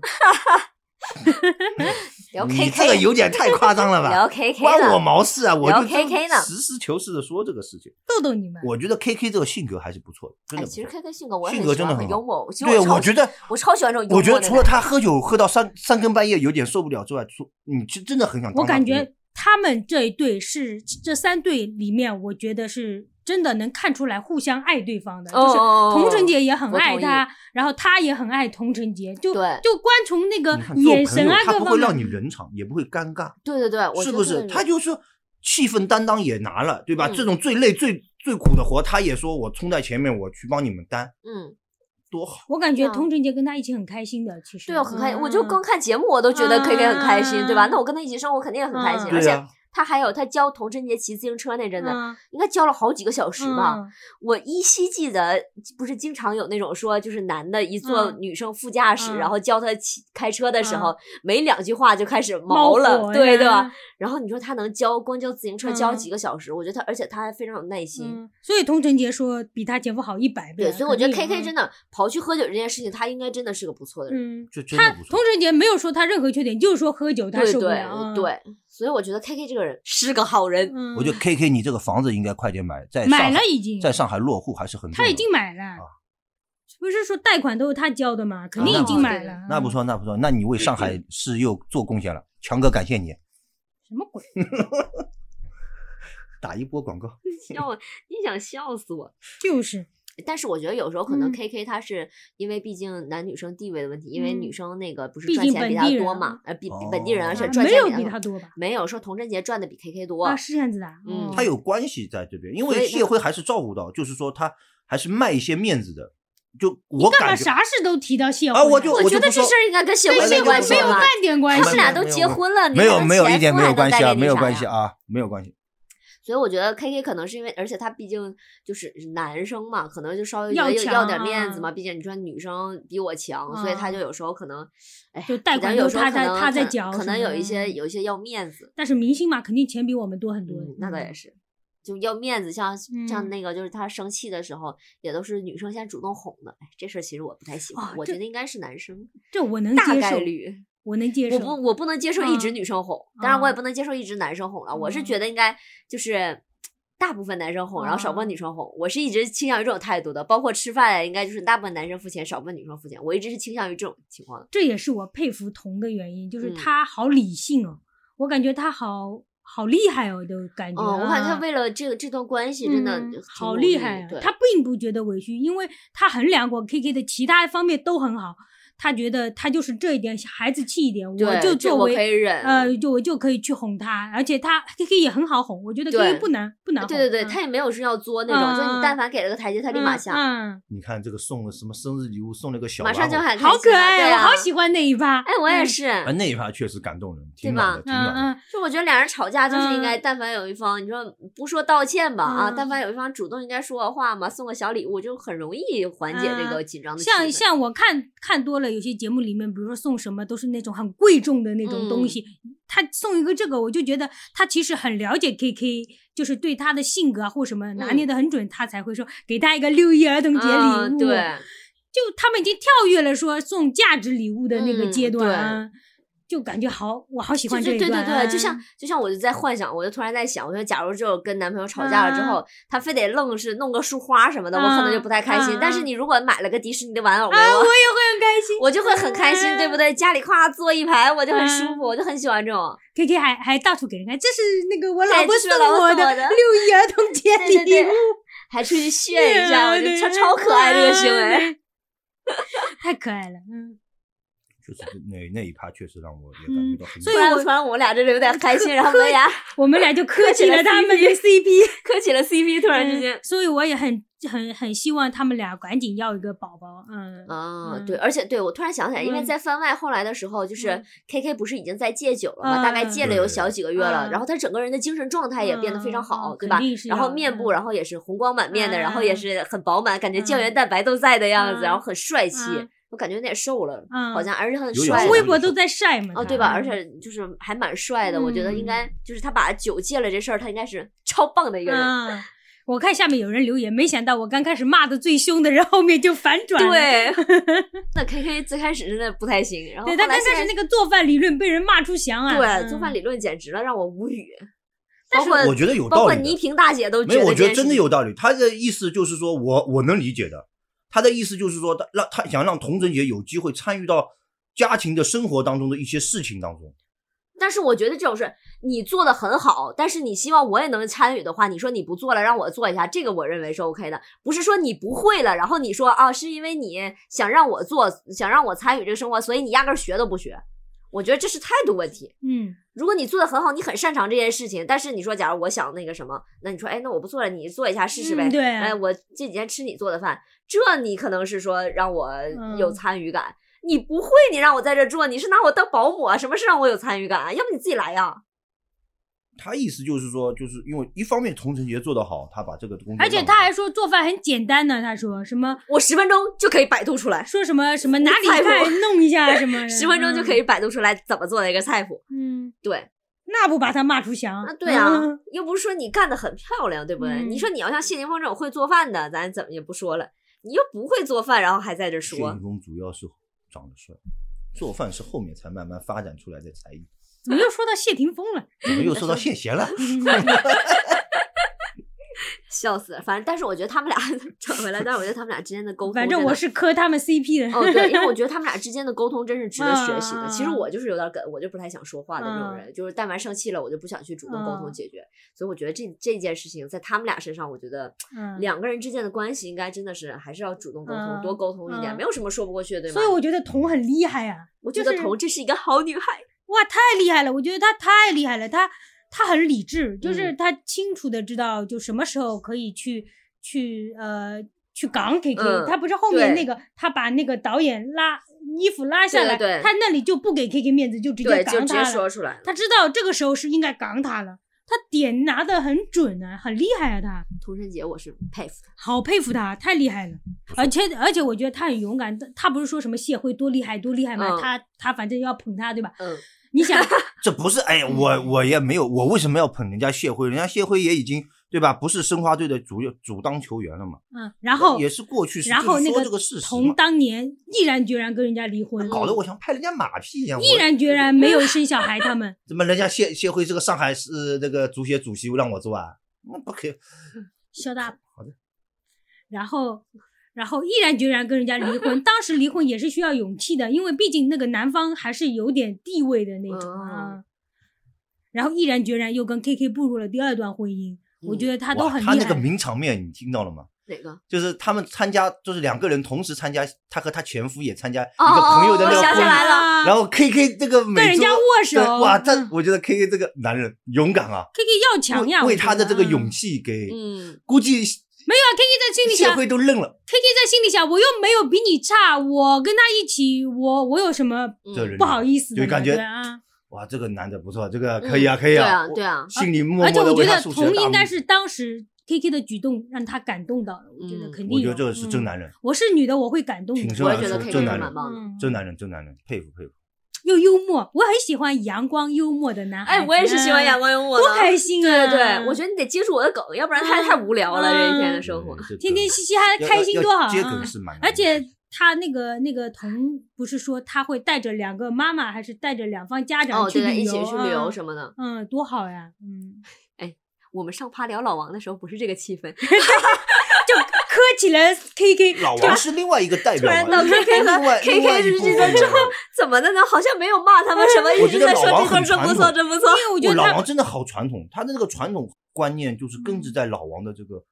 A: 聊
C: 你这个
A: KK，
C: 有点太夸张了
A: 聊
C: 吧？
A: KK
C: 关我
A: 了，
C: 毛事啊！我
A: 聊
C: 就这么
A: KK 呢
C: 实事求是的说这个事情。
B: 逗逗你们。
C: 我觉得 K K 这个性格还是不错的，
A: 嗯
C: 真
A: 哎，
C: 的不
A: 其实
C: 错。
A: KK 性格我也
C: 性
A: 很
C: 格
A: 喜
C: 真的
A: 欢，很
C: 很好
A: 幽默。其实
C: 对，
A: 我
C: 我
A: 超
C: 觉得
A: 我超喜欢这种幽默
C: 我觉得
A: 的
C: 除了
A: 人
C: 他喝酒喝到三三更半夜有点受不了之外，除你是真的很想。
B: 我感觉，他们这一对是这三对里面，我觉得是真的能看出来互相爱对方的，
A: 哦
B: 就是
A: 哦哦
B: 童晨杰也很
A: 我
B: 爱
A: 同意
B: 他，然后他也很爱童晨杰，就
A: 对
B: 就光从那个
C: 你看
B: 眼
C: 做朋
B: 神
C: 友
B: 啊
C: 他
B: 各
C: 不会
B: 方
C: 让你
B: 面，
C: 冷场，也不会尴尬。
A: 对对对，啊我
C: 是
A: 觉
C: 不
A: 得
C: 是？
A: 这
C: 他
A: 个
C: 就是气氛担当也拿了，对吧？
A: 嗯
C: 这种最累、最最苦的活，他也说我冲在前面，我去帮你们担，
A: 嗯，
C: 多好。
B: 我感觉
A: 对啊
B: 童晨杰跟他一起很开心的，其实
A: 对啊，很开心。我就
B: 嗯
A: 光看节目，我都觉得 KK 很开心，对吧？
B: 嗯
A: 那我跟他一起生活肯定也很开心，
B: 嗯
A: 而
C: 对
A: 且
C: 啊，
A: 他还有他教童晨杰骑自行车那阵子，
B: 嗯
A: 应该教了好几个小时吧。
B: 嗯
A: 我依稀记得，不是经常有那种说，就是男的一坐
B: 嗯
A: 女生副驾驶，
B: 嗯
A: 然后教他骑开车的时候，
B: 嗯
A: 没两句话就开始
B: 冒
A: 毛了，
B: 火
A: 对对
B: 呀
A: 吧？然后你说他能教，光教自行车教几个小时，我觉得他，而且他还非常有耐心。
B: 嗯，所以童晨杰说比他前夫好一百倍
A: 对，
B: 啊。
A: 所以我觉得 K K 真
B: 的，
A: 的刨去喝酒这件事情，他应该真的是个不错的人。
B: 嗯，
C: 这真
B: 他
C: 的不
B: 童
C: 错。
B: 晨杰没有说他任何缺点，就是说喝酒他
A: 对
B: 受不
A: 对
B: 了。，啊
A: 对，所以我觉得 K K 这个人是个好人。
B: 嗯，
C: 我觉得 K K，你这个房子应该快点买，在
B: 买
C: 上海
B: 了已经
C: 在上海啊落户还是很重
B: 他
C: 要
B: 已经买了，不是说贷款都是他交的吗？肯定已经买了。
C: 啊
B: 啊
C: 那不
B: 说
C: 错，那不错，那你为上海市又做贡献了，强哥感谢你，
B: 什么鬼？
C: 打一波广告。
A: 笑
B: [laughs]
A: 我，你想笑死我！
B: 就是
A: 但是我觉得有时候可能
B: 嗯
A: K K 他是因为毕竟男女生地位的问题，因为
B: 嗯
A: 女生那个不是
B: 毕
A: 赚
B: 竟
A: 钱比
B: 本
A: 他
B: 地人
A: 多
B: 啊
A: 嘛，呃，比比本地人，而且
C: 哦
A: 赚
B: 没
A: 钱
B: 有比
A: 他
B: 他多吧？
A: 没有说童晨杰赚的比 K K 多
B: 啊，是这样子的啊。
A: 嗯
B: 哦
C: 他有关系在这边，因
A: 所以
C: 为
A: 那
C: 谢辉还是照顾到，就是说他还是卖一些面子的。就
B: 你
C: 我
B: 干嘛
C: 感觉
B: 啥事都提到谢辉？
C: 啊我就
A: 我
C: 我
A: 觉
C: 就
A: 得
C: 不
A: 这
C: 说
A: 事儿应该跟谢
B: 跟
A: 辉
B: 谢
A: 没
B: 辉
A: 关系
B: 没有
A: 吧？
B: 半点关
A: 他
B: 系。啊
A: 们俩
C: 没
A: 都
C: 有没
A: 结
C: 有
A: 婚了，你
C: 没
A: 还
C: 有
A: 能
C: 没有
A: 前
C: 一点
A: 夫
C: 没
A: 还
C: 有
A: 能
C: 关
A: 带
C: 系啊，
A: 给
C: 没
A: 你
C: 有
A: 啥
C: 关
A: 呀
C: 系啊，没有关系。
A: 所以我觉得 K K 可能是因为，而且他毕竟就是男生嘛，可能就稍微觉
B: 要
A: 得要
B: 强
A: 要点面子
B: 啊
A: 嘛。毕竟你说女生比我强，所以他就有时候可能，哎，
B: 就贷
A: 可能
B: 款
A: 有
B: 都
A: 时候
B: 他
A: 可
B: 在
A: 能
B: 他在
A: 可能
B: 缴
A: 可
B: 什
A: 能
B: 么
A: 有
B: 的
A: 一些
B: 嗯
A: 有一些要面子。
B: 但是明星嘛，肯定钱比我们多很多
A: 嗯，。那倒也
B: 是。
A: 是。就要面子，像像
B: 嗯
A: 那个就是他生气的时候，也都是女生先主动哄的。哎，这事儿其实我不太喜欢，
B: 哦
A: 我
B: 这
A: 觉得应该是男生，
B: 这我能
A: 大
B: 接
A: 概
B: 受，
A: 率。
B: 我能接
A: 我
B: 受。
A: 不，我不能接受一直
B: 嗯
A: 女生哄，当然我也
B: 嗯
A: 不能接受一直男生哄了。我是
B: 嗯
A: 觉得应该就是大部分男生哄，然后少部
B: 哦
A: 分女生哄。我是一直倾向于这种态度的，包括吃饭应该就是大部分男生付钱，少部分女生付钱。我一直是倾向于这种情况的。
B: 这也是我佩服童的原因，就是
A: 嗯
B: 他好理性哦，我感觉他好好厉害哦，都感觉、
A: 嗯，我感觉他为
B: 了。
A: 了这个这段关系真的
B: 嗯
A: 挺
B: 好
A: 努
B: 厉
A: 力
B: 害啊
A: 对，！
B: 他并不觉得委屈，因为他衡量过 KK 的其他方面都很好，他觉得他就是这一点孩子气一点，我
A: 对
B: 就
A: 这
B: 作
A: 我
B: 为
A: 可以忍
B: 呃，就我就可以去哄他，而且他 KK 也很好哄，我觉得
A: 对
B: KK 不难不难哄，
A: 对对对，
B: 嗯
A: 他也没有是要作那种，就是
B: 嗯
A: 你但凡给了个台阶，他立马下，
B: 嗯，
C: 你看这个送了什么生日礼物，送了个小
A: 马上就
C: 玩偶
A: 喊
B: 嗯好可爱，
A: 呀，
B: 我好喜。欢那一趴，
A: 啊哎，我也
B: 嗯，
A: 是，
C: 啊，那一趴确实感动人，挺
A: 对
C: 暖
A: 吧
C: 的，挺暖的。
B: 嗯嗯，
A: 就我觉得俩人吵架就是应该，但凡有一方你说不说道歉吧啊
B: 嗯，
A: 但凡有一方主动应该说个话嘛，送个小礼物就很容易缓解这个紧张的气
B: 嗯像
A: 氛。
B: 像我看看多了，有些节目里面，比如说送什么都是那种很贵重的那
A: 嗯
B: 种东西，他送一个这个，我就觉得他其实很了解 KK，就是对他的性格啊或什么拿捏的很准，他才会说给他一个六一儿童节礼
A: 嗯
B: 物。
A: 对，
B: 就他们已经跳跃了说送价值礼物的那个
A: 嗯
B: 阶段啊，就感觉好，我好喜
A: 就
B: 欢
A: 是
B: 这一
A: 对
B: 段
A: 对
B: 啊、
A: 对，就像就像我就在幻想，我就突然在想，我说假如就跟男朋友吵架
B: 嗯
A: 了之后，他非得愣是弄个束花什么的，我可能就不太开心。
B: 嗯嗯
A: 但是你如果买了个迪士尼的玩偶给
B: 啊，
A: 我，
B: 我也会很开心。
A: 我就会很开
B: [laughs]
A: 心，对不
B: 嗯
A: 对？家里夸坐一排，我就很舒服，我就很喜欢这种。
B: K K 还还到处给人看，这是那个我
A: 对
B: 老婆
A: 这是我
B: 送
A: 老婆
B: 我
A: 送
B: 的
A: 我的
B: 六一儿童节
A: 对对
B: 礼
A: 对
B: 物。，
A: 还出去炫一下，我觉得
B: 对
A: 超超可爱这个行为。，
B: 太可爱了，嗯，
C: 确实那那一趴确实让我也感觉到很暖。
B: 嗯所以
A: 突然
B: 我
A: 突然我俩这里有点开心，然后我们俩
B: 我
A: [laughs]
B: 们俩就磕
A: 磕
B: 起
A: 起
B: 了
A: 了
B: 他们的 CP，
A: 磕起了 CP，突然之间
B: 嗯。所以我也很很很希望他们俩赶紧要一个宝宝，嗯，
A: 啊、
B: 嗯
A: 对，而且对我突然想起来，因为
B: 嗯
A: 在番外后来的时候，就是
B: 嗯
A: K K 不是已经在戒酒了嘛，大概
B: 嗯
A: 戒了有小几个月了，
B: 嗯
A: 然后他整个人的精神状态也变得非常好，
B: 嗯嗯
A: 对吧
B: 肯定？是
A: 然后
B: 要
A: 面部，
B: 嗯
A: 然后也是红光满面的，然后也
B: 嗯
A: 是很饱满，感觉胶原
B: 嗯
A: 蛋白都在的样子，
B: 嗯
A: 然后很帅气，
B: 嗯
A: 我感觉有点瘦了，
B: 嗯
A: 好像而且很
C: 有点
A: 帅
C: 瘦
A: 的。
C: 有
B: 微
C: 点
B: 博都在晒嘛，
A: 哦，
B: 他
A: 对吧？而且就是还蛮帅的，我觉得应
B: 嗯
A: 该就是他把酒戒了这事儿，他应该是超棒的一个人。
B: 嗯。我看下面有人留言，没想到我刚开始骂的最凶的人，后面就反转了。
A: 对， [laughs] 那 K K 最开始真的不太行，然后
B: 对，
A: 后
B: 他
A: 来
B: 刚
A: 现
B: 开始
A: 在
B: 那个做饭理论被人骂出翔啊。
A: 对，做饭
B: 理
A: 理论简直了，让我无语。
C: 但
A: 包
C: 是
A: 括
C: 我觉得有
A: 包
C: 道
A: 括
C: 理的
A: 倪萍大姐都
C: 没有，
A: 得
C: 我
A: 这
C: 觉得
A: 件事
C: 真的
A: 情
C: 有道理。他的意思就是说我我能理解的，他的意思就是说他让他想让童晨杰有机会参与到家庭的生活当中的一些事情当中。
A: 但是我觉得这种事你做的很好，但是你希望我也能参与的话，你说你不做了，让我做一下，这个我认为是 OK 的，不是说你不会了，然后你说啊，是因为你想让我做，想让我参与这个生活，所以你压根儿学都不学。我觉得这是态度问题。
B: 嗯，
A: 如果你做的很好，你很擅长这件事情，但是你说，假如我想那个什么，那你说，哎，那我不做了，你做一下试试呗。
B: 嗯对
A: 哎，我这几天吃你做的饭，这你可能是说让我有
B: 嗯
A: 参与感。你不会，你让我在这做，你是拿我当保姆啊？什么是让我有参与感啊？要不你自己来呀？
C: 他意思就是说，就是因为一方面童晨杰做得好，他把这个工作，
B: 而且他还说做饭很简单呢，他说什么
A: 我十分钟就可以百度出来，
B: 说什么什么哪里
A: 菜谱
B: 菜弄一
A: [laughs]
B: 下什么的，
A: 十分钟就可以百度出来怎么做的一个菜谱。
B: 嗯。嗯，
A: 对，
B: 那不把他骂出翔？
A: 那对啊
B: 嗯，
A: 又不是说你干得很漂亮，对不对？
B: 嗯
A: 你说你要像谢霆锋这种会做饭的，咱怎么也不说了。你又不会做饭，然后还在这
C: 谢
A: 说，
C: 霆锋主要是长得帅，做饭是后面才慢慢发展出来的才艺。
B: 怎么又说到谢霆锋
A: [laughs]
B: 了？
C: 怎么又说到谢贤了？
A: 笑死了，反正但是我觉得他们俩 [laughs] 扯回来，但是我觉得他们俩之间的沟通真
B: [laughs] 反
A: 的，
B: 正我是磕他们 CP 的。
A: 哦对，因为我觉得他们俩之间的沟通真是值得学习的。其实
B: 嗯
A: 我就是有点梗，我就不太想说话的那种
B: 嗯
A: 人，就是但凡生气了，我就不想去主动沟通
B: 嗯
A: 解决。所以我觉得这这件事情在他们俩身上，我觉得
B: [laughs] 嗯
A: 两个人之间的关系应该真的是还是要主动沟通，
B: 嗯
A: 多沟通一点，
B: 嗯
A: 没有什么说不过去的，对吗？
B: 所以我觉得童很厉害啊，
A: 我觉
B: 就
A: 得
B: 是
A: 彤真是一个好女孩。
B: 哇，太厉害了！我觉得他太厉害了，他他很理智，就是
A: 嗯
B: 他清楚的知道就什么时候可以去去呃去港 KK，、
A: 嗯
B: 他不是后面
A: 对
B: 那个他把那个导演拉衣服拉下
A: 对
B: 来，
A: 对
B: 他那里就不给 KK 面子，就直接
A: 对，就
B: 港
A: 直
B: 他
A: 接
B: 了。
A: 说出来了。
B: 他知道这个时候是应该港他了，他点拿的很准啊，很厉害啊他，
A: 童晨杰，我是佩服他。
B: 好佩服他，太厉害了。而且而且我觉得他很勇敢，他他不是说什么谢慧多厉害多厉害嘛，
A: 嗯
B: 他他反正要捧他对吧？
A: 嗯，
B: 你想
A: [laughs]
C: 这不是哎，我我也没有，我为什么要捧人家谢辉？人家谢辉也已经对吧？不是申花队的主主当球员了嘛？
B: 嗯，然后
C: 也是过去式，
B: 然后
C: 就是
B: 那
C: 说这个事实嘛
B: 童当年毅然决然跟人家离婚，
C: 搞得我像拍人家马屁一样。
B: 毅
C: 我
B: 然决然没有生小孩，他
C: [laughs]
B: 们
C: 怎么人家谢谢辉这个上海市那个足协主席让我做啊？那不可以，
B: 肖大，
C: 好的，
B: 然后。然后毅然决然跟人家离婚，当时离婚也是需要勇气的，因为毕竟那个男方还是有点地位的那
C: 嗯
B: 种啊。然后毅然决然又跟 KK 步入了第二段婚姻，我觉得他
C: 嗯
B: 都
C: 哇
B: 很厉
C: 他
B: 害。
C: 那个名场面你听到了吗？
A: 哪个？
C: 就是他们参加，就是两个人同时参加，她和她前夫也参加
A: 哦
C: 一个朋友的那
A: 哦
C: 个
A: 我想
C: 婚
A: 起
C: 礼，
A: 来了
B: 啊
C: 然后 K K 这个每
B: 跟人
C: 周
B: 家握手
C: 对，哇，
B: 嗯
C: 但我觉得 K K 这个男人勇敢啊，
B: K K 要强呀，
C: 为为
B: 我觉
C: 他的
B: 得
C: 这个
B: 嗯
C: 勇气给，
A: 嗯，
C: 估计
B: 没有啊，K K 在心里
C: 谢
B: 想
C: 辉都愣了，
B: ，K K 在心里想，我又没有比你差，我跟他一起，我我有什么
A: 嗯
C: 这人
B: 不好意思的
C: 就
B: 呢？
C: 感觉
B: 对啊，
C: 哇，这个男的不错，这
B: 嗯
C: 个可以啊，可以啊，
A: 对啊对啊
C: 我心里默
B: 而且
C: 默的
B: 我
C: 为
B: 觉
C: 他
B: 得
C: 竖起了
B: 童
C: 大
B: 应该
C: 拇
B: 是
C: 指。
B: 当时 K K 的举动让他感动到了，我觉得
A: 嗯
B: 肯定有。
C: 我觉得这个是真男人，
B: 我是女的，我会感动的。
C: 挺深
A: 我
C: 啊
A: 也觉得
C: 是
A: K
C: 真
A: K
C: 男
A: 是
C: 人
A: 蛮棒的。
B: 嗯
C: 真男人，真男人，佩服佩服。
B: 又幽默，我很喜欢阳光幽默的男孩
A: 哎，
B: 子。
A: 我也是喜欢阳
B: 光，
A: 光幽默的，
B: 多啊开心啊！
A: 对对，我觉得你得接触我的梗，要不然太太无聊了这一天的生活
C: 对。这
B: 天
C: 这
B: 天嘻嘻哈哈，
C: 要
B: 开心
C: 要
B: 多好啊！
C: 接梗是蛮难的，
B: 而且他那个那个童不是说他会带着两个妈妈，还是带着两方家长
A: 哦，
B: 去
A: 对
B: 旅游、
A: 对，一起去旅游
B: 嗯
A: 什么的。
B: 嗯，多好呀！嗯，
A: 我们上趴聊老王的时候不是这个气氛， [laughs]
B: 就 [laughs] 磕起来 K K，
C: 老王是另外一个代
A: 突
C: 表
A: 然
C: 嘛，
A: 到 K K
C: 另
A: 和
C: 外
A: K
C: 另
A: K
C: 外一
A: 是
C: 部
A: 这个
C: 分
A: 之
C: 的
A: 后，怎么的呢？好像没有骂他们什么，一
C: 我
A: 直
C: 觉得
A: 在
C: 老
A: 说
C: 王
A: 这段
C: 很
A: 真不
C: 传
A: 错，
C: 统
A: 真不错。
B: 因为我觉
C: 不，
B: 得
C: 老
B: 他嗯
C: 王真的好传统，他的那个传统观念就是根植在老王的这个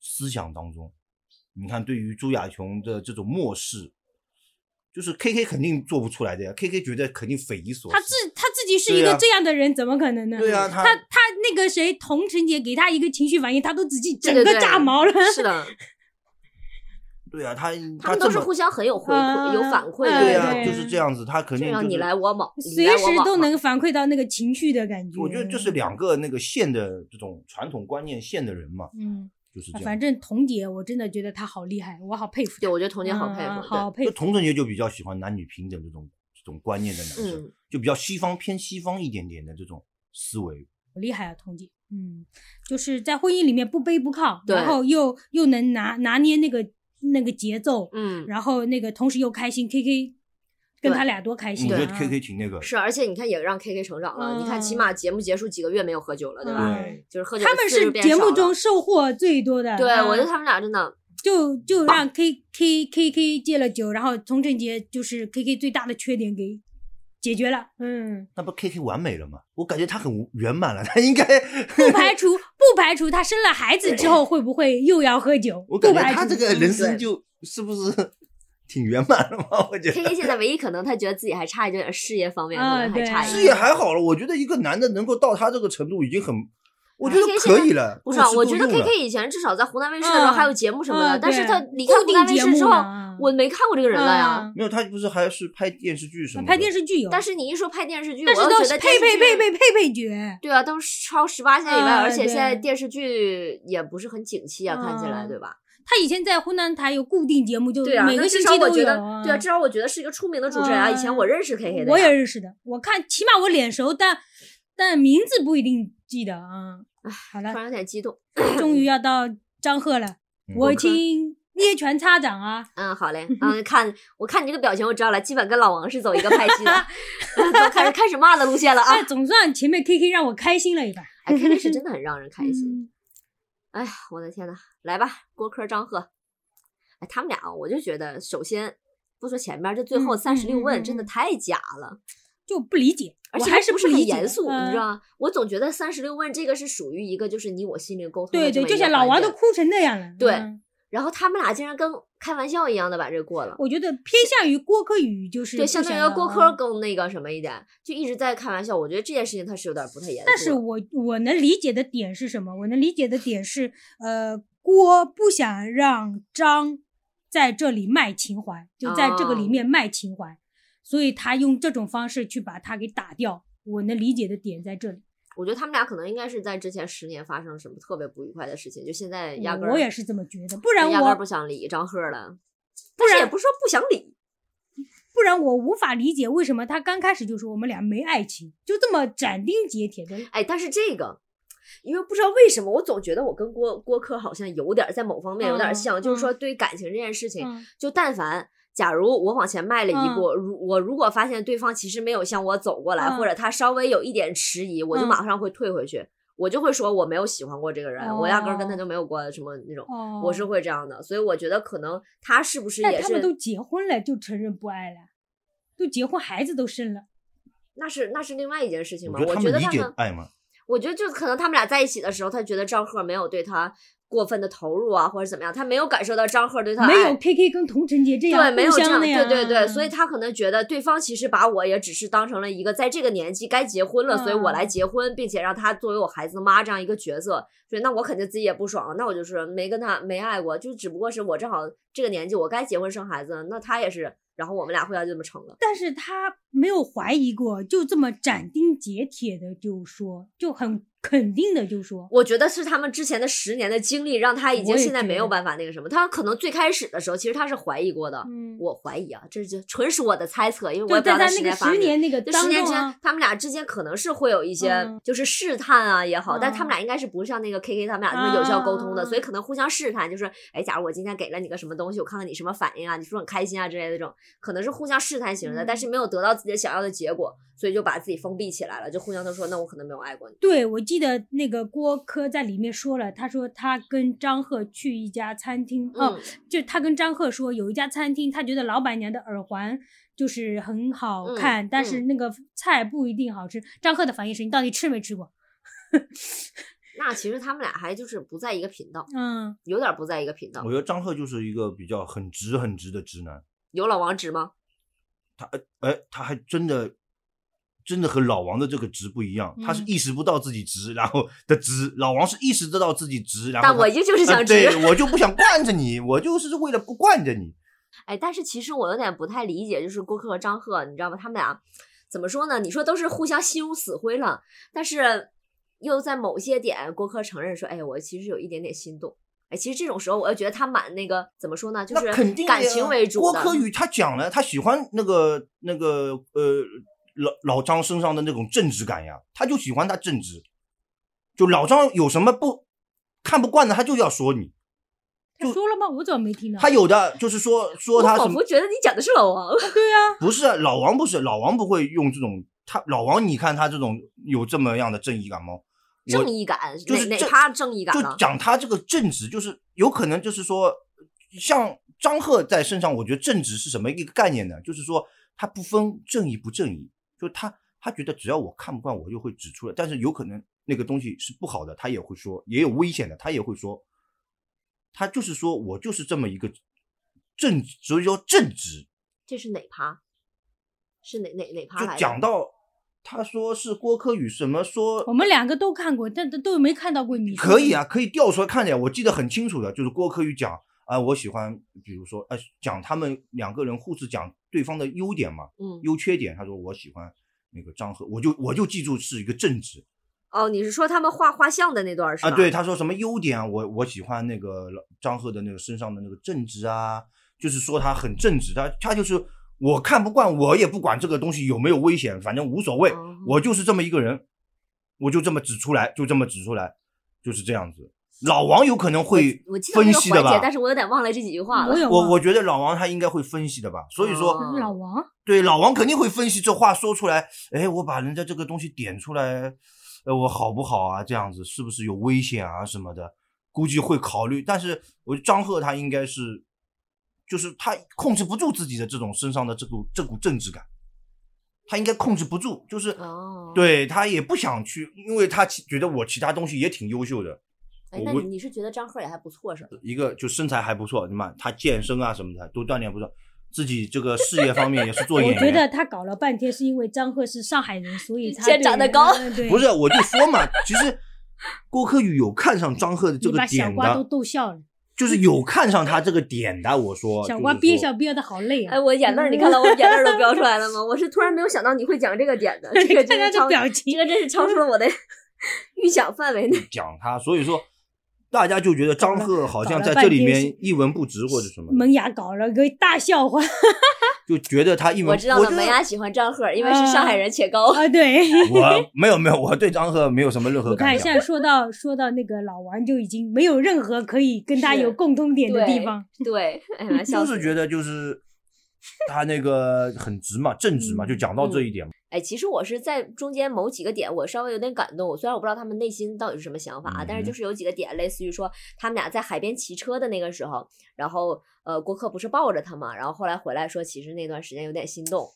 C: 思想当中。你看，对于朱亚琼的这种漠视，就是 K K 肯定做不出来的呀，K K 觉得肯定匪夷所思。
B: 他自他自己是一
C: 对
B: 个
C: 啊
B: 这样的人，怎么可能呢？
C: 对啊
B: 他
C: 他
B: 他那个谁，童晨姐给他一个情绪反应，他都自己整
A: 对对
B: 个
A: 对
B: 炸毛了。 [laughs]
A: 是的，
C: 对啊，他
A: [laughs] 他们都是
C: 这么
A: 互相很有回
B: 啊
A: 馈、有反馈的，
B: 哎
C: 对
B: 呀
C: 啊，就是这样子，他肯
A: 就
C: 定
A: 让
C: 就
A: 你
C: 是
A: 来我往，你来
B: 随
A: 我
B: 时
A: 往
B: 都
A: 嘛
B: 能反馈到那个情绪的感觉。
C: 我觉得就是两个那个线的这种传统观念线的人嘛，
B: 嗯，
C: 就是这样。
B: 反正童姐，我真的觉得她好厉害，我好佩服她。
A: 对，我觉得童年好佩
B: 嗯
A: 服，
B: 好
A: 对，
B: 佩
C: 就
B: 服。
C: 童晨杰就比较喜欢男女平等这种这种观念的男生，
A: 嗯
C: 就比较西方偏西方一点点的这种思维。
B: 好厉害啊，童姐，嗯，就是在婚姻里面不卑不亢，
A: 对
B: 然后又又能拿拿捏那个那个节奏，
A: 嗯，
B: 然后那个同时又开心，K K 跟
A: 对
B: 他俩多开
C: 我
B: 心
C: 觉
B: 啊！
C: 得 K K 挺那个，
A: 是，而且你看也让 K K 成长了，你看起
B: 嗯
A: 码节目结束几个月没有喝酒了，对吧？
B: 嗯
C: 对，
A: 就是喝酒
B: 他
A: 的
B: 们
A: 啊次
B: 是
A: 数变
B: 节
A: 少
B: 目
A: 了
B: 中收获最多的，
A: 对，
B: 嗯
A: 我觉得他们俩真的
B: 就就让 K K K K 戒了酒，然后童晨杰就是 K K 最大的缺点给解决了，嗯，
C: 那不 K K 完美了吗？我感觉他很圆满了，他
A: [laughs]
C: 应该，
B: 不排除不排除他生了孩子之后会不会又要喝酒，
C: 我
B: 不
C: 感觉
B: 排除嗯
C: 他这个人生
A: 对
C: 就是不是挺圆满了嘛？我觉
A: K
C: 得
A: K 现在唯一可能他觉得自己还差一点点事业方面，可
B: 啊
A: 能还
B: 对
A: 差一
C: 事
A: 点。
C: 业还好了，我觉得一个男的能够到他这个程度已经很，我觉得
A: KK
C: 可以了，
A: 啊不是啊，
C: 够吃
A: 我觉得
C: 够用
A: K
C: 了
A: K 以前至少在湖南卫视的时候
B: 嗯
A: 还有节目什么
B: 嗯
A: 的，但是
B: 对
A: 他离开湖
B: 固
A: 南
B: 定
A: 卫
B: 节
A: 视之后
B: 目嗯呢，
A: 我没看过这个人了呀。
C: 没有，他不是还是拍电视剧什么的？嗯
B: 啊拍电视剧有，
A: 但是你一说拍电视剧，
B: 但是
A: 我又
B: 都
A: 觉
B: 是
A: 得
B: 配配配
A: 电视剧
B: 配配配角，
A: 对啊，都是超十八线以外，
B: 啊
A: 而且
B: 对
A: 现在电视剧也不是很景气啊，看起来
B: 嗯
A: 对吧？
B: 他以前在湖南台有固定节目，就
A: 对啊，
B: 每
A: 那
B: 个
A: 至
B: 星
A: 少
B: 期
A: 我
B: 都
A: 觉
B: 有
A: 得
B: 啊。，
A: 对啊，至少我觉得是一个出名的主持人啊。以前我认识 K K 的，
B: 我也，认识的，我看起码我脸熟，但但名字不一定记得啊。好
A: 突然
B: 了，
A: 有点激动。
B: 终于要到张赫了，
C: 嗯
B: 我已
A: 看
B: 经捏拳擦掌啊，
A: 嗯，好
B: [laughs]
A: 嘞，嗯，看我看你这个表情，我知道了，基本跟老王是走一个派
B: [laughs]
A: 系的，都开始开始骂的路线了啊。
B: 但总算前面 K K 让我开心了一把。
A: 哎，K K 是真的很让人开心。
B: 嗯，
A: 哎呀，我的天呐，来吧，郭柯、张赫，哎，他们俩啊，我就觉得，首先不说前面，这最后
B: 嗯
A: 三十六
B: 嗯
A: 问
B: 嗯
A: 真的
B: 嗯
A: 太假了，
B: 就不理解，
A: 而
B: 我
A: 且
B: 还
A: 是不
B: 不
A: 很
B: 理解
A: 严肃，你知？
B: 嗯
A: 道吗？我总觉得三十六问这个是属于一个就是你我心灵沟通的
B: 对
A: 这
B: 对，
A: 么
B: 就
A: 一个
B: 像老
A: 环
B: 王都
A: 节
B: 哭成那样了。
A: 对
B: 嗯
A: 然后他们俩竟然跟开玩笑一样的把这过了。
B: 我觉得偏向于郭柯宇，就是
A: 对，
B: 不
A: 相当
B: 想
A: 于
B: 要
A: 郭
B: 啊
A: 柯更那个什么一点，就一直在开玩笑。我觉得这件事情他是有点不太严肃了。
B: 但是我我能理解的点是什么？我能理解的点是，呃，郭不想让张在这里卖情怀，就在这个里
A: 哦
B: 面卖情怀，所以他用这种方式去把他给打掉。我能理解的点在这里，
A: 我觉得他们俩可能应该是在之前十年发生什么特别不愉快的事情，就现在压根儿
B: 我也是这么觉得，不然
A: 压根儿
B: 我
A: 不想理张赫了，但是
B: 然
A: 也不是说不想理，
B: 不然我无法理解
A: 嗯
B: 为什么他刚开始就说我们俩没爱情，就这么斩钉截铁的。
A: 哎，但是这个因为不知道为什么，我总觉得我跟郭郭柯好像有点儿在某方面有点儿
B: 嗯
A: 像，就是说
B: 嗯
A: 对感情这件事情，
B: 嗯
A: 就但凡假如我往前迈了一步，如我如果发现对方其实没有向我走过来，
B: 嗯
A: 或者他稍微有一点迟疑，我就
B: 嗯
A: 马上会退回去，我就会说我没有喜欢过这个人，我压根儿跟他
B: 哦
A: 就没有过什么那种。
B: 哦，
A: 我是会这样的，所以我觉得可能他是不是
B: 但
A: 也
B: 他
A: 是
B: 们都结婚了，就承认不爱了，都结婚，孩子都生了，
A: 那是那是另外一件事情嘛？
C: 我觉得
A: 我
C: 他
A: 觉
C: 们
A: 得
C: 理
A: 他
C: 解
A: 们，
C: 爱嘛，
A: 我觉得就可能他们俩在一起的时候，他觉得赵赫没有对他过分的投入啊，或者怎么样，他没有感受到赵赫对他
B: 没
A: 爱
B: 有 K K 跟童晨杰这样
A: 对，没有
B: 互
A: 这
B: 相
A: 样，
B: 的呀，
A: 对对对，所以
B: 嗯
A: 他可能觉得对方其实把我也只是当成了一个在这个年纪该结婚了，所以我来
B: 嗯
A: 结婚，并且让他作为我孩子的妈这样一个角色，所以那我肯定自己也不爽，那我就是没跟他没爱过，就只不过是我正好这个年纪我该结婚生孩子，那他也是，然后我们俩后来就这么成了。
B: 但是他没有怀疑过，就这么斩钉截铁的就说，就很肯定的就说，
A: 我觉得是他们之前的十年的经历，让他已经
B: 我也
A: 现在
B: 觉
A: 没有
B: 得
A: 办法那个什么。他可能最开始的时候，其实他是怀疑过的。
B: 嗯，
A: 我怀疑啊，这就纯属我的猜测，因为我也不
B: 就
A: 知道
B: 在他
A: 时
B: 那个
A: 间发
B: 十
A: 生
B: 年那个
A: 这
B: 当
A: 十年
B: 中
A: 之间
B: 啊，，
A: 他们俩之间可能是会有一些
B: 嗯
A: 就是试探啊也好，但他们
B: 嗯
A: 俩应该是不像那个 KK 他们俩那么有效沟通的，
B: 啊
A: 所以可能互相试探，就是哎，假如我今天给了你个什么东西，我看看你什么反应啊，你是不是很开心啊之类的这种，可能是互相试探型的，
B: 嗯
A: 但是没有得到自己想要的结果，所以就把自己封闭起来了，就互相都说那我可能没有爱过你。
B: 对我记得那个郭柯在里面说了，他说他跟张赫去一家餐厅，哦
A: 嗯，
B: 就他跟张赫说有一家餐厅，他觉得老板娘的耳环。就是很好
A: 嗯
B: 看，但是
A: 嗯
B: 那个菜不一定好吃。张赫的反应是：你到底吃没吃过？
A: 那其实他们俩还就是不在一个频道，
B: 嗯，
A: 有点不在一个频道
C: 我。觉得张赫就是一个比较很直很直的直男，
A: 有老王直吗？
C: 哎，他还真的真的和老王的这个直不一样，他是
B: 嗯
C: 意识不到自己直，然后的直，老王是意识得到自己直，然后
A: 但我
C: 他
A: 一就是
C: 呃
A: 想直。
C: 对我就不想惯着你，我就是为了不惯着你。
A: 哎，但是其实我有点不太理解，就是郭柯和张赫，你知道吗？他们俩怎么说呢？你说都是互相心如死灰了，但是又在某些点，郭柯承认说：“哎，我其实有一点点心动。”哎，其实这种时候，我又觉得他蛮那个怎么说呢？就
C: 那
A: 是
C: 肯定的
A: 感
C: 呀
A: 情为主
C: 郭
A: 的。嗯
C: 柯宇他讲了，他喜欢那个那个呃老老张身上的那种正直感呀，他就喜欢他正直。就老张有什么不看不惯的，他就要说你。
B: 他说了吗？我怎么没听到？
C: 他有的就是说说
A: 我
C: 他什
A: 仿
C: 么
A: 佛觉得你讲的是老
C: [laughs]
A: 王，
B: 对呀、
C: 不是老王，不是老王不会用这种他老王，你看他这种有这么样的正义感吗？我
A: 正义感
C: 就是
A: 哪哪
C: 正
A: 趴正义感
C: 就
A: 了？
C: 讲他这个正直，就是有可能就是说，像张赫在身上，我觉得正直是什么一个概念呢？就是说他不分正义不正义，就他他觉得只要我看不惯，我就会指出来。但是有可能那个东西是不好的，他也会说，也有危险的，他也会说。他就是说我就是这么一个正，所以说正直，
A: 这是哪趴？是哪哪哪趴来
C: 就
A: 着？
C: 讲到他说是郭柯宇什么说
A: 哦
B: 我们两个都看过，但都都没看到过你。
C: 可以啊，，可以调出来看的呀，我记得很清楚的，就是郭柯宇讲啊、我喜欢，比如说呃，讲他们两个人互是讲对方的优点嘛，
A: 嗯，
C: 优缺点。他说我喜欢那个张赫，我就我就记住是一个正直
A: 哦，你是说他们画画像的那段儿是
C: 啊。
A: 吧？
C: 对，，他说什么优点啊？我我喜欢那个老张赫的那个身上的那个正直啊，就是说他很正直，他他就是我看不惯，我也不管这个东西有没有危险，反正无所谓。
A: 哦
C: 我就是这么一个人，我就这么指出来，就这么指出来，就是这样子。老王有可能会
A: 我记得那
C: 分
A: 个
C: 析的
A: 环节，但
C: 吧？
A: 是我有点忘了这几句话了
B: 我。有
C: 我
B: 忘
C: 我觉得老王他应该会分析的吧，所以说
A: 哦
B: 老王，
C: 对老王肯定会分析这话说出来，哎，我把人家这个东西点出来，呃，我好不好啊？这样子是不是有危险啊什么的？估计会考虑，但是我觉得张赫他应该是，就是他控制不住自己的这种身上的这股这股正直感，他应该控制不住，就是
A: 哦，
C: 对他也不想去，因为他其觉得我其他东西也挺优秀的，
A: 哎，
C: 我
A: 那
C: 我
A: 你你是觉得张赫也还不错是吧？
C: 一个就身材还不错，你嘛，他健身啊什么的都锻炼不错，自己这个事业方面也是做演
B: 我
C: 员。
B: 觉得他搞了半天是因为张赫是上海人，所以他
A: 先
B: 对
A: 长得高 [laughs]
B: 嗯对，
C: 不是，我就说嘛，其实郭柯宇有看上张赫的这
B: 你
C: 个
B: 把小
C: 点
B: 瓜都
C: 的，
B: 逗笑了，
C: 就是有看上他这个点的。我说，
B: 小
C: 就是
B: 瓜憋
C: 说
B: 笑憋得好累啊
A: 哎，！
B: [laughs]
A: 我眼泪儿，你看到我眼泪儿都飙出来了吗？我是突然没有想到你会讲这个点 [laughs] 的，这个
B: 看
A: 真
B: 他
A: 的
B: 的
A: 超，
B: 表
A: 这
B: 情，
A: 个真是
B: [laughs]
A: 超出了我的 [laughs] 预想范围内。
C: 讲他，所以说大家就觉得张赫好像
B: 搞了
C: 在这里
B: 搞了半
C: 面一文不值或者什么的。 [laughs]
B: 门牙搞了个大笑话。
C: 就觉得他一文，
A: 我知道了，
C: 觉得
A: 门牙喜欢张赫，因为是上海人且高。 [laughs]
B: 啊， [laughs] 对。
C: 我没有没有，我对张赫没有什么任何
B: 我
C: 感
B: 看
C: 想
B: 现。在说到说到那个老王，就已经没有任何可以跟他
A: 是
B: 有共通点的地
A: 对
B: 方。
A: 对，哎呀，笑死
C: 就是
A: 了
C: 觉得就是他那个很直嘛，正直嘛，
B: 嗯
C: 就讲到这一点嘛。
A: 哎，其实我是在中间某几个点，我稍微有点感动。虽然我不知道他们内心到底是什么想法啊，但是
C: 嗯
A: 就是有几个点，类似于说他们俩在海边骑车的那个时候，然后呃，郭克不是抱着他嘛，然后后来回来说，其实那段时间有点心动。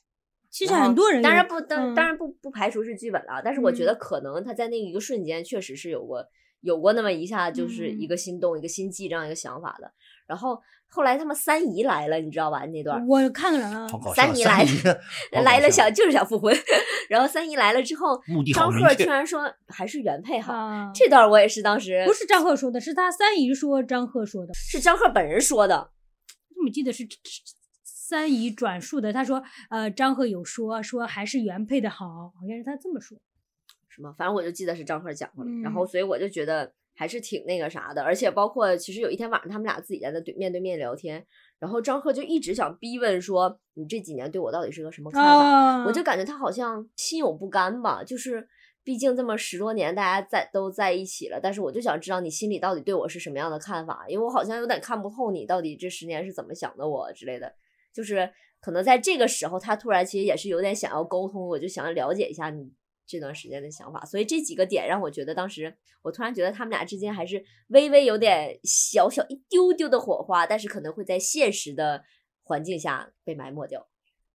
B: 其实
A: 然后
B: 很多人
A: 当
B: 有
A: 然不，当
B: 嗯
A: 当然不不排除是剧本了，但是我觉得可能他在那一个瞬间确实是有过有过那么一下，就是一
B: 嗯
A: 个心动、一个心悸这样一个想法的。然后后来他们三姨来了，你知道吧？那段儿
B: 我看了啊
C: 好搞
A: 嗯
C: 笑！
A: 三姨来 [laughs]
C: 了，好搞
A: 来了
C: 笑
A: 想就是想复婚， [laughs] 然后三姨来了之后，
C: 目的好
A: 张
C: 明
A: 赫
C: 确
A: 居然说还是原配好。
B: 啊，
A: 这段我也是当时
B: 不是张赫说的，是他三姨说张赫说的。
A: 是张赫本人说的，
B: 我记得是三姨转述的，他说呃张赫有说说还是原配的好，好像是他这么说。
A: 什么反正我就记得是张赫讲过的。然
B: 嗯
A: 后所以我就觉得还是挺那个啥的，而且包括其实有一天晚上他们俩自己在那对面对面聊天，然后张赫就一直想逼问说你这几年对我到底是个什么看法？
B: 啊，
A: 我就感觉他好像心有不甘吧，就是。毕竟这么十多年，大家在都在一起了，但是我就想知道你心里到底对我是什么样的看法，因为我好像有点看不透你到底这十年是怎么想的我之类的。就是可能在这个时候，他突然其实也是有点想要沟通，我就想要了解一下你这段时间的想法。所以这几个点让我觉得，当时我突然觉得他们俩之间还是微微有点小小一丢丢的火花，但是可能会在现实的环境下被埋没掉。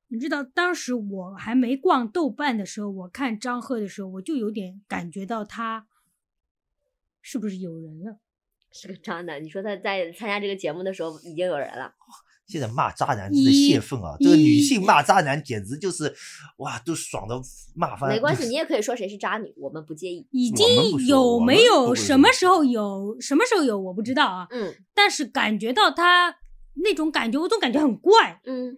B: 你知道，当时我还没逛豆瓣的时候，我看张赫的时候，我就有点感觉到他是不是有人了。
A: 是个渣男，你说他在参加这个节目的时候已经有人了，
C: 现在骂渣男真的泄愤啊！这个女性骂渣男简直就是，哇，都爽的骂翻。
A: 没关
C: [laughs]
A: 系，你也可以说谁是渣女，我们不介意。
B: 已
C: 我
B: 经
C: 们不说
B: 有
C: 我们
B: 没
C: 不
B: 有
C: 会
B: 什
C: 说
B: 么时候有什么时候有我不知道啊，
A: 嗯
B: 但是感觉到他那种感觉，我总感觉很怪。
A: 嗯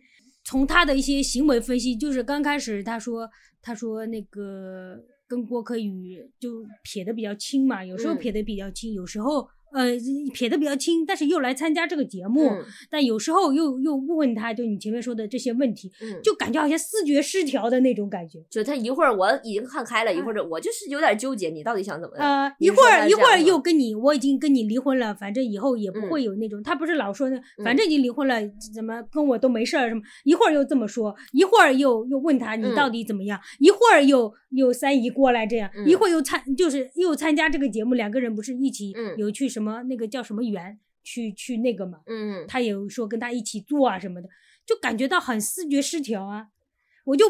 B: 从他的一些行为分析，就是刚开始他说他说那个跟郭柯宇就撇的比较清嘛，有时候
A: 嗯
B: 撇的比较清，有时候呃撇的比较清，但是又来参加这个节目，
A: 嗯
B: 但有时候又又问他，就你前面说的这些问题，
A: 嗯，就
B: 就感觉好像思觉失调的那种感觉。
A: 就他一会儿我已经看开了，一会儿我就是有点纠结，你到底想怎么样？
B: 呃，
A: 你
B: 一
A: 是
B: 会
A: 说
B: 儿
A: 他
B: 一
A: 这
B: 会儿
A: 样嗯
B: 又
A: 吗
B: 跟你，我已经跟你离婚了，反正以后也不会有那种。他不是老说呢，
A: 嗯
B: 反正已经离婚了，怎么跟我都没事儿什么？一会儿又这么说，一会儿又又问他你
A: 嗯
B: 到底怎么样？一会儿又又三姨过来这样，一
A: 嗯
B: 会儿又参就是又参加这个节目，两个人不是一起
A: 嗯
B: 有去什么那个叫什么园去去那个嘛？
A: 嗯，
B: 他也有说跟他一起做啊什么的，就感觉到很视觉失调啊，我就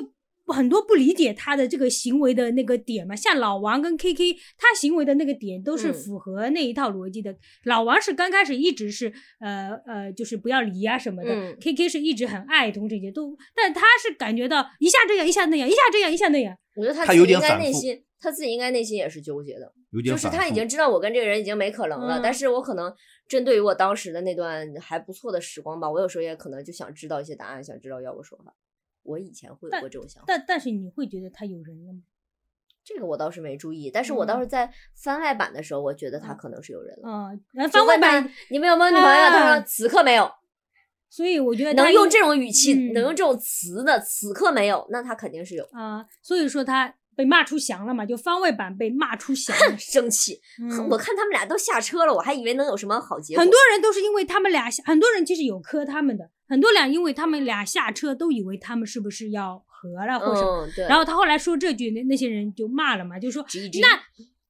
B: 很多不理解他的这个行为的那个点嘛。像老王跟 KK，他行为的那个点都是
A: 嗯
B: 符合那一套逻辑的。老王是刚开始一直是呃呃，就是不要离啊什么的、
A: 嗯
B: k k 是一直很爱同志节，都，但他是感觉到一下这样，一下那样，一下这样，一下那样，
A: 我觉得他自
C: 他
A: 己
C: 有
A: 应
C: 点
A: 该
C: 反
A: 内
C: 复
A: 心，他自己应该内心也是纠结的，
C: 有点
A: 就是
C: 反
A: 他已
C: 复
A: 经知道我跟这个人已经没可能了，但
B: 嗯
A: 是我可能针对于我当时的那段还不错的时光吧，我有时候也可能就想知道一些答案，想知道要个说法。我以前会有
B: 但
A: 过这种想法，
B: 但但是你会觉得他有人了吗？
A: 这个我倒是没注意，但是我倒
B: 嗯
A: 是在番外版的时候，我觉得他
B: 嗯
A: 可能是有人了。
B: 嗯，然后
A: 就
B: 番外
A: 问他
B: 版，
A: 你们有没有女朋友？他
B: 啊
A: 说此刻没有。
B: 所以我觉得他
A: 能
B: 应
A: 用这种语气，能
B: 嗯
A: 用这种词的，此刻没有，那他肯定是有。
B: 啊、所以说他被骂出翔了嘛，就番外版被骂出翔了
A: 生气。
B: 嗯
A: [laughs] 我看他们俩都下车了，我还以为能有什么好结果。
B: 很多人都是因为他们俩下，很多人其实有磕他们的，很多俩因为他们俩下车都以为他们是不是要和了或什么，
A: 嗯，对。
B: 然后他后来说这句，那那些人就骂了嘛，就说
A: 质疑质疑
B: 那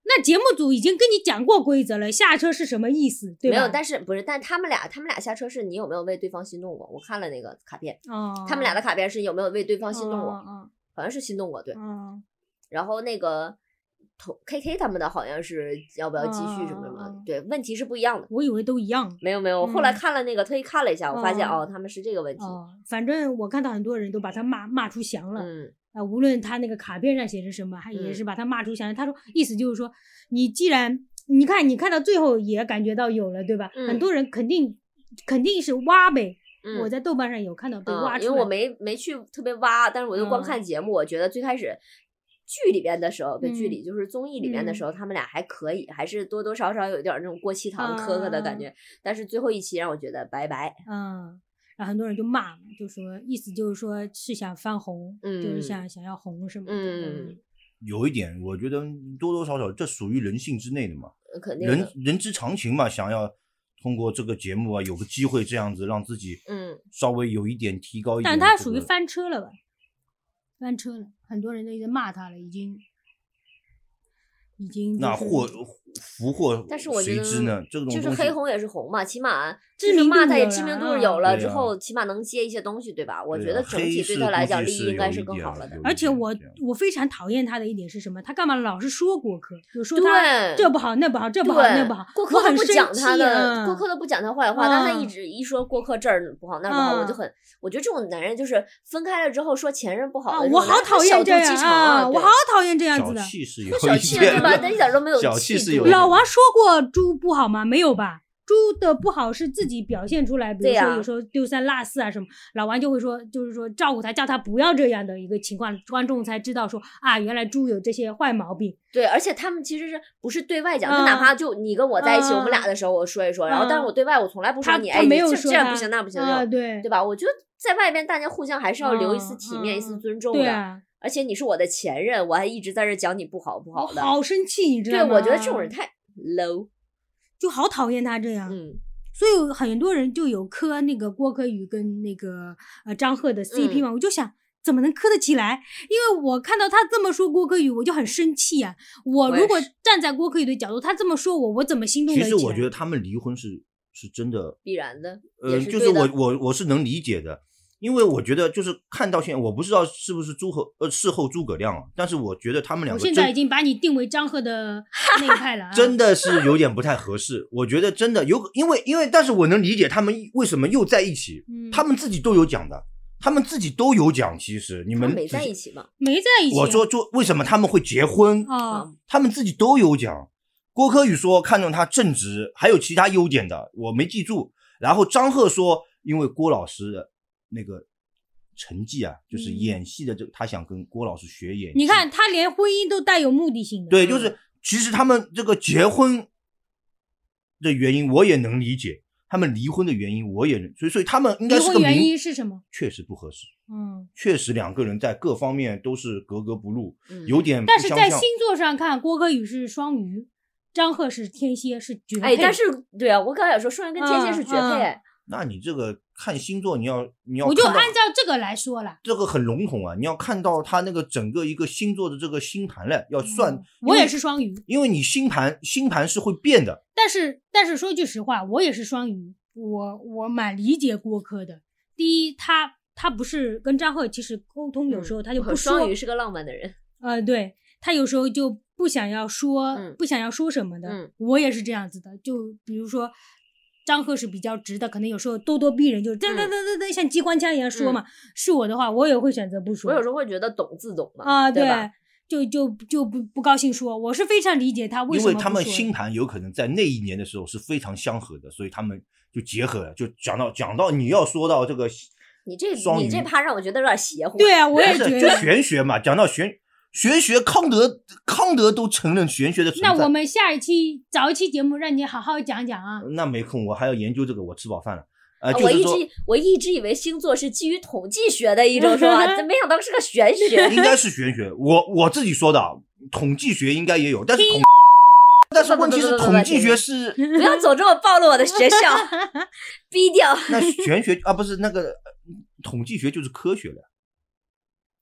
B: 那节目组已经跟你讲过规则了，下车是什么意思，对吧？
A: 没有，但是不是？但他们俩，他们俩下车是你有没有为对方心动过？我看了那个卡片，
B: 哦，
A: 他们俩的卡片是有没有为对方心动过？
B: 哦
A: 好像是心动过，对
B: 哦。哦
A: 然后那个同 K K 他们的好像是要不要继续什么什
B: 嗯嗯嗯
A: 么
B: 嗯？
A: 对，问题是不一样的。
B: 我以为都一样。
A: 没有没有，我后来
B: 嗯
A: 看了那个，特意看了一下，我发现
B: 嗯
A: 哦，他们是这个问题。
B: 哦，反正我看到很多人都把他骂骂出翔了，
A: 嗯，
B: 啊，无论他那个卡片上写着什么，还也
A: 嗯
B: 是把他骂出翔。他说意思就是说，你既然你看你看到最后也感觉到有了，对吧？很
A: 嗯
B: 多人肯定肯定是挖呗。
A: 嗯
B: 我在豆瓣上有看到被挖
A: 嗯，
B: 出来，
A: 因为我没没去特别挖，但是我就光
B: 嗯
A: 看节目，我觉得最开始剧里边的时候，对剧
B: 嗯
A: 里就是综艺里面的时候，他们俩还可以，还是多多
B: 啊
A: 少少有点儿那种过期糖磕磕的感觉。但是最后一期让我觉得拜拜，
B: 嗯。然后很多人就骂嘛，就说意思就是说是想翻红，就是
A: 嗯
B: 想想要红什么的。
A: 嗯，
C: 有一点，我觉得多多少少这属于人性之内的嘛，
A: 呃肯定
C: 人
A: 的，
C: 人之常情嘛，想要通过这个节目啊，有个机会这样子让自己
A: 嗯，
C: 稍微有一点提高一点
B: 但
C: 这个。
B: 他属于翻车了吧？翻车了，很多人都已经骂他了，已经，已经、就是、
C: 那祸福祸，
A: 但是我觉
C: 谁
A: 得
C: 知呢？这种
A: 就是
C: 东西
A: 黑红也是红嘛，起码就
B: 知
A: 是
B: 名
A: 骂
B: 度
A: 他也
B: 有
A: 知
B: 了
A: 名度
B: 啊
A: 有了
C: 对
A: 之
C: 啊
A: 后，起码能接一些东西，对吧？我
C: 对
A: 觉
C: 啊
A: 得整
C: 黑
A: 体对
C: 是
A: 他来
C: 估
A: 讲
C: 计
A: 利
C: 是
A: 益应该
C: 有
A: 是
C: 一
A: 更
C: 点
A: 好
C: 的
A: 了的
C: 有。
B: 而且
C: 点
B: 我
C: 嗯这样
B: 我非常讨厌他的一点是什么？他干嘛老是说过客？有说他
A: 对
B: 这不好那不好，这不好那
A: 对
B: 不好，，
A: 过
B: 我
A: 客
B: 很
A: 都不
B: 生
A: 讲他
B: 气
A: 的，
B: 啊
A: 过客都不讲他坏话，但他一
B: 嗯
A: 直一说过客这儿不好那儿不好，我就
B: 嗯
A: 很，我觉得这种男人就是分开了之后说前任不好
B: 啊，
A: 的这
B: 我
A: 种男人，
B: 好
A: 他
B: 讨
A: 小
B: 厌
A: 肚
B: 这样
A: 鸡肠啊，
B: 我
A: 对
B: 好讨厌这样子
C: 小
B: 的。
C: 气是有
A: 太小
C: 一
A: 气了，
C: 点
A: 对吧？
C: 的，
A: 他一点都没有
C: 小气是有
A: 度
C: 一点
B: 老王说过猪不好吗？没有吧？猪的不好是自己表现出来，比如
A: 对呀
B: 说有时候丢三落四啊什么，老王就会说，就是说照顾他，叫他不要这样的一个情况，观众才知道说啊，原来猪有这些坏毛病。
A: 对，而且他们其实是不是对外讲？他
B: 嗯
A: 哪怕就你跟我在一起，我们俩
B: 嗯
A: 的时候我说一说，然后但是
B: 嗯
A: 我对外我从来不说
B: 他
A: 你，
B: 他
A: 哎，
B: 没
A: 你
B: 有
A: 这
B: 说
A: 这样
B: 他
A: 不行那不行，
B: 啊，
A: 这种
B: 对
A: 对吧？我觉得在外边大家互相还是要留一丝
B: 嗯
A: 体面，一丝
B: 嗯
A: 尊重
B: 对
A: 的。
B: 啊，
A: 而且你是我的前任，我还一直在这讲你不好不好的，
B: 哦好啊生气，你知
A: 对
B: 道吗？
A: 我觉得这种人太 low。
B: 就好讨厌他这样。
A: 嗯，
B: 所以很多人就有磕那个郭柯宇跟那个呃张赫的
C: 嗯
B: CP 嘛，我就想怎么能磕得起来？因为我看到他这么说郭柯宇，我就很生气啊！我
A: 我
B: 如
A: 也
B: 果
A: 是
B: 站在郭柯宇的角度，他这么说我，我怎么心动
C: 其
B: 得起
C: 实
B: 来？
C: 我觉得他们离婚是是真的，
A: 必然的，
C: 呃，
A: 也是
C: 就是
A: 对的
C: 我我我是能理解的，因为我觉得就是看到现在，我不知道是不是诸葛呃事后诸葛亮啊，但是我觉得他们两
B: 我
C: 个
B: 现
C: 真
B: 在已经把你定为张
C: [laughs]
B: 赫的那一派了、啊，
C: 真的是有点不太合适。我觉得真的有，因为因为但是我能理解他们为什么又在一起，
B: 嗯
C: 他们自己都有讲的，他们自己都有讲。其实你
A: 他
C: 们
A: 没在一起
C: 起，
A: 哦嘛？
B: 没在一起啊。
C: 我说嗯就为什么他们会结婚，
B: 啊，
C: 他们自己都有讲。郭柯宇说看中他正直，还有其他优点的，我没记住。然后张赫说，因为郭老师的那个成绩啊，就是
B: 嗯
C: 演戏的这，他想跟郭老师学演技。
B: 你看他连婚姻都带有目的性的，嗯
C: 对，就是其实他们这个结婚的原因我也能理解，他们离婚的原因我也能，所以所以他们应该
B: 离
C: 是
B: 婚
C: 个
B: 原
C: 明
B: 因是什么？
C: 确实不合适，
B: 嗯，
C: 确实两个人在各方面都是格格不入，
A: 嗯
C: 有点不
B: 但是
C: 相
B: 在
C: 像
B: 星座上看，郭柯宇是双鱼，张赫是天蝎，是绝配
A: 哎，
B: 的。
A: 但是对啊，我刚才也说双鱼跟天蝎
B: 嗯
A: 是绝
B: 嗯
A: 配，
C: 那你这个看星座，你要你要
B: 我就
C: 看到
B: 按照这个来说了。
C: 这个很笼统啊，你要看到他那个整个一个星座的这个星盘嘞，要算。
B: 嗯我也是双鱼，
C: 因为你星盘星盘是会变的，
B: 但是但是说句实话，我也是双鱼，我我蛮理解郭柯的。第一，他他不是跟张赫其实沟通，嗯有时候他就
A: 我
B: 不
A: 嗯
B: 说，
A: 双鱼是个浪漫的人，
B: 呃，对他有时候就不想要说，
A: 嗯
B: 不想要说什么的。
A: 嗯
B: 我也是这样子的，就比如说。张赫是比较直的，可能有时候咄咄逼人，
A: 嗯
B: 就噔噔噔噔噔，像机关枪一样说嘛。是我的话，我也会选择不说。
A: 我有时候会觉得懂自懂嘛，
B: 啊，
A: 对
B: 对
A: 吧？，
B: 就就就不不高兴说，我是非常理解他为
C: 因
B: 什么
C: 为他
B: 不
C: 们
B: 说
C: 星盘有可能在那一年的时候是非常相合的，所以他们就结合了，就讲到讲到你要说到这个，
A: 你这
C: 双
A: 你这
C: 鱼
A: 趴让我觉得有点邪乎。
B: 对啊，我
C: 不
B: 也
C: 是
B: 觉
C: 就
B: 得。
C: 玄学嘛，讲到玄玄学，康德康德都承认玄学的存在。
B: 那我们下一期找一期节目，让你好好讲讲啊。
C: 那没空，我还要研究这个，我吃饱饭了。呃，
A: 啊
C: 就
A: 我
C: 是
A: 一
C: 说，
A: 直我一直以为星座是基于统计学的一种说
B: [laughs]
A: 法，这没想到是个玄学。
C: 应该是玄学，我我自己说的啊，统计学应该也有，但是统，但是问题是
A: 不不不不不
C: 统计学
A: 不
C: 是
A: 不要总这么暴露我的学
B: [laughs]
A: 校，逼掉。
B: 呃
C: 那玄学啊，不是那个呃统计学就是科学了。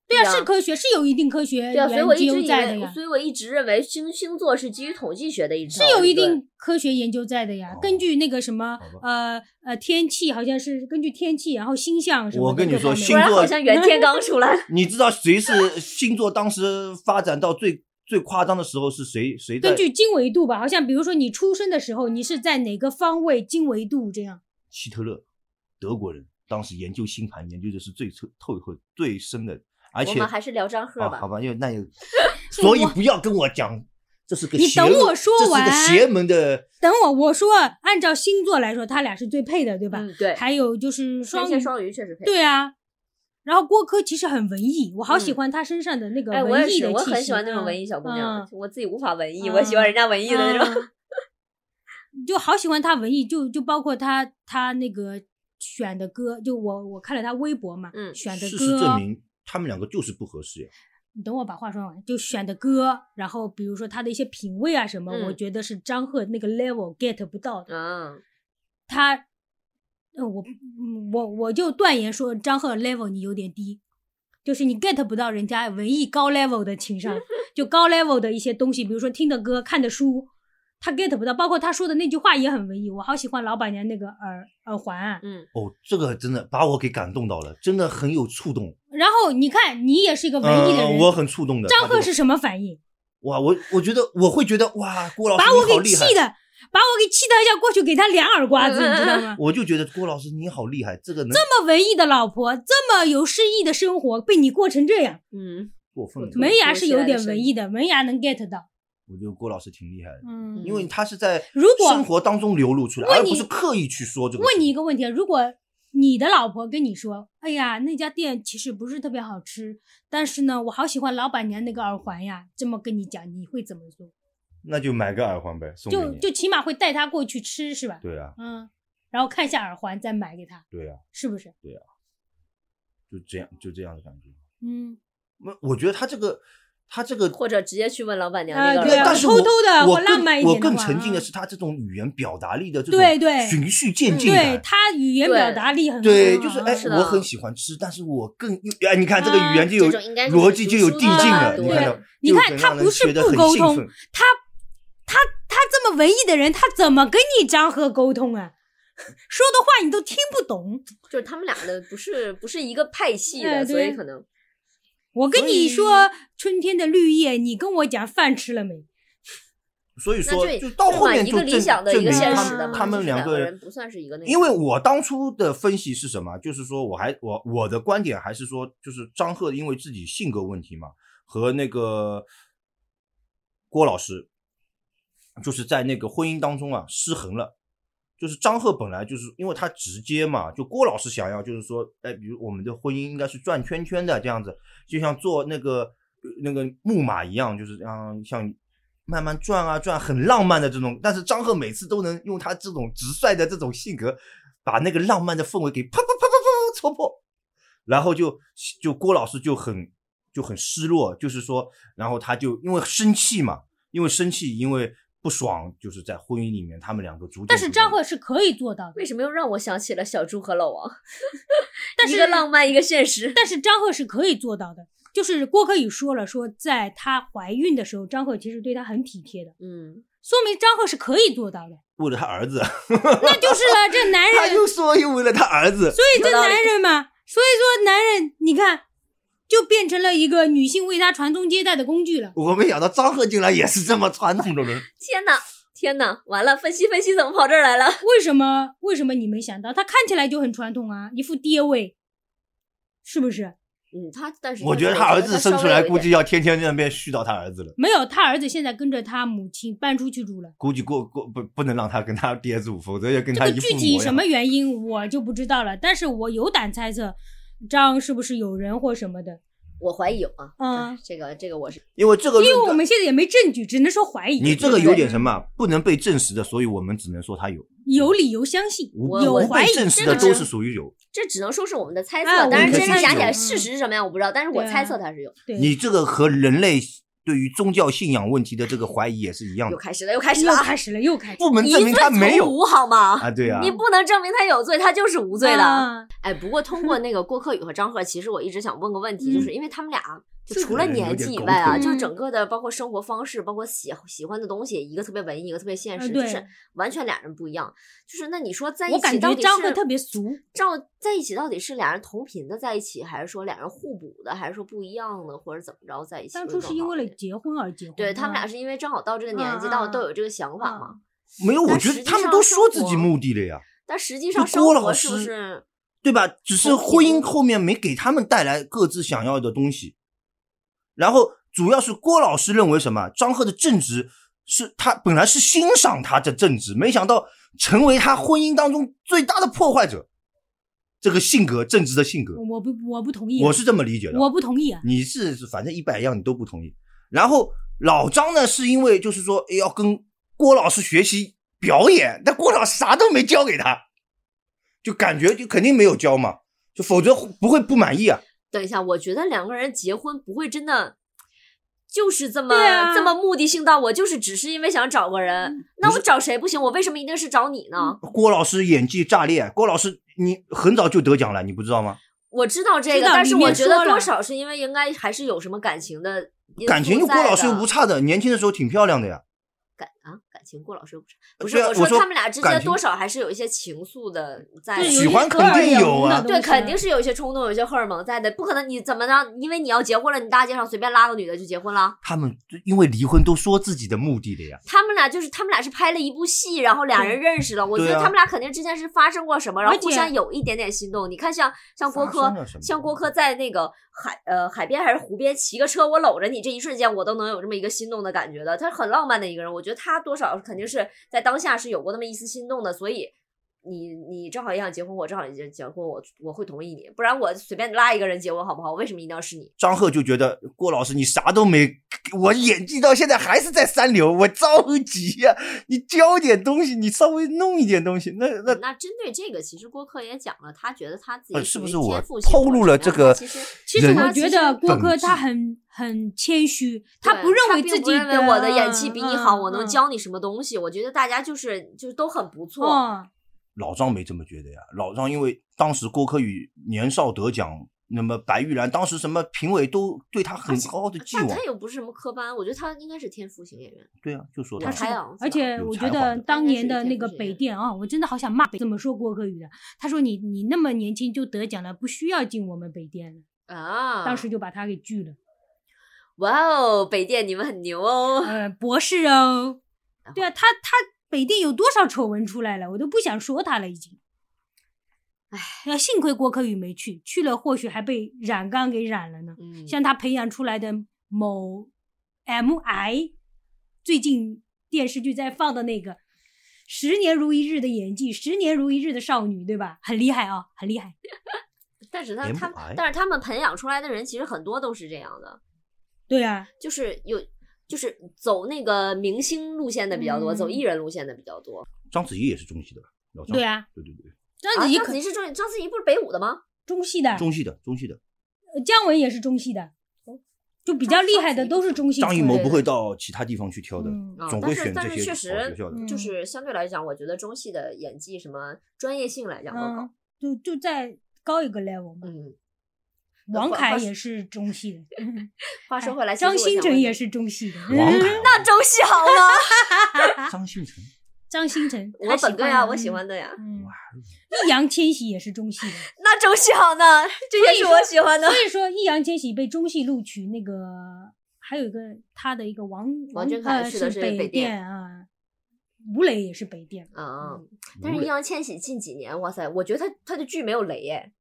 B: 对啊，
A: 对啊
B: 是科学，是有一定科学
A: 对啊，所以我
B: 研
A: 一直
B: 究
A: 以
B: 在的
A: 为，
B: 呀
A: 所，以我一直认为星星座是基于统计学的一
B: 是
A: 套
B: 有一
A: 理论
B: 定科学研究在的呀
C: 哦。
B: 根据那个什么
C: 好吧
B: 呃呃天气，好像是根据天气，然后星象什么的。
C: 我跟你
B: 各
C: 说
B: 方面
A: 不
C: 星
A: 然
C: 座
A: 好像袁天罡出来了。
C: 你知道谁是星座当时发展到最最夸张的时候是谁？谁在
B: 根据经纬度吧，好像比如说你出生的时候，你是在哪个方位经纬度这样。
C: 希特勒，德国人，当时研究星盘研究的是最透透彻最深的，而
A: 我
C: 且
A: 们还是聊张赫
C: 啊
A: 吧
C: 好吧，因为那有，
B: [laughs] 是
C: 所以
B: 我
C: 不要跟我讲，这是个
B: 你
C: 邪
B: 等
C: 恶
B: 我说
C: 这
B: 完
C: 是个邪门的。
B: 等我，我说按照星座来说，他俩是最配的， [laughs] 对吧？
A: 嗯，对，
B: 还有就
A: 天
B: 是双
A: 蝎
B: 鱼，
A: 双鱼确实配。
B: 对啊。然后郭柯其实很文艺，我好喜
A: 嗯
B: 欢他身上的那个
A: 哎，我也
B: 文艺
A: 是，
B: 的气息。啊
A: 我很喜欢那种文
B: 艺
A: 艺小姑娘，
B: 嗯
A: 我自己无法文艺，我喜欢人家文艺的
B: [laughs]
A: 那种。
B: 种。就好喜欢他文艺，就就包括他他那个选的歌，就我我看了他微博嘛，
A: 嗯
B: 选的
C: 事
B: 歌
C: 实证明他们两个就是不合适呀。
B: 你等我把话说完，就选的歌，然后比如说他的一些品味啊什么，
A: 嗯
B: 我觉得是张赫那个 level get 不到的。
A: 嗯
B: 他，呃，我嗯我我就断言说张赫 level 你有点低，就是你 get 不到人家文艺高 level 的情商，就高 level 的一些东西，比如说听的歌、看的书，他 get 不到。包括他说的那句话也很文艺，我好喜欢老板娘那个耳耳环啊、
A: 嗯，
C: 哦，这个真的把我给感动到了，真的很有触动。
B: 然后你看，你也是一个文艺的
C: 嗯，
B: 人，
C: 我很触动的。
B: 张
C: 他这
B: 赫
C: 个
B: 是什么反应？
C: 哇，我我觉得我会觉得哇，郭老师
B: 把我
C: 哦你好厉
B: 给气
C: 害，
B: 的，把我给气的要过去给他两耳刮子，你知
C: [laughs]
B: 道吗？
C: 我就觉得郭老师你好厉害，这个能
B: 这么文艺的老婆，这么有诗意的生活，被你过成这样，
A: 嗯，
C: 过分了。
A: 没
B: 门牙是有点文艺的，门牙能 get 到。
C: 我觉得郭老师挺厉害的，
B: 嗯
C: 因为他是在
B: 如果
C: 生活当中流露出来，
B: 问
C: 而
B: 你
C: 不是刻意去说这个事情。
B: 问你一个问题，如果你的老婆跟你说：“哎呀，那家店其实不是特别好吃，但是呢，我好喜欢老板娘那个耳环呀。”这么跟你讲，你会怎么做？
C: 那就买个耳环呗，送给
B: 就
C: 你。
B: 就起码会带她过去吃，是吧？
C: 对啊，
B: 嗯，然后看一下耳环，再买给她，
C: 对啊，
B: 是不是？
C: 就这样，就这样的感觉。
B: 嗯，
C: 那我觉得他这个，他这个，
A: 或者直接去问老板娘
B: 啊
A: 那个
B: 对
A: 人，
B: 啊
C: 但是
B: 偷
C: 我
B: 偷地
C: 我
B: 或浪漫一
C: 更我
B: 点的
C: 更
B: 话
C: 沉浸的
B: 啊
C: 是他这种语言表达力的这种
B: 对对嗯
C: 循序渐进
B: 对
C: 感。
B: 她语言
A: 对
B: 表达力很好啊，
C: 对，就是哎，
A: 是的
C: 我很喜欢吃，但是我更哎，你看这个
B: 啊
C: 语言就
A: 这
C: 有
A: 种应该是
C: 逻辑就有递进了，
B: 读书的
C: 你
A: 对
C: 看到？
B: 你
C: 就
B: 看
C: 很
B: 他
C: 让人
B: 不是
C: 觉得
B: 不
C: 很
B: 沟
C: 兴
B: 通
C: 奋，
B: 他他他这么文艺的人，他怎么跟你张赫沟通啊？ [laughs] 说的话你都听不懂。
A: 就是他们俩的不是不是一个派系
B: 哎
A: 的，
B: 对
A: 所以可能
B: 我跟
C: 所
B: 你
C: 以
B: 说春天的绿叶，你跟我讲饭吃了没？
C: 所以
A: 那
C: 说
A: 就
C: 就到
A: 是
C: 后
A: 嘛
C: 面
A: 一
C: 就
A: 个
C: 证
A: 理想的
C: 证
A: 一个
C: 明
B: 现
C: 他
B: 实
C: 们
B: 的嘛
C: 他
A: 就
C: 们
A: 是
C: 两
A: 两
C: 个
A: 个人不算是一个那个
C: 因为我当初的分析是什么？就是说我还我我的观点还是说，就是张赫因为自己性格问题嘛，和那个郭老师，就是在那个婚姻当中啊失衡了。就是张赫本来就是因为他直接嘛，就郭老师想要就是说，哎，比如我们的婚姻应该是转圈圈的这样子，就像做那个呃那个木马一样，就是像像慢慢转啊转，很浪漫的这种。但是张赫每次都能用他这种直率的这种性格，把那个浪漫的氛围给啪啪啪啪啪啪戳破，然后就就郭老师就很就很失落，就是说，然后他就因为生气嘛，因为生气，因为不爽，就是在婚姻里面他们两个逐渐。
B: 但是张赫是可以做到的，
A: 为什么又让我想起了小猪和老
C: [laughs]
A: 王？
B: 但
A: 一
B: 是
A: 个浪漫，一个现实。
B: 但是张赫是可以做到的。就是郭可宇说了，说在她怀孕的时候，张赫其实对她很体贴的，
A: 嗯，
B: 说明张赫是可以做到的。
C: 为了他儿子，
B: 那就是了，这男
C: [laughs] 他
B: 人
C: 又说又为了他儿子，
B: 所以这
A: 有道理
B: 男人嘛，所以说男人，你看，就变成了一个女性为他传宗接代的工具了。
C: 我没想到张赫竟然也是这么传统的人。
A: 天呐，天呐，完了，分析分析怎么跑这儿来了？
B: 为什么？为什么你没想到？他看起来就很传统啊，一副爹味，是不是？
A: 嗯，他但是
C: 我觉得他
A: 他
C: 儿子生出来估计
A: 要
C: 要天天在那边絮叨他儿子了。
B: 没有，他儿子现在跟着他母亲搬出去住了。
C: 估计过过不不能让他跟他爹住，否则要跟
B: 这
C: 他
B: 个
C: 一父
B: 具
C: 母
B: 体
C: 一
B: 什
C: 样
B: 么原因我就不知道了，但是我有胆猜测，张是不是有人或什么的？
A: 我怀疑有啊，
B: 嗯
A: 这个这个我是
C: 因为这个
B: 因
C: 论
B: 为我
C: 断
B: 们现在也没证据，只能说怀疑。
C: 你这个有点什么不能被证实的，所以我们只能说他有
B: 有理由相信，
C: 无
A: 我
B: 有
A: 我
C: 无
B: 怀
C: 被
B: 疑，
C: 证实
A: 这
C: 的
A: 个
C: 都
A: 是
C: 是属于有。
A: 这只能说是我们的猜测，
B: 啊
A: 当然
C: 哎我可
A: 真
C: 以
A: 真假
C: 有
A: 假
B: 嗯
A: 事实是什么样我不知道，但是我
B: 对啊
A: 猜测他是有。
B: 对
C: 你这个和人类对于宗教信仰问题的这个怀疑也是一样
A: 又
C: 的，
A: 开始了，又开始了
B: 又
A: 啊，
B: 开始了，又开始了。
C: 不能
A: 一
C: 证明他
A: 罪
C: 没
A: 从
C: 有
A: 无好吗？
C: 啊，对啊
A: 你，不能证明他有罪，他就是无罪的。
B: 啊
A: 哎，不过通过那个郭柯宇和张赫，其实我一直想问个问题，就是
B: 嗯
A: 因为他们俩就
C: 这
A: 除
C: 个
A: 了
C: 人有
A: 年
C: 点
A: 纪以
C: 狗
A: 外啊，
B: 腿
A: 就是
B: 嗯
A: 整个的包括生活方式，包括喜喜欢的东西，一个特别文艺，一个特别现
B: 啊
A: 实，就
B: 对
A: 是完全俩人不一样。就是那你说在
B: 我
A: 一起
B: 感
A: 到
B: 觉
A: 底
B: 张
A: 是
B: 赫特别俗，
A: 照在一起到底是俩人同频的在一起，还是说俩人互补的，还是说不一样的，或者怎么着在一起？
B: 当
A: 会
B: 初
A: 更
B: 是因
A: 好
B: 为
A: 一
B: 了
A: 点
B: 结婚而结婚。啊
A: 对他们俩
B: 是
A: 是因为正好到这个年纪，
B: 嗯
A: 到都
B: 嗯
A: 有这个想法嘛。
C: 没有，我
A: 但
C: 觉
A: 实
C: 得
A: 际
C: 他们
A: 上
C: 都
A: 生
C: 说自己
A: 活
C: 目的了呀。
A: 但实际
C: 就
A: 上生
C: 郭老
A: 活是不
C: 师
A: 是？
C: 对吧？只是
A: 同频
C: 婚姻后面没给他们带来各自想要的东西，然后主要是郭老师认为什么？张赫的正直是他本来是欣赏他的正直，没想到成为他婚姻当中最大的破坏者。这个性格，正直的性格，
B: 我不我不同意啊，
C: 我是这么理解的。
B: 我不同意啊。
C: 你是反正一百样你都不同意。然后老张呢，是因为就是说哎要跟郭老师学习表演，但郭老师啥都没教给他，就感觉就肯定没有交嘛，就否则不会不满意啊。
A: 等一下，我觉得两个人结婚不会真的就是这么、
B: 对啊嗯
A: 这么目的性到我就是只是因为想找个人，那我找谁不行？我为什么一定是找你呢？
C: 郭老师演技炸裂，郭老师你很早就得奖了，你不知道吗？
A: 我知道这
B: 知
A: 个，
B: 道
A: 但是
B: 里面
A: 我觉得
B: 说了啊
A: 多少是因为应该还是有什么感情的因素
C: 感情郭老师
A: 在
C: 又
A: 的
C: 不差的，年轻的时候挺漂亮的呀。
A: 感啊感情郭老师又不差，不是
C: 对啊
A: 说
C: 我说
A: 他们俩之
C: 感
A: 间
C: 情
A: 多少还是有一些情愫的在
B: 对
A: 的。
B: 有
C: 哎喜 [laughs]
B: 一
C: 欢
B: 些
C: 肯
B: 荷尔
C: 定有
B: 蒙的
C: 啊
B: 东
A: 对，
B: 西
A: 肯定是有一些冲动，有一些荷尔蒙在的，不可能你怎么着？因为你要结婚了，你大街上随便拉个女的就结婚了。
C: 他们因为离婚都说自己的目的的呀，
A: 他们俩就是他们俩是拍了一部戏，然后俩人认识了。我觉
C: 对
A: 得
C: 啊
A: 他们俩肯定之前是发生过什么，然后
B: 而且
A: 互相有一点点心动。你看像，像郭
C: 发
A: 柯
C: 生了什，么
A: 像郭柯在那个海呃海边还是湖边骑个车，我搂着你这一瞬间，我都能有这么一个心动的感觉的。他是很浪漫的一个人，我觉得他多少肯定是在当下是有过那么一丝心动的，所以。你你正好也想结婚，我正好也想结婚，我我会同意你，不然我随便拉一个人结婚好不好？为什么一定要是你？
C: 张赫就觉得郭老师你啥都没，我演技到现在还是在三流，我着急呀、你教点东西，你稍微弄一点东西，那那
A: 那针对这个，其实郭柯也讲了，他觉得他自己
C: 呃
A: 属
C: 是不
A: 于
C: 是我
A: 天赋型
C: 透
A: 或者
C: 露
A: 什
C: 了
A: 么
C: 这
A: 样
C: 个
A: 啊
B: [laughs]
A: 其实
B: 其实
C: 人
B: 我觉得郭
C: 本
B: 哥
C: 质
B: 他很很谦虚，他
A: 对
B: 不认
A: 他
B: 为
A: 并
B: 自
A: 不
B: 己
A: 认为我的演技
B: 嗯
A: 比你好，
B: 嗯
A: 我能
B: 嗯
A: 教你什么东西？我觉得大家就是就都很不错。
B: 哦，
C: 老张没这么觉得呀。老张因为当时郭柯宇年少得奖，那么白玉兰当时什么评委都对他很高的寄
A: 但
C: 望
A: 他，又不是什么科班，我觉得他应该是天赋型演员，
C: 对啊，就说
A: 有
C: 他
A: 才养。
B: 而且
C: 有
B: 我
C: 才
B: 觉
C: 华
B: 得
C: 的
B: 当
A: 应该
B: 年
A: 是
B: 的
A: 天
B: 那
A: 赋
B: 个
A: 型
B: 北
A: 人
B: 电啊，我真的好想骂北，怎么说郭柯宇的？他说你你那么年轻就得奖了，不需要进我们北电了，
A: 啊，
B: 当时就把他给拒了。
A: 哇哦，北电你们很牛哦。
B: 呃，博士哦，对啊，他他北电有多少丑闻出来了，我都不想说他了已经。唉，幸亏郭柯宇没去，去了或许还被染缸给染了呢。
A: 嗯，
B: 像他培养出来的某 M I，最近电视剧在放的那个“十年如一日”的演技，“十年如一日”的少女，对吧？很厉害啊，很厉害。
A: 但是他
C: 连
A: 他
C: 不来
A: 但是他们培养出来的人，其实很多都是这样的，
B: 对啊，
A: 就是有就是走那个明星路线的比较多，
B: 嗯
A: 走艺人路线的比较多。
C: 章子怡也是中戏的吧，老张
B: 对，啊，
C: 对对对，
B: 章
A: 啊
B: 子怡
A: 章
B: 可
A: 子怡是中章子怡不是北舞的吗？
B: 中戏的，
C: 中戏的中戏的。
B: 呃姜文也是中戏的，就比较厉害的都是中戏出来
C: 张
B: 的。
C: 艺谋不会到其他地方去挑的，
B: 嗯
A: 啊
C: 总
A: 但
C: 会
A: 是
C: 选这
A: 但
C: 些
A: 是确
C: 好学
A: 实
C: 校的。
B: 嗯
A: 就是相对来讲，我觉得中戏的演技什么专业性来讲都高
B: 嗯。，就就再高一个 level 嘛。
A: 嗯，
B: 王
A: 话
B: 凯
A: 话
B: 也是中戏的，嗯
A: 话说回来，
B: 哎
A: 其实我
B: 张新
A: 想
B: 成
A: 问
B: 也
A: 你
B: 是中戏的。
C: 王
B: 嗯
C: 凯，
A: 那中戏好 [laughs] 吗？
C: 张信成，
B: [laughs] 张新成，
A: 我
B: 他喜
A: 本哥
B: 欢
A: 呀，
B: 啊
A: 我喜。欢的呀。
B: 嗯，嗯易烊千玺也是中戏的，
A: 那中戏好呢，这也是我喜欢 [laughs] 的
B: 所。以说易烊千玺被中戏录取，那个还有一个他的一个王
A: 王俊凯
B: 呃
A: 去的是北
B: 北
A: 电
B: 啊，吴磊也是北电。
A: 啊，
B: 嗯
A: 但是
C: 吴
A: 易
C: 磊
A: 烊千玺近几年，哇塞，我觉得他他的剧没有雷耶。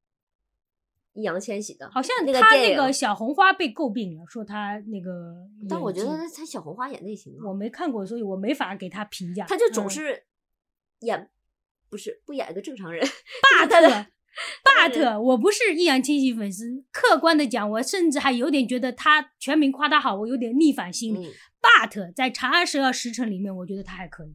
A: 易烊千玺的，
B: 好像
A: 那个
B: 他
A: 电
B: 那个
A: 影
B: 小红花被诟病了，说他那个演技，
A: 但我觉得他小红花演的也行啊
B: 我，没看过，所以我没法给他评价。
A: 他就总
B: 嗯
A: 是演不是不演个正常人， [laughs]
B: 巴
A: 他的
B: 特，巴特，我不是易烊千玺粉丝。客观的讲，我甚至还有点觉得他全民夸他好，我有点逆反心理。
A: 嗯，
B: 巴特在《长安十二时辰》里面，我觉得他还可以。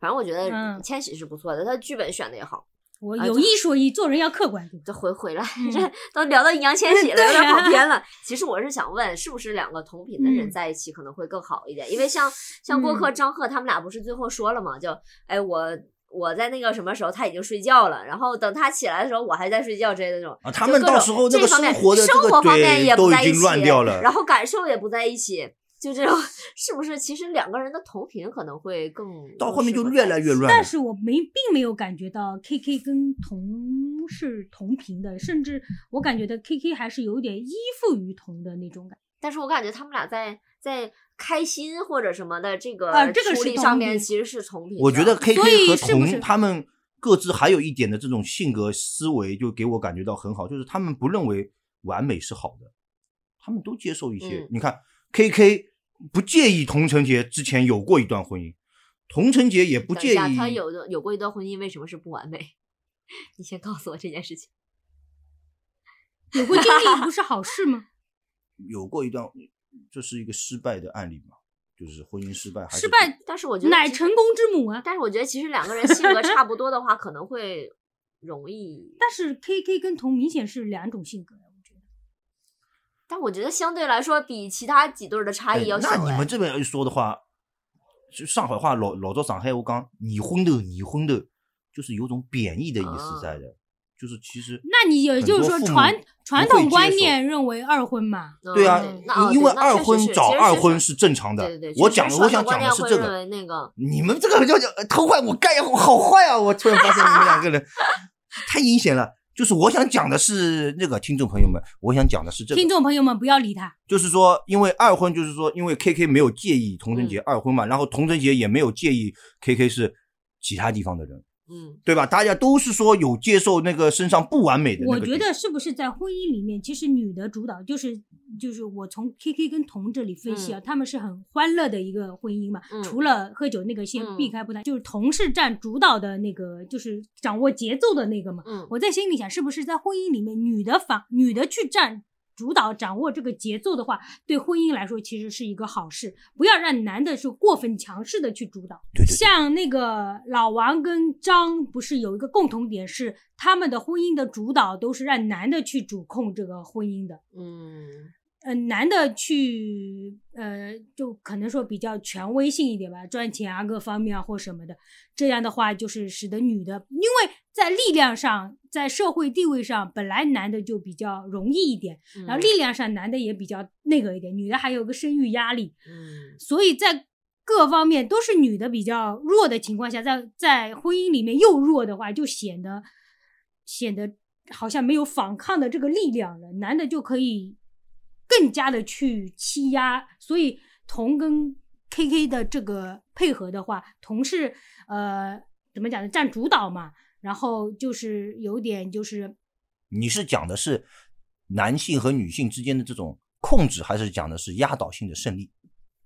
A: 反正我觉得
B: 嗯
A: 千玺是不错的，他剧本选的也好。
B: 我
A: 啊
B: 有
A: 这
B: 一说一，做人要客观，对吧？
A: 这回回来，[laughs]
B: 嗯
A: 这都聊到易烊千玺了，
B: 对
A: 有
B: 啊
A: 点跑偏了。 [laughs] 其实我是想问，是不是两个同频的人
B: 嗯
A: 在一起可能会更好一点？因为像像郭柯、张赫他们俩不是最后说了嘛，就哎我我在那个什么时候他已经睡觉了，然后等他起来的时候我还在睡觉之类的这种。
C: 啊，他
A: 就
C: 们
A: 各种
C: 到时候那
A: 这
C: 个
A: 方
C: 生
A: 面
C: 活的这
A: 生
C: 个
A: 活方面
C: 对
A: 也
C: 都
A: 不
C: 已
A: 在一
C: 经
A: 起，
C: 乱掉了，
A: 然后感受也不在一起。就这种， [laughs] 是不是其实两个人的同频可能会更
C: 到后面就
A: 更适合
C: 越
A: 在
C: 来
A: 一
C: 越
A: 起
C: 乱
B: 但
C: 了。
B: 是我没并没有感觉到 K K 跟同是同频的，甚至我感觉到 K K 还是有点依附于同的那种感觉。
A: 但是我感觉他们俩在在开心或者什么的这个
B: 啊这个
A: 处
B: 是
A: 理
B: 同
A: 上面
B: 频
A: 其实是重频。
C: 我觉得 K
B: 所以
C: K 和
B: 是不是
C: 童他们各自还有一点的这种性格思维，就给我感觉到很好，就是他们不认为完美是好的，他们都接受一些。
A: 嗯
C: 你看 K K 不介意童晨杰之前有过一段婚姻，童晨杰也不
A: 等一
C: 介意
A: 下，他有的有过一段婚姻，为什么是不完美？ [laughs] 你先告诉我这件事情。
B: 有过经历不是好事吗？
C: 有过一段，这是一个失败的案例嘛，就是婚姻失败还是
B: 失败
A: 但是我觉得
B: 乃
A: 其实
B: 成功之母啊！
A: 但是我觉得其实两个人性格差不多的话，可能会容
C: [laughs]
A: 易。
B: 但是 K K 跟童明显是两种性格，我觉得。
A: 但我觉得相对来说，比其他几对儿的差
C: 哎
A: 异要小、
C: 那你
A: 哎
C: 们这边一说的话，就上海话老老早上海话讲“你昏头，你昏头”，就是有种贬义的意思在的，就是其实
B: 那你也
C: 很
B: 就
C: 多
B: 是说
C: 父母
B: 传传
C: 不会
B: 统
C: 接
B: 观
C: 受
B: 念认为二婚嘛？
C: 对啊
A: 嗯那哦
C: 因为
A: 对那确
C: 二
A: 实
C: 婚
A: 是
C: 找
A: 其实
C: 二
A: 是
C: 婚是正常
A: 对
C: 的
A: 对。对，
C: 我
A: 确实
C: 讲的，
A: 传
C: 我想
A: 统观
C: 讲
A: 念
C: 的是
A: 会
C: 这
A: 认
C: 个。
A: 为那个
C: 你们这个叫叫偷换我干呀，好坏啊！我突然发现你们
A: [laughs]
C: 两个人太阴险了。就是我想讲的是那个听众朋友们，我想讲的是这个
B: 听，众朋友们不要理他，
C: 就是说，因为二婚，就是说，因为 K K 没有介意童
B: 嗯
C: 晨杰二婚嘛，然后童晨杰也没有介意 K K 是其他地方的人，
A: 嗯，
C: 对吧？大家都是说有接受那个身上不完美的那
B: 我
C: 个点。
B: 觉得是不是在婚姻里面，其实女的主导就是就是我从 K K 跟童这里分析啊，他们是很欢乐的一个婚姻嘛，
A: 嗯
B: 除了喝酒那个先
A: 嗯
B: 避开不谈，就是童是占主导的那个，就是掌握节奏的那个嘛。
A: 嗯
B: 我在心里想，是不是在婚姻里面，女的反女的去占。主导掌握这个节奏的话，对婚姻来说其实是一个好事。不要让男的是过分强势的去主导。
C: 对对对
B: 像那个老王跟张，不是有一个共同点是，他们的婚姻的主导都是让男的去主控这个婚姻的。
A: 嗯
B: 呃，男的去，呃，就可能说比较权威性一点吧，赚钱啊各方面啊或什么的。这样的话，就是使得女的，因为在力量上，在社会地位上，本来男的就比较容易一点，
A: 嗯，
B: 然后力量上男的也比较那个一点，女的还有个生育压力，
A: 嗯
B: 所以在各方面都是女的比较弱的情况下，在在婚姻里面又弱的话，就显得显得好像没有反抗的这个力量了。男的就可以更加的去欺压，所以童跟 KK 的这个配合的话，童是呃怎么讲呢，占主导嘛，然后就是有点就是
C: 你是讲的是男性和女性之间的这种控制，还是讲的是压倒性的胜利？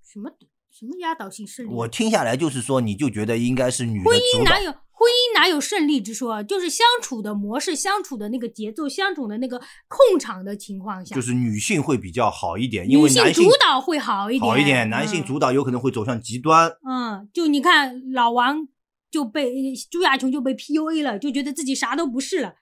B: 什么什么压倒性势力。
C: 我听下来就是说，你就觉得应该是女的
B: 婚姻
C: 主导
B: 哪。有哎婚姻哪有胜利之说啊？就是相处的模式、相处的那个节奏、相处的那个控场的情况下，
C: 就是女性会比较好一点，因
B: 女
C: 为
B: 性
C: 男性
B: 主导会好一点，
C: 好一点，男性主导有可能会走向极端。
B: 嗯，嗯，就你看老王就被朱亚琼就被 PUA 了，就觉得自己啥都不是了。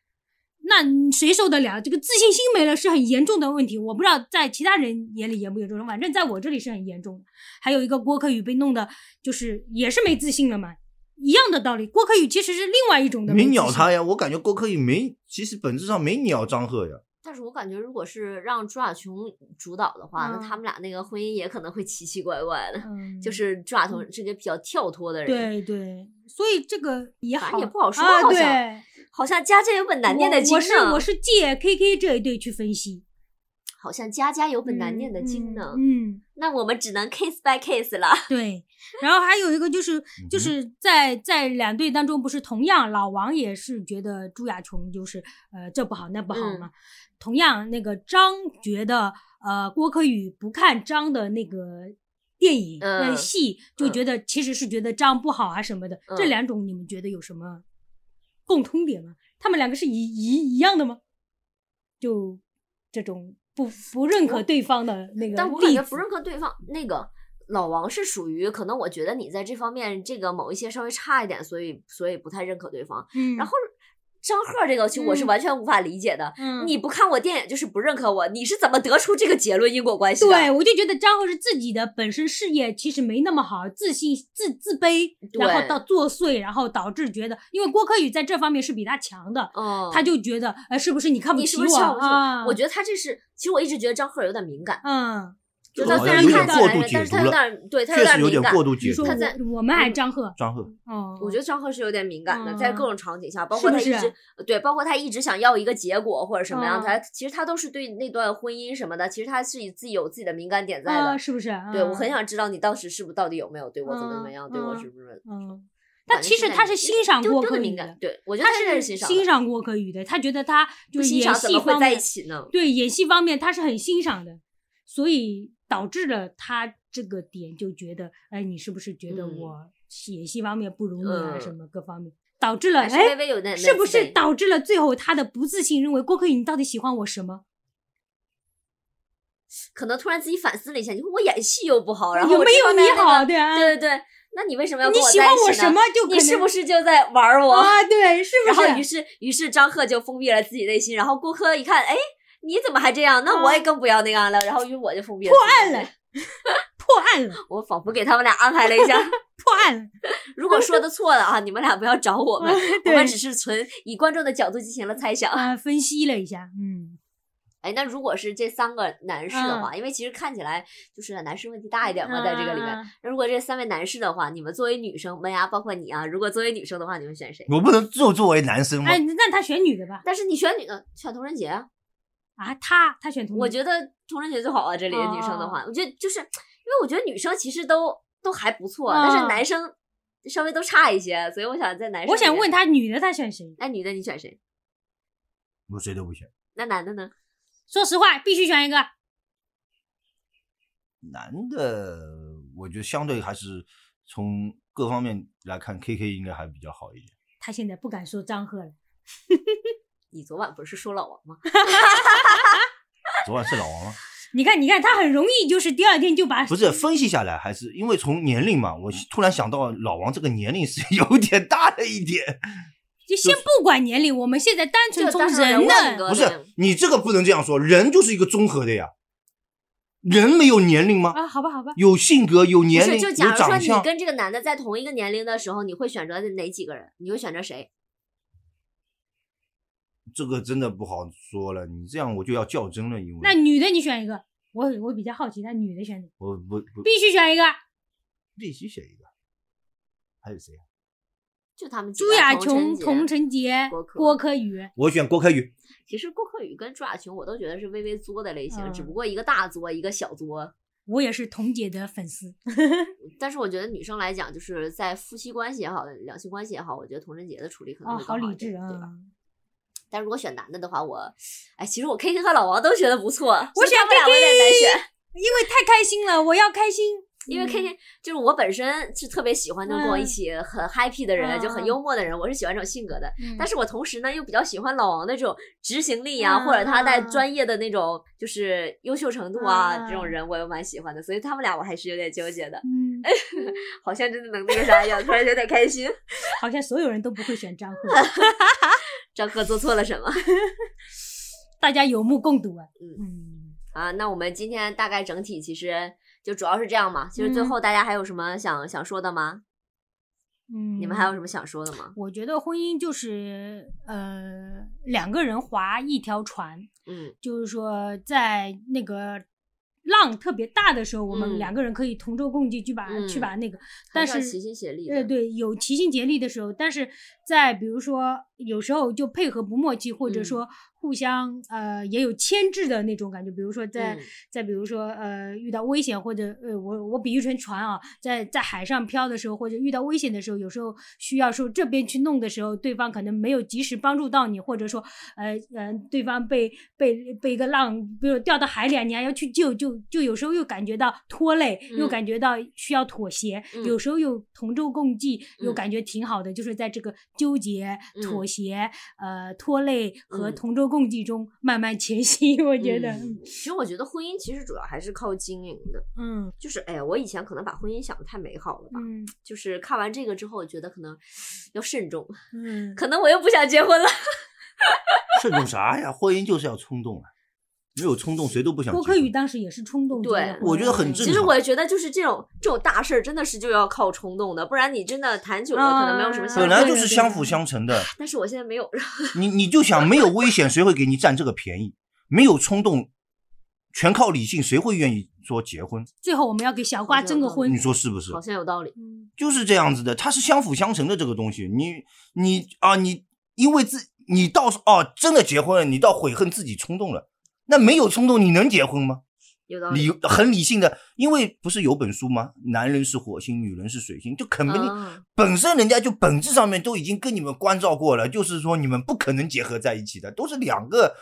B: 那谁受得了？这个自信心没了是很严重的问题，我不知道在其他人眼里严不严重，反正在我这里是很严重的。还有一个郭柯宇被弄的，就是也是没自信了嘛，一样的道理。郭柯宇其实是另外一种的
C: 没
B: 自
C: 鸟
B: 信
C: 他呀，我感觉郭柯宇没，其实本质上没鸟张赫呀。
A: 但是我感觉，如果是让朱亚琼主导的话，那
B: 嗯
A: 他们俩那个婚姻也可能会奇奇怪怪的。
B: 嗯，
A: 就是朱亚琼这个比较跳脱的人，
B: 对对，所以这个也
A: 反
B: 好，
A: 正也不好说
B: 啊。
A: 好像
B: 对，
A: 好像家家有本难念的经
B: 我
A: 呢
B: 我是，我是借 KK 这一对去分析，
A: 好像家家有本难念的经
B: 经
A: 呢。
B: 嗯，嗯
A: 那我们只能 case by case 了。
B: 对。然后还有一个就是就
C: 嗯哼
B: 是在在两队当中，不是同样老王也是觉得朱亚琼就是呃这不好那不好
A: 嗯
B: 嘛，同样那个张觉得呃郭柯宇不看张的那个。电影、
A: 嗯
B: 呃戏就
A: 嗯
B: 觉得其实是觉得张不好啊什么的，这
A: 嗯
B: 两种你们觉得有什么共通点吗？他们两个是一一一样的吗？就这种不不认可对方的那个例子，
A: 但我感觉不认可对方那个老王是属于可能，我觉得你在这方面这个某一些稍微差一点，所以所以不太认可对方。
B: 嗯，
A: 然后张赫这个就我是
B: 嗯
A: 完全无法理解的。
B: 嗯
A: 你不看我电影就是不认可我，你是怎么得出这个结论因果关系的？
B: 对，我就觉得张赫是自己的本身事业其实没那么好，自信自自卑，然后
A: 对
B: 到作祟，然后导致觉得，因为郭柯宇在这方面是比他强的，
A: 嗯，
B: 他就觉得，呃，是不是你看
A: 你
B: 起
A: 是
B: 我
A: 不是瞧不起我？
B: 啊？
A: 我觉得他这是，其实我一直觉得张赫有点敏感，
B: 嗯，
A: 就
B: 我
A: 他
B: 好
A: 虽
B: 像
A: 然
B: 有
A: 看
B: 点
A: 起来
C: 过度
A: 人，但
C: 解
A: 是他
C: 读
A: 有
C: 了
A: 点对他
C: 确实有
A: 敏
C: 点
A: 感
C: 过。度
B: 你
C: 解
B: 说
C: 读。
A: 他在嗯
B: 我我们爱张赫，
C: 张赫，
B: 哦，
A: 我觉得张赫是有点敏感的，
B: 嗯
A: 在各种场景下，包
B: 是
A: 括
B: 不
A: 他一直
B: 是
A: 对，包括他一直想要一个结果或者什么样，
B: 嗯
A: 他其实他都是对那段婚姻什么的，其实他是以自己有自己的敏感点在的。
B: 啊，是不是？
A: 对我
B: 嗯
A: 很想知道你当时是不是到底有没有对我怎么怎么
B: 嗯
A: 样，对我
B: 嗯
A: 是不是？
B: 嗯，
A: 反
B: 但
A: 正
B: 其实
A: 现在
B: 他
A: 你
B: 是欣赏
A: 丢
B: 郭
A: 丢
B: 柯
A: 的
B: 宇
A: 敏
B: 的
A: 感，，对我觉得
B: 他
A: 他是欣赏的
B: 欣赏郭柯宇的，他觉得他
A: 不
B: 就是
A: 欣
B: 演
A: 赏怎
B: 戏
A: 么
B: 方
A: 会在一
B: 面，
A: 起呢？
B: 对演戏方面他是很欣赏的，所以导致了他这个点就觉得，哎，你是不是觉得
A: 嗯
B: 我演戏方面不如你啊，
A: 嗯
B: 什么各方面，导致了
A: 还是微
B: 哎，
A: 微有点
B: 是不
A: 类似的
B: 是导致了最后他的不自信，认为郭柯宇你到底喜欢我什么？
A: 可能突然自己反思了一下，你说我演戏又不好，然后
B: 有
A: 我
B: 没
A: 这
B: 有
A: 方面
B: 你
A: 那个
B: 好？对啊，
A: 对对对，那你为什么要
B: 你
A: 跟我
B: 喜
A: 在
B: 欢
A: 一
B: 我
A: 起
B: 什
A: 呢？
B: 么就可
A: 你是
B: 能
A: 不是就在玩我？
B: 啊？对，是不
A: 然
B: 是？
A: 后于是于是张赫就封闭了自己内心，然后郭柯一看，哎，你怎么还这样？那我也更不要那样了。然后于是我就封闭了破
B: 啊破案了，破案了，
A: 我仿佛给他们俩安排了一下， [laughs]
B: 破案了。
A: 如果说的错了啊，你们俩不要找我
B: [laughs]
A: 们，我
B: 对
A: 们只是纯以观众的角度进行了猜想。 [laughs]
B: 啊，分析了一下，嗯，
A: 哎，那如果是这三个男士的话，因为其实看起来就是男士问题大 [laughs] 一点嘛，在这个里面。
B: 啊
A: 那如果这三位男士的话，你们作为女生，门牙包括你啊，如果作为女生的话，你们选谁？
C: 我不能只有作为男生吗
B: 哎，？那他选女的吧？
A: 但是你选女的，选童人杰啊，
B: 啊，他他选同
A: 我
B: 志
A: 觉得童人节最好啊。这里的女生的
B: 哦
A: 话，我觉得就是因为我觉得女生其实都都还不错，啊但是
B: 哦
A: 男生稍微都差一些，所以我想在男生。
B: 我想问，他女的他选谁？
A: 那女的你选谁？
C: 我谁都不选，
A: 那男的呢？
B: 说实话，必须选一个。
C: 男的我觉得相对还是从各方面来看，K K 应该还比较好一点。
B: 他现在不敢说张赫了，
A: 你昨晚不是说老王吗？
C: 昨晚是老王吗？ [laughs]
B: 你看，你看，他很容易就是第二天就把
C: 不是，分析下来还是因为从年龄嘛，我突然想到老王这个年龄是 [laughs] 有点大了一点。
B: 就先不管年龄，我们现在单纯
A: 就
B: 从
A: 单纯
B: 人
A: 人
B: 的
A: 格
C: 不
A: 对
C: 是你这个不能这样说，人就是一个综合的呀，人没有年龄吗？
B: 啊，好吧，好吧，
C: 有性格，有
A: 不
C: 年龄，
A: 是，就
C: 有
A: 假如说
C: 长
A: 你
C: 相。
A: 跟这个男的在同一个年龄的时候，你会选择哪几个人？你会选择谁？
C: 这个真的不好说了，你这样我就要较真了，因为
B: 那女的你选一个，我我比较好奇，那女的选哪个？
C: 我不不
B: 必须选一个，
C: 必须选一个，还有谁啊？
A: 就他们几
B: 朱
A: 个
B: 亚
A: 童晨
B: 啊琼、
A: 洁
B: 童晨洁
A: 郭、柯
B: 郭柯宇，
C: 我选郭开宇，
A: 其实郭柯宇跟朱亚琼，我都觉得是微微作的类型，只
B: 嗯
A: 不过一个大作，一个小作。
B: 我也是童姐的粉丝。
A: 但是我觉得女生来讲，就是在夫妻关系也好，两性关系也好，我觉得童贞洁的处理可能
B: 哦，
A: 会更好
B: 理
A: 一
B: 智
A: 点
B: 啊
A: 对！吧？但如果选男的的话，我，哎，其实我 K K 和老王都觉得不错，所以
B: 选
A: 他们俩我有点难选，
B: 因为太开心了，我要开心，
A: 因为
B: 嗯
A: K K 就是我本身是特别喜欢能跟我一
B: 嗯
A: 起很 happy 的人，就
B: 嗯
A: 很
B: 嗯
A: 幽默的人，我是喜欢这种性格的。
B: 嗯
A: 但是我同时呢，又比较喜欢老王的这种执行力啊，或者他在
B: 嗯嗯嗯
A: 专业的那种就是优秀程度啊，这种
B: 嗯
A: 人我也蛮喜欢的，所以他们俩我还是有点纠结的，
B: 嗯，
A: 好像真的能那个啥一样，突然有点开心。 [laughs]
B: 好像所有人都不会选张赫，
A: 张哥做错了什么？
B: 大家有目共睹啊。嗯，
A: 啊，那我们今天大概整体其实就主要是这样嘛。其实最
B: 嗯
A: 后大家还有什么想、想说的吗？
B: 嗯
A: 你们还有什么想说的吗？
B: 我觉得婚姻就是呃两个人划一条船，
A: 嗯
B: 就是说在那个浪特别大的时候，我
A: 嗯
B: 们两个人可以同舟共济去把、
A: 嗯
B: 去把那个，
A: 还
B: 但
A: 是要
B: 是
A: 齐心协力
B: 呃，
A: 的
B: 对，有齐心协力的时候，但是在比如说有时候就配合不默契，或者
A: 嗯
B: 说互相、呃也有牵制的那种感觉，比如说在。
A: 嗯
B: 再比如说，呃，遇到危险或者呃，我我比喻成船啊，在在海上漂的时候，或者遇到危险的时候，有时候需要说这边去弄的时候，对方可能没有及时帮助到你，或者说，呃呃，对方被被被一个浪，比如掉到海里，啊，你还要去救，就就有时候又感觉到拖累，
A: 嗯
B: 又感觉到需要妥协，
A: 嗯
B: 有时候又同舟共济，又
A: 嗯
B: 感觉挺好的，就是在这个纠结、
A: 嗯
B: 妥协、呃拖累和
A: 嗯
B: 同舟共济中慢慢前行，我觉得，
A: 嗯其实我觉得婚姻其实主要还是靠经营的，
B: 嗯
A: 就是哎呀，我以前可能把婚姻想的太美好了吧，
B: 嗯
A: 就是看完这个之后，我觉得可能要慎重，
B: 嗯，
A: 可能我又不想结婚了。
C: 慎重啥呀？婚姻就是要冲动啊，没有冲动谁都不想结
B: 郭
C: 婚。
B: 柯宇当时也是冲动结
A: 对
B: 的婚，
C: 我觉得很正
A: 其实
C: 常
A: 我觉得就是这种这种大事儿，真的是就要靠冲动的，不然你真的谈久了可能没有什么
B: 啊
A: 想
C: 嗯本
A: 法。
C: 来就
B: 对
C: 是
B: 对对
C: 相辅相成的，
A: 但是我现在没有， [laughs]
C: 你你就想没有危险，谁会给你占这个便宜？没有冲动，全靠理性，谁会愿意说结婚？
B: 最后我们要给小瓜
A: 好像
B: 征个
A: 有道
B: 婚
C: 你，说是不是
A: 好？像有道理。
B: 嗯
C: 就是这样子的，它是相辅相成的这个东西。你你啊，你因为自你到哦、真的结婚了，你到悔恨自己冲动了，那没有冲动你能结婚吗？
A: 有道理
C: 理，很理性的，因为不是有本书吗？男人是火星，女人是水星，就肯定、
A: 啊
C: 本身人家就本质上面都已经跟你们关照过了，就是说你们不可能结合在一起的，都是两个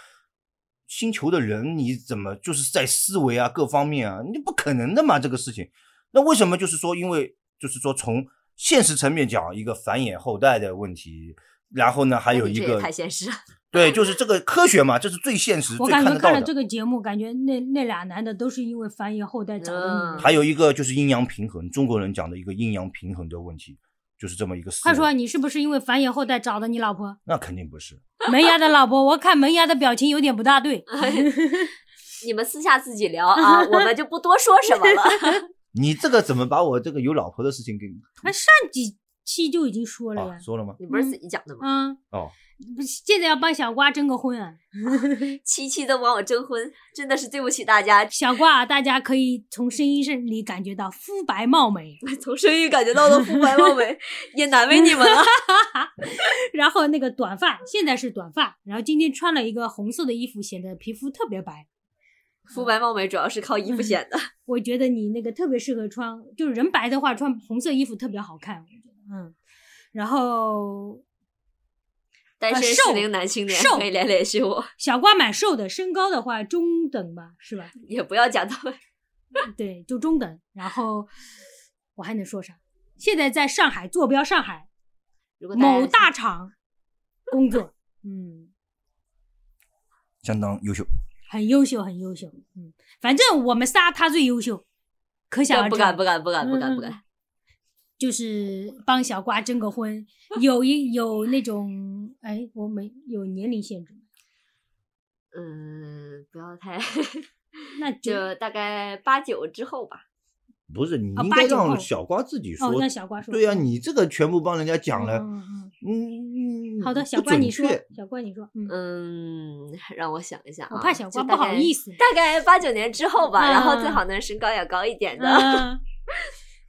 C: 星球的人，你怎么就是在思维啊各方面啊，你不可能的嘛这个事情。那为什么就是说，因为就是说从现实层面讲，一个繁衍后代的问题，然后呢还有一
A: 这也
C: 个
A: 太现实了。
C: 对，就是这个科学嘛，这是最现实、
B: 我
C: 最看
B: 感觉
C: 得到
B: 看了
C: 的。
B: 这个节目，感觉那那俩男的都是因为繁衍后代找的女
A: 嗯
B: 人。
C: 还有一个就是阴阳平衡，中国人讲的一个阴阳平衡的问题，就是这么一个思
B: 快
C: 维。
B: 说，你是不是因为繁衍后代找的你老婆？
C: 那肯定不是，
B: 门牙的老婆，我看门牙的表情有点不大对。
A: 你们私下自己
C: [laughs]
A: 聊啊，我们就不多说什么了。 [laughs]
C: 你这个怎么把我这个有老婆的事情给
B: 那上几期就已经说了呀
C: 啊，说了吗？
A: 你不是自己讲的吗？
B: 啊，
C: 哦，
B: 不是现在要帮小瓜征个婚啊！
C: 嗯
A: 七七都帮我征婚，真的是对不起大家， [laughs]
B: 小瓜，啊，大家可以从声音上里感觉到肤白貌美，
A: 从声音感觉到的肤白貌美，也难为你们了。 [laughs]
B: 然后那个短发，现在是短发，然后今天穿了一个红色的衣服，显得皮肤特别白。
A: 肤白貌美主要是靠
C: 嗯
A: 衣服显的。
B: 我觉得你那个特别适合穿，就是人白的话穿红色衣服特别好看，我觉得，嗯。然后
A: 单
C: 啊
A: 身适龄男青年
B: 瘦
A: 可以来联系我，
B: 小瓜蛮瘦的，身高的话中等吧，是吧？
A: 也不要讲到 [laughs]
B: 对，就中等。然后我还能说啥？现在在上海坐标上海
A: 如果
B: 某
A: 大
B: 大厂工作，嗯，
C: 相当优秀。
B: 很优秀，很优秀，嗯，反正我们仨他最优秀，可想而
A: 家不
B: 知。
A: 敢不敢不敢不敢不
B: 嗯
A: 敢，
B: 就是帮小瓜征个婚，有一有那种，哎，我没有年龄限制吗，
A: 嗯，不要太 [laughs]
B: 那就
A: 就大概八九之后吧。
C: 不是，你
B: 哦
C: 应
B: 八
C: 该
B: 九
C: 让
B: 后
C: 小瓜自己说。
B: 哦，让小瓜说。
C: 对呀、你这个全部帮人家讲了，
B: 嗯嗯
C: 嗯，
B: 嗯
C: 嗯
B: 好的，
C: 不
B: 小瓜你
C: 准
B: 说
C: 确，
B: 小瓜你说，嗯，
A: 嗯，让我想一下啊，
B: 我怕小瓜
A: 就
B: 不
A: 大
B: 好
A: 概
B: 意思。
A: 大概八九年之后吧，
B: 嗯
A: 然后最好呢身高要高一点的。
C: [laughs]
B: 嗯，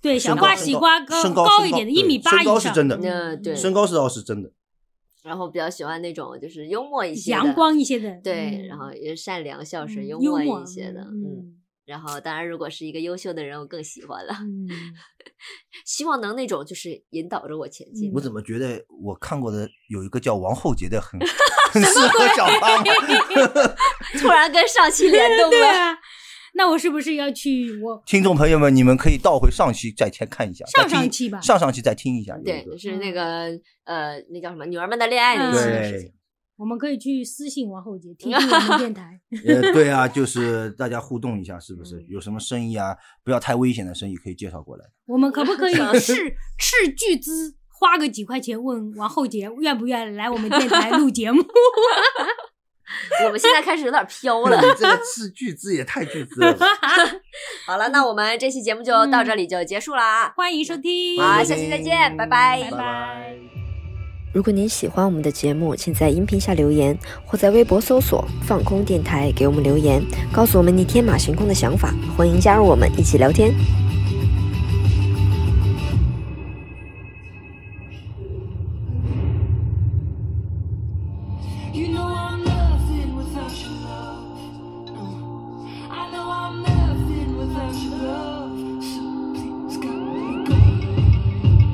B: 对，小
C: 身高
B: 瓜
C: 身
B: 喜
C: 高
B: 瓜
C: 身高
B: 高
C: 身
B: 一
C: 高
B: 点的，
C: 对
B: 一米八
C: 身
B: 以
C: 高
B: 上。
C: 是真的
A: 嗯对
C: 身高是倒是真的，
A: 然后比较喜欢那种就是幽默一些的，
B: 阳光一些的，
A: 对，
B: 嗯
A: 然后也善良、孝顺、
B: 嗯
A: 幽
B: 幽
A: 默一些的，嗯。
B: 嗯
A: 然后当然，如果是一个优秀的人，我更喜欢了。 [laughs]
B: 嗯， [laughs]
A: 希望能那种就是引导着我前进
B: 嗯
C: 我。怎么觉得我看过的有一个叫王后杰的
B: [laughs]
C: 很很适合小瓜吗？
A: 突然跟上期联动
B: [laughs] 对
A: 了，
B: 啊，那我是不是要去我
C: [laughs] 听众朋友们，你们可以倒回上期再先看一下，
B: 上
C: 再听
B: 上期吧
C: 上上期再听一下。有一
A: 对
C: 个，
A: 是那个呃，那叫什么《女儿们的恋爱》
C: 嗯
A: 那期的事情
C: 对。，
B: 我们可以去私信王后杰，提醒我们
A: [laughs]
B: 电台。
C: 呃，对啊，就是大家互动一下，是不是
B: 嗯？
C: 有什么生意啊，不要太危险的生意可以介绍过来。
B: 我们可不可以
A: 是啊
B: 斥斥巨资花个几块钱问王后杰愿不愿来我们电台录节目？
A: 我们现在开始有点飘
C: 你
A: 了。
C: [laughs] 这个斥巨资也太巨资了吧。
A: 好了，那我们这期节目就到这里就结束了啊。
B: [laughs] 欢迎收
A: [laughs]
B: 听，
A: 好下期再见拜拜
B: 拜拜。
D: 如果您喜欢我们的节目，请在音频下留言，或在微博搜索“放空电台”给我们留言，告诉我们你天马行空的想法。欢迎加入我们一起聊天。
E: You know I'm nothing without your love. No. I know I'm nothing without your love. So please come and go.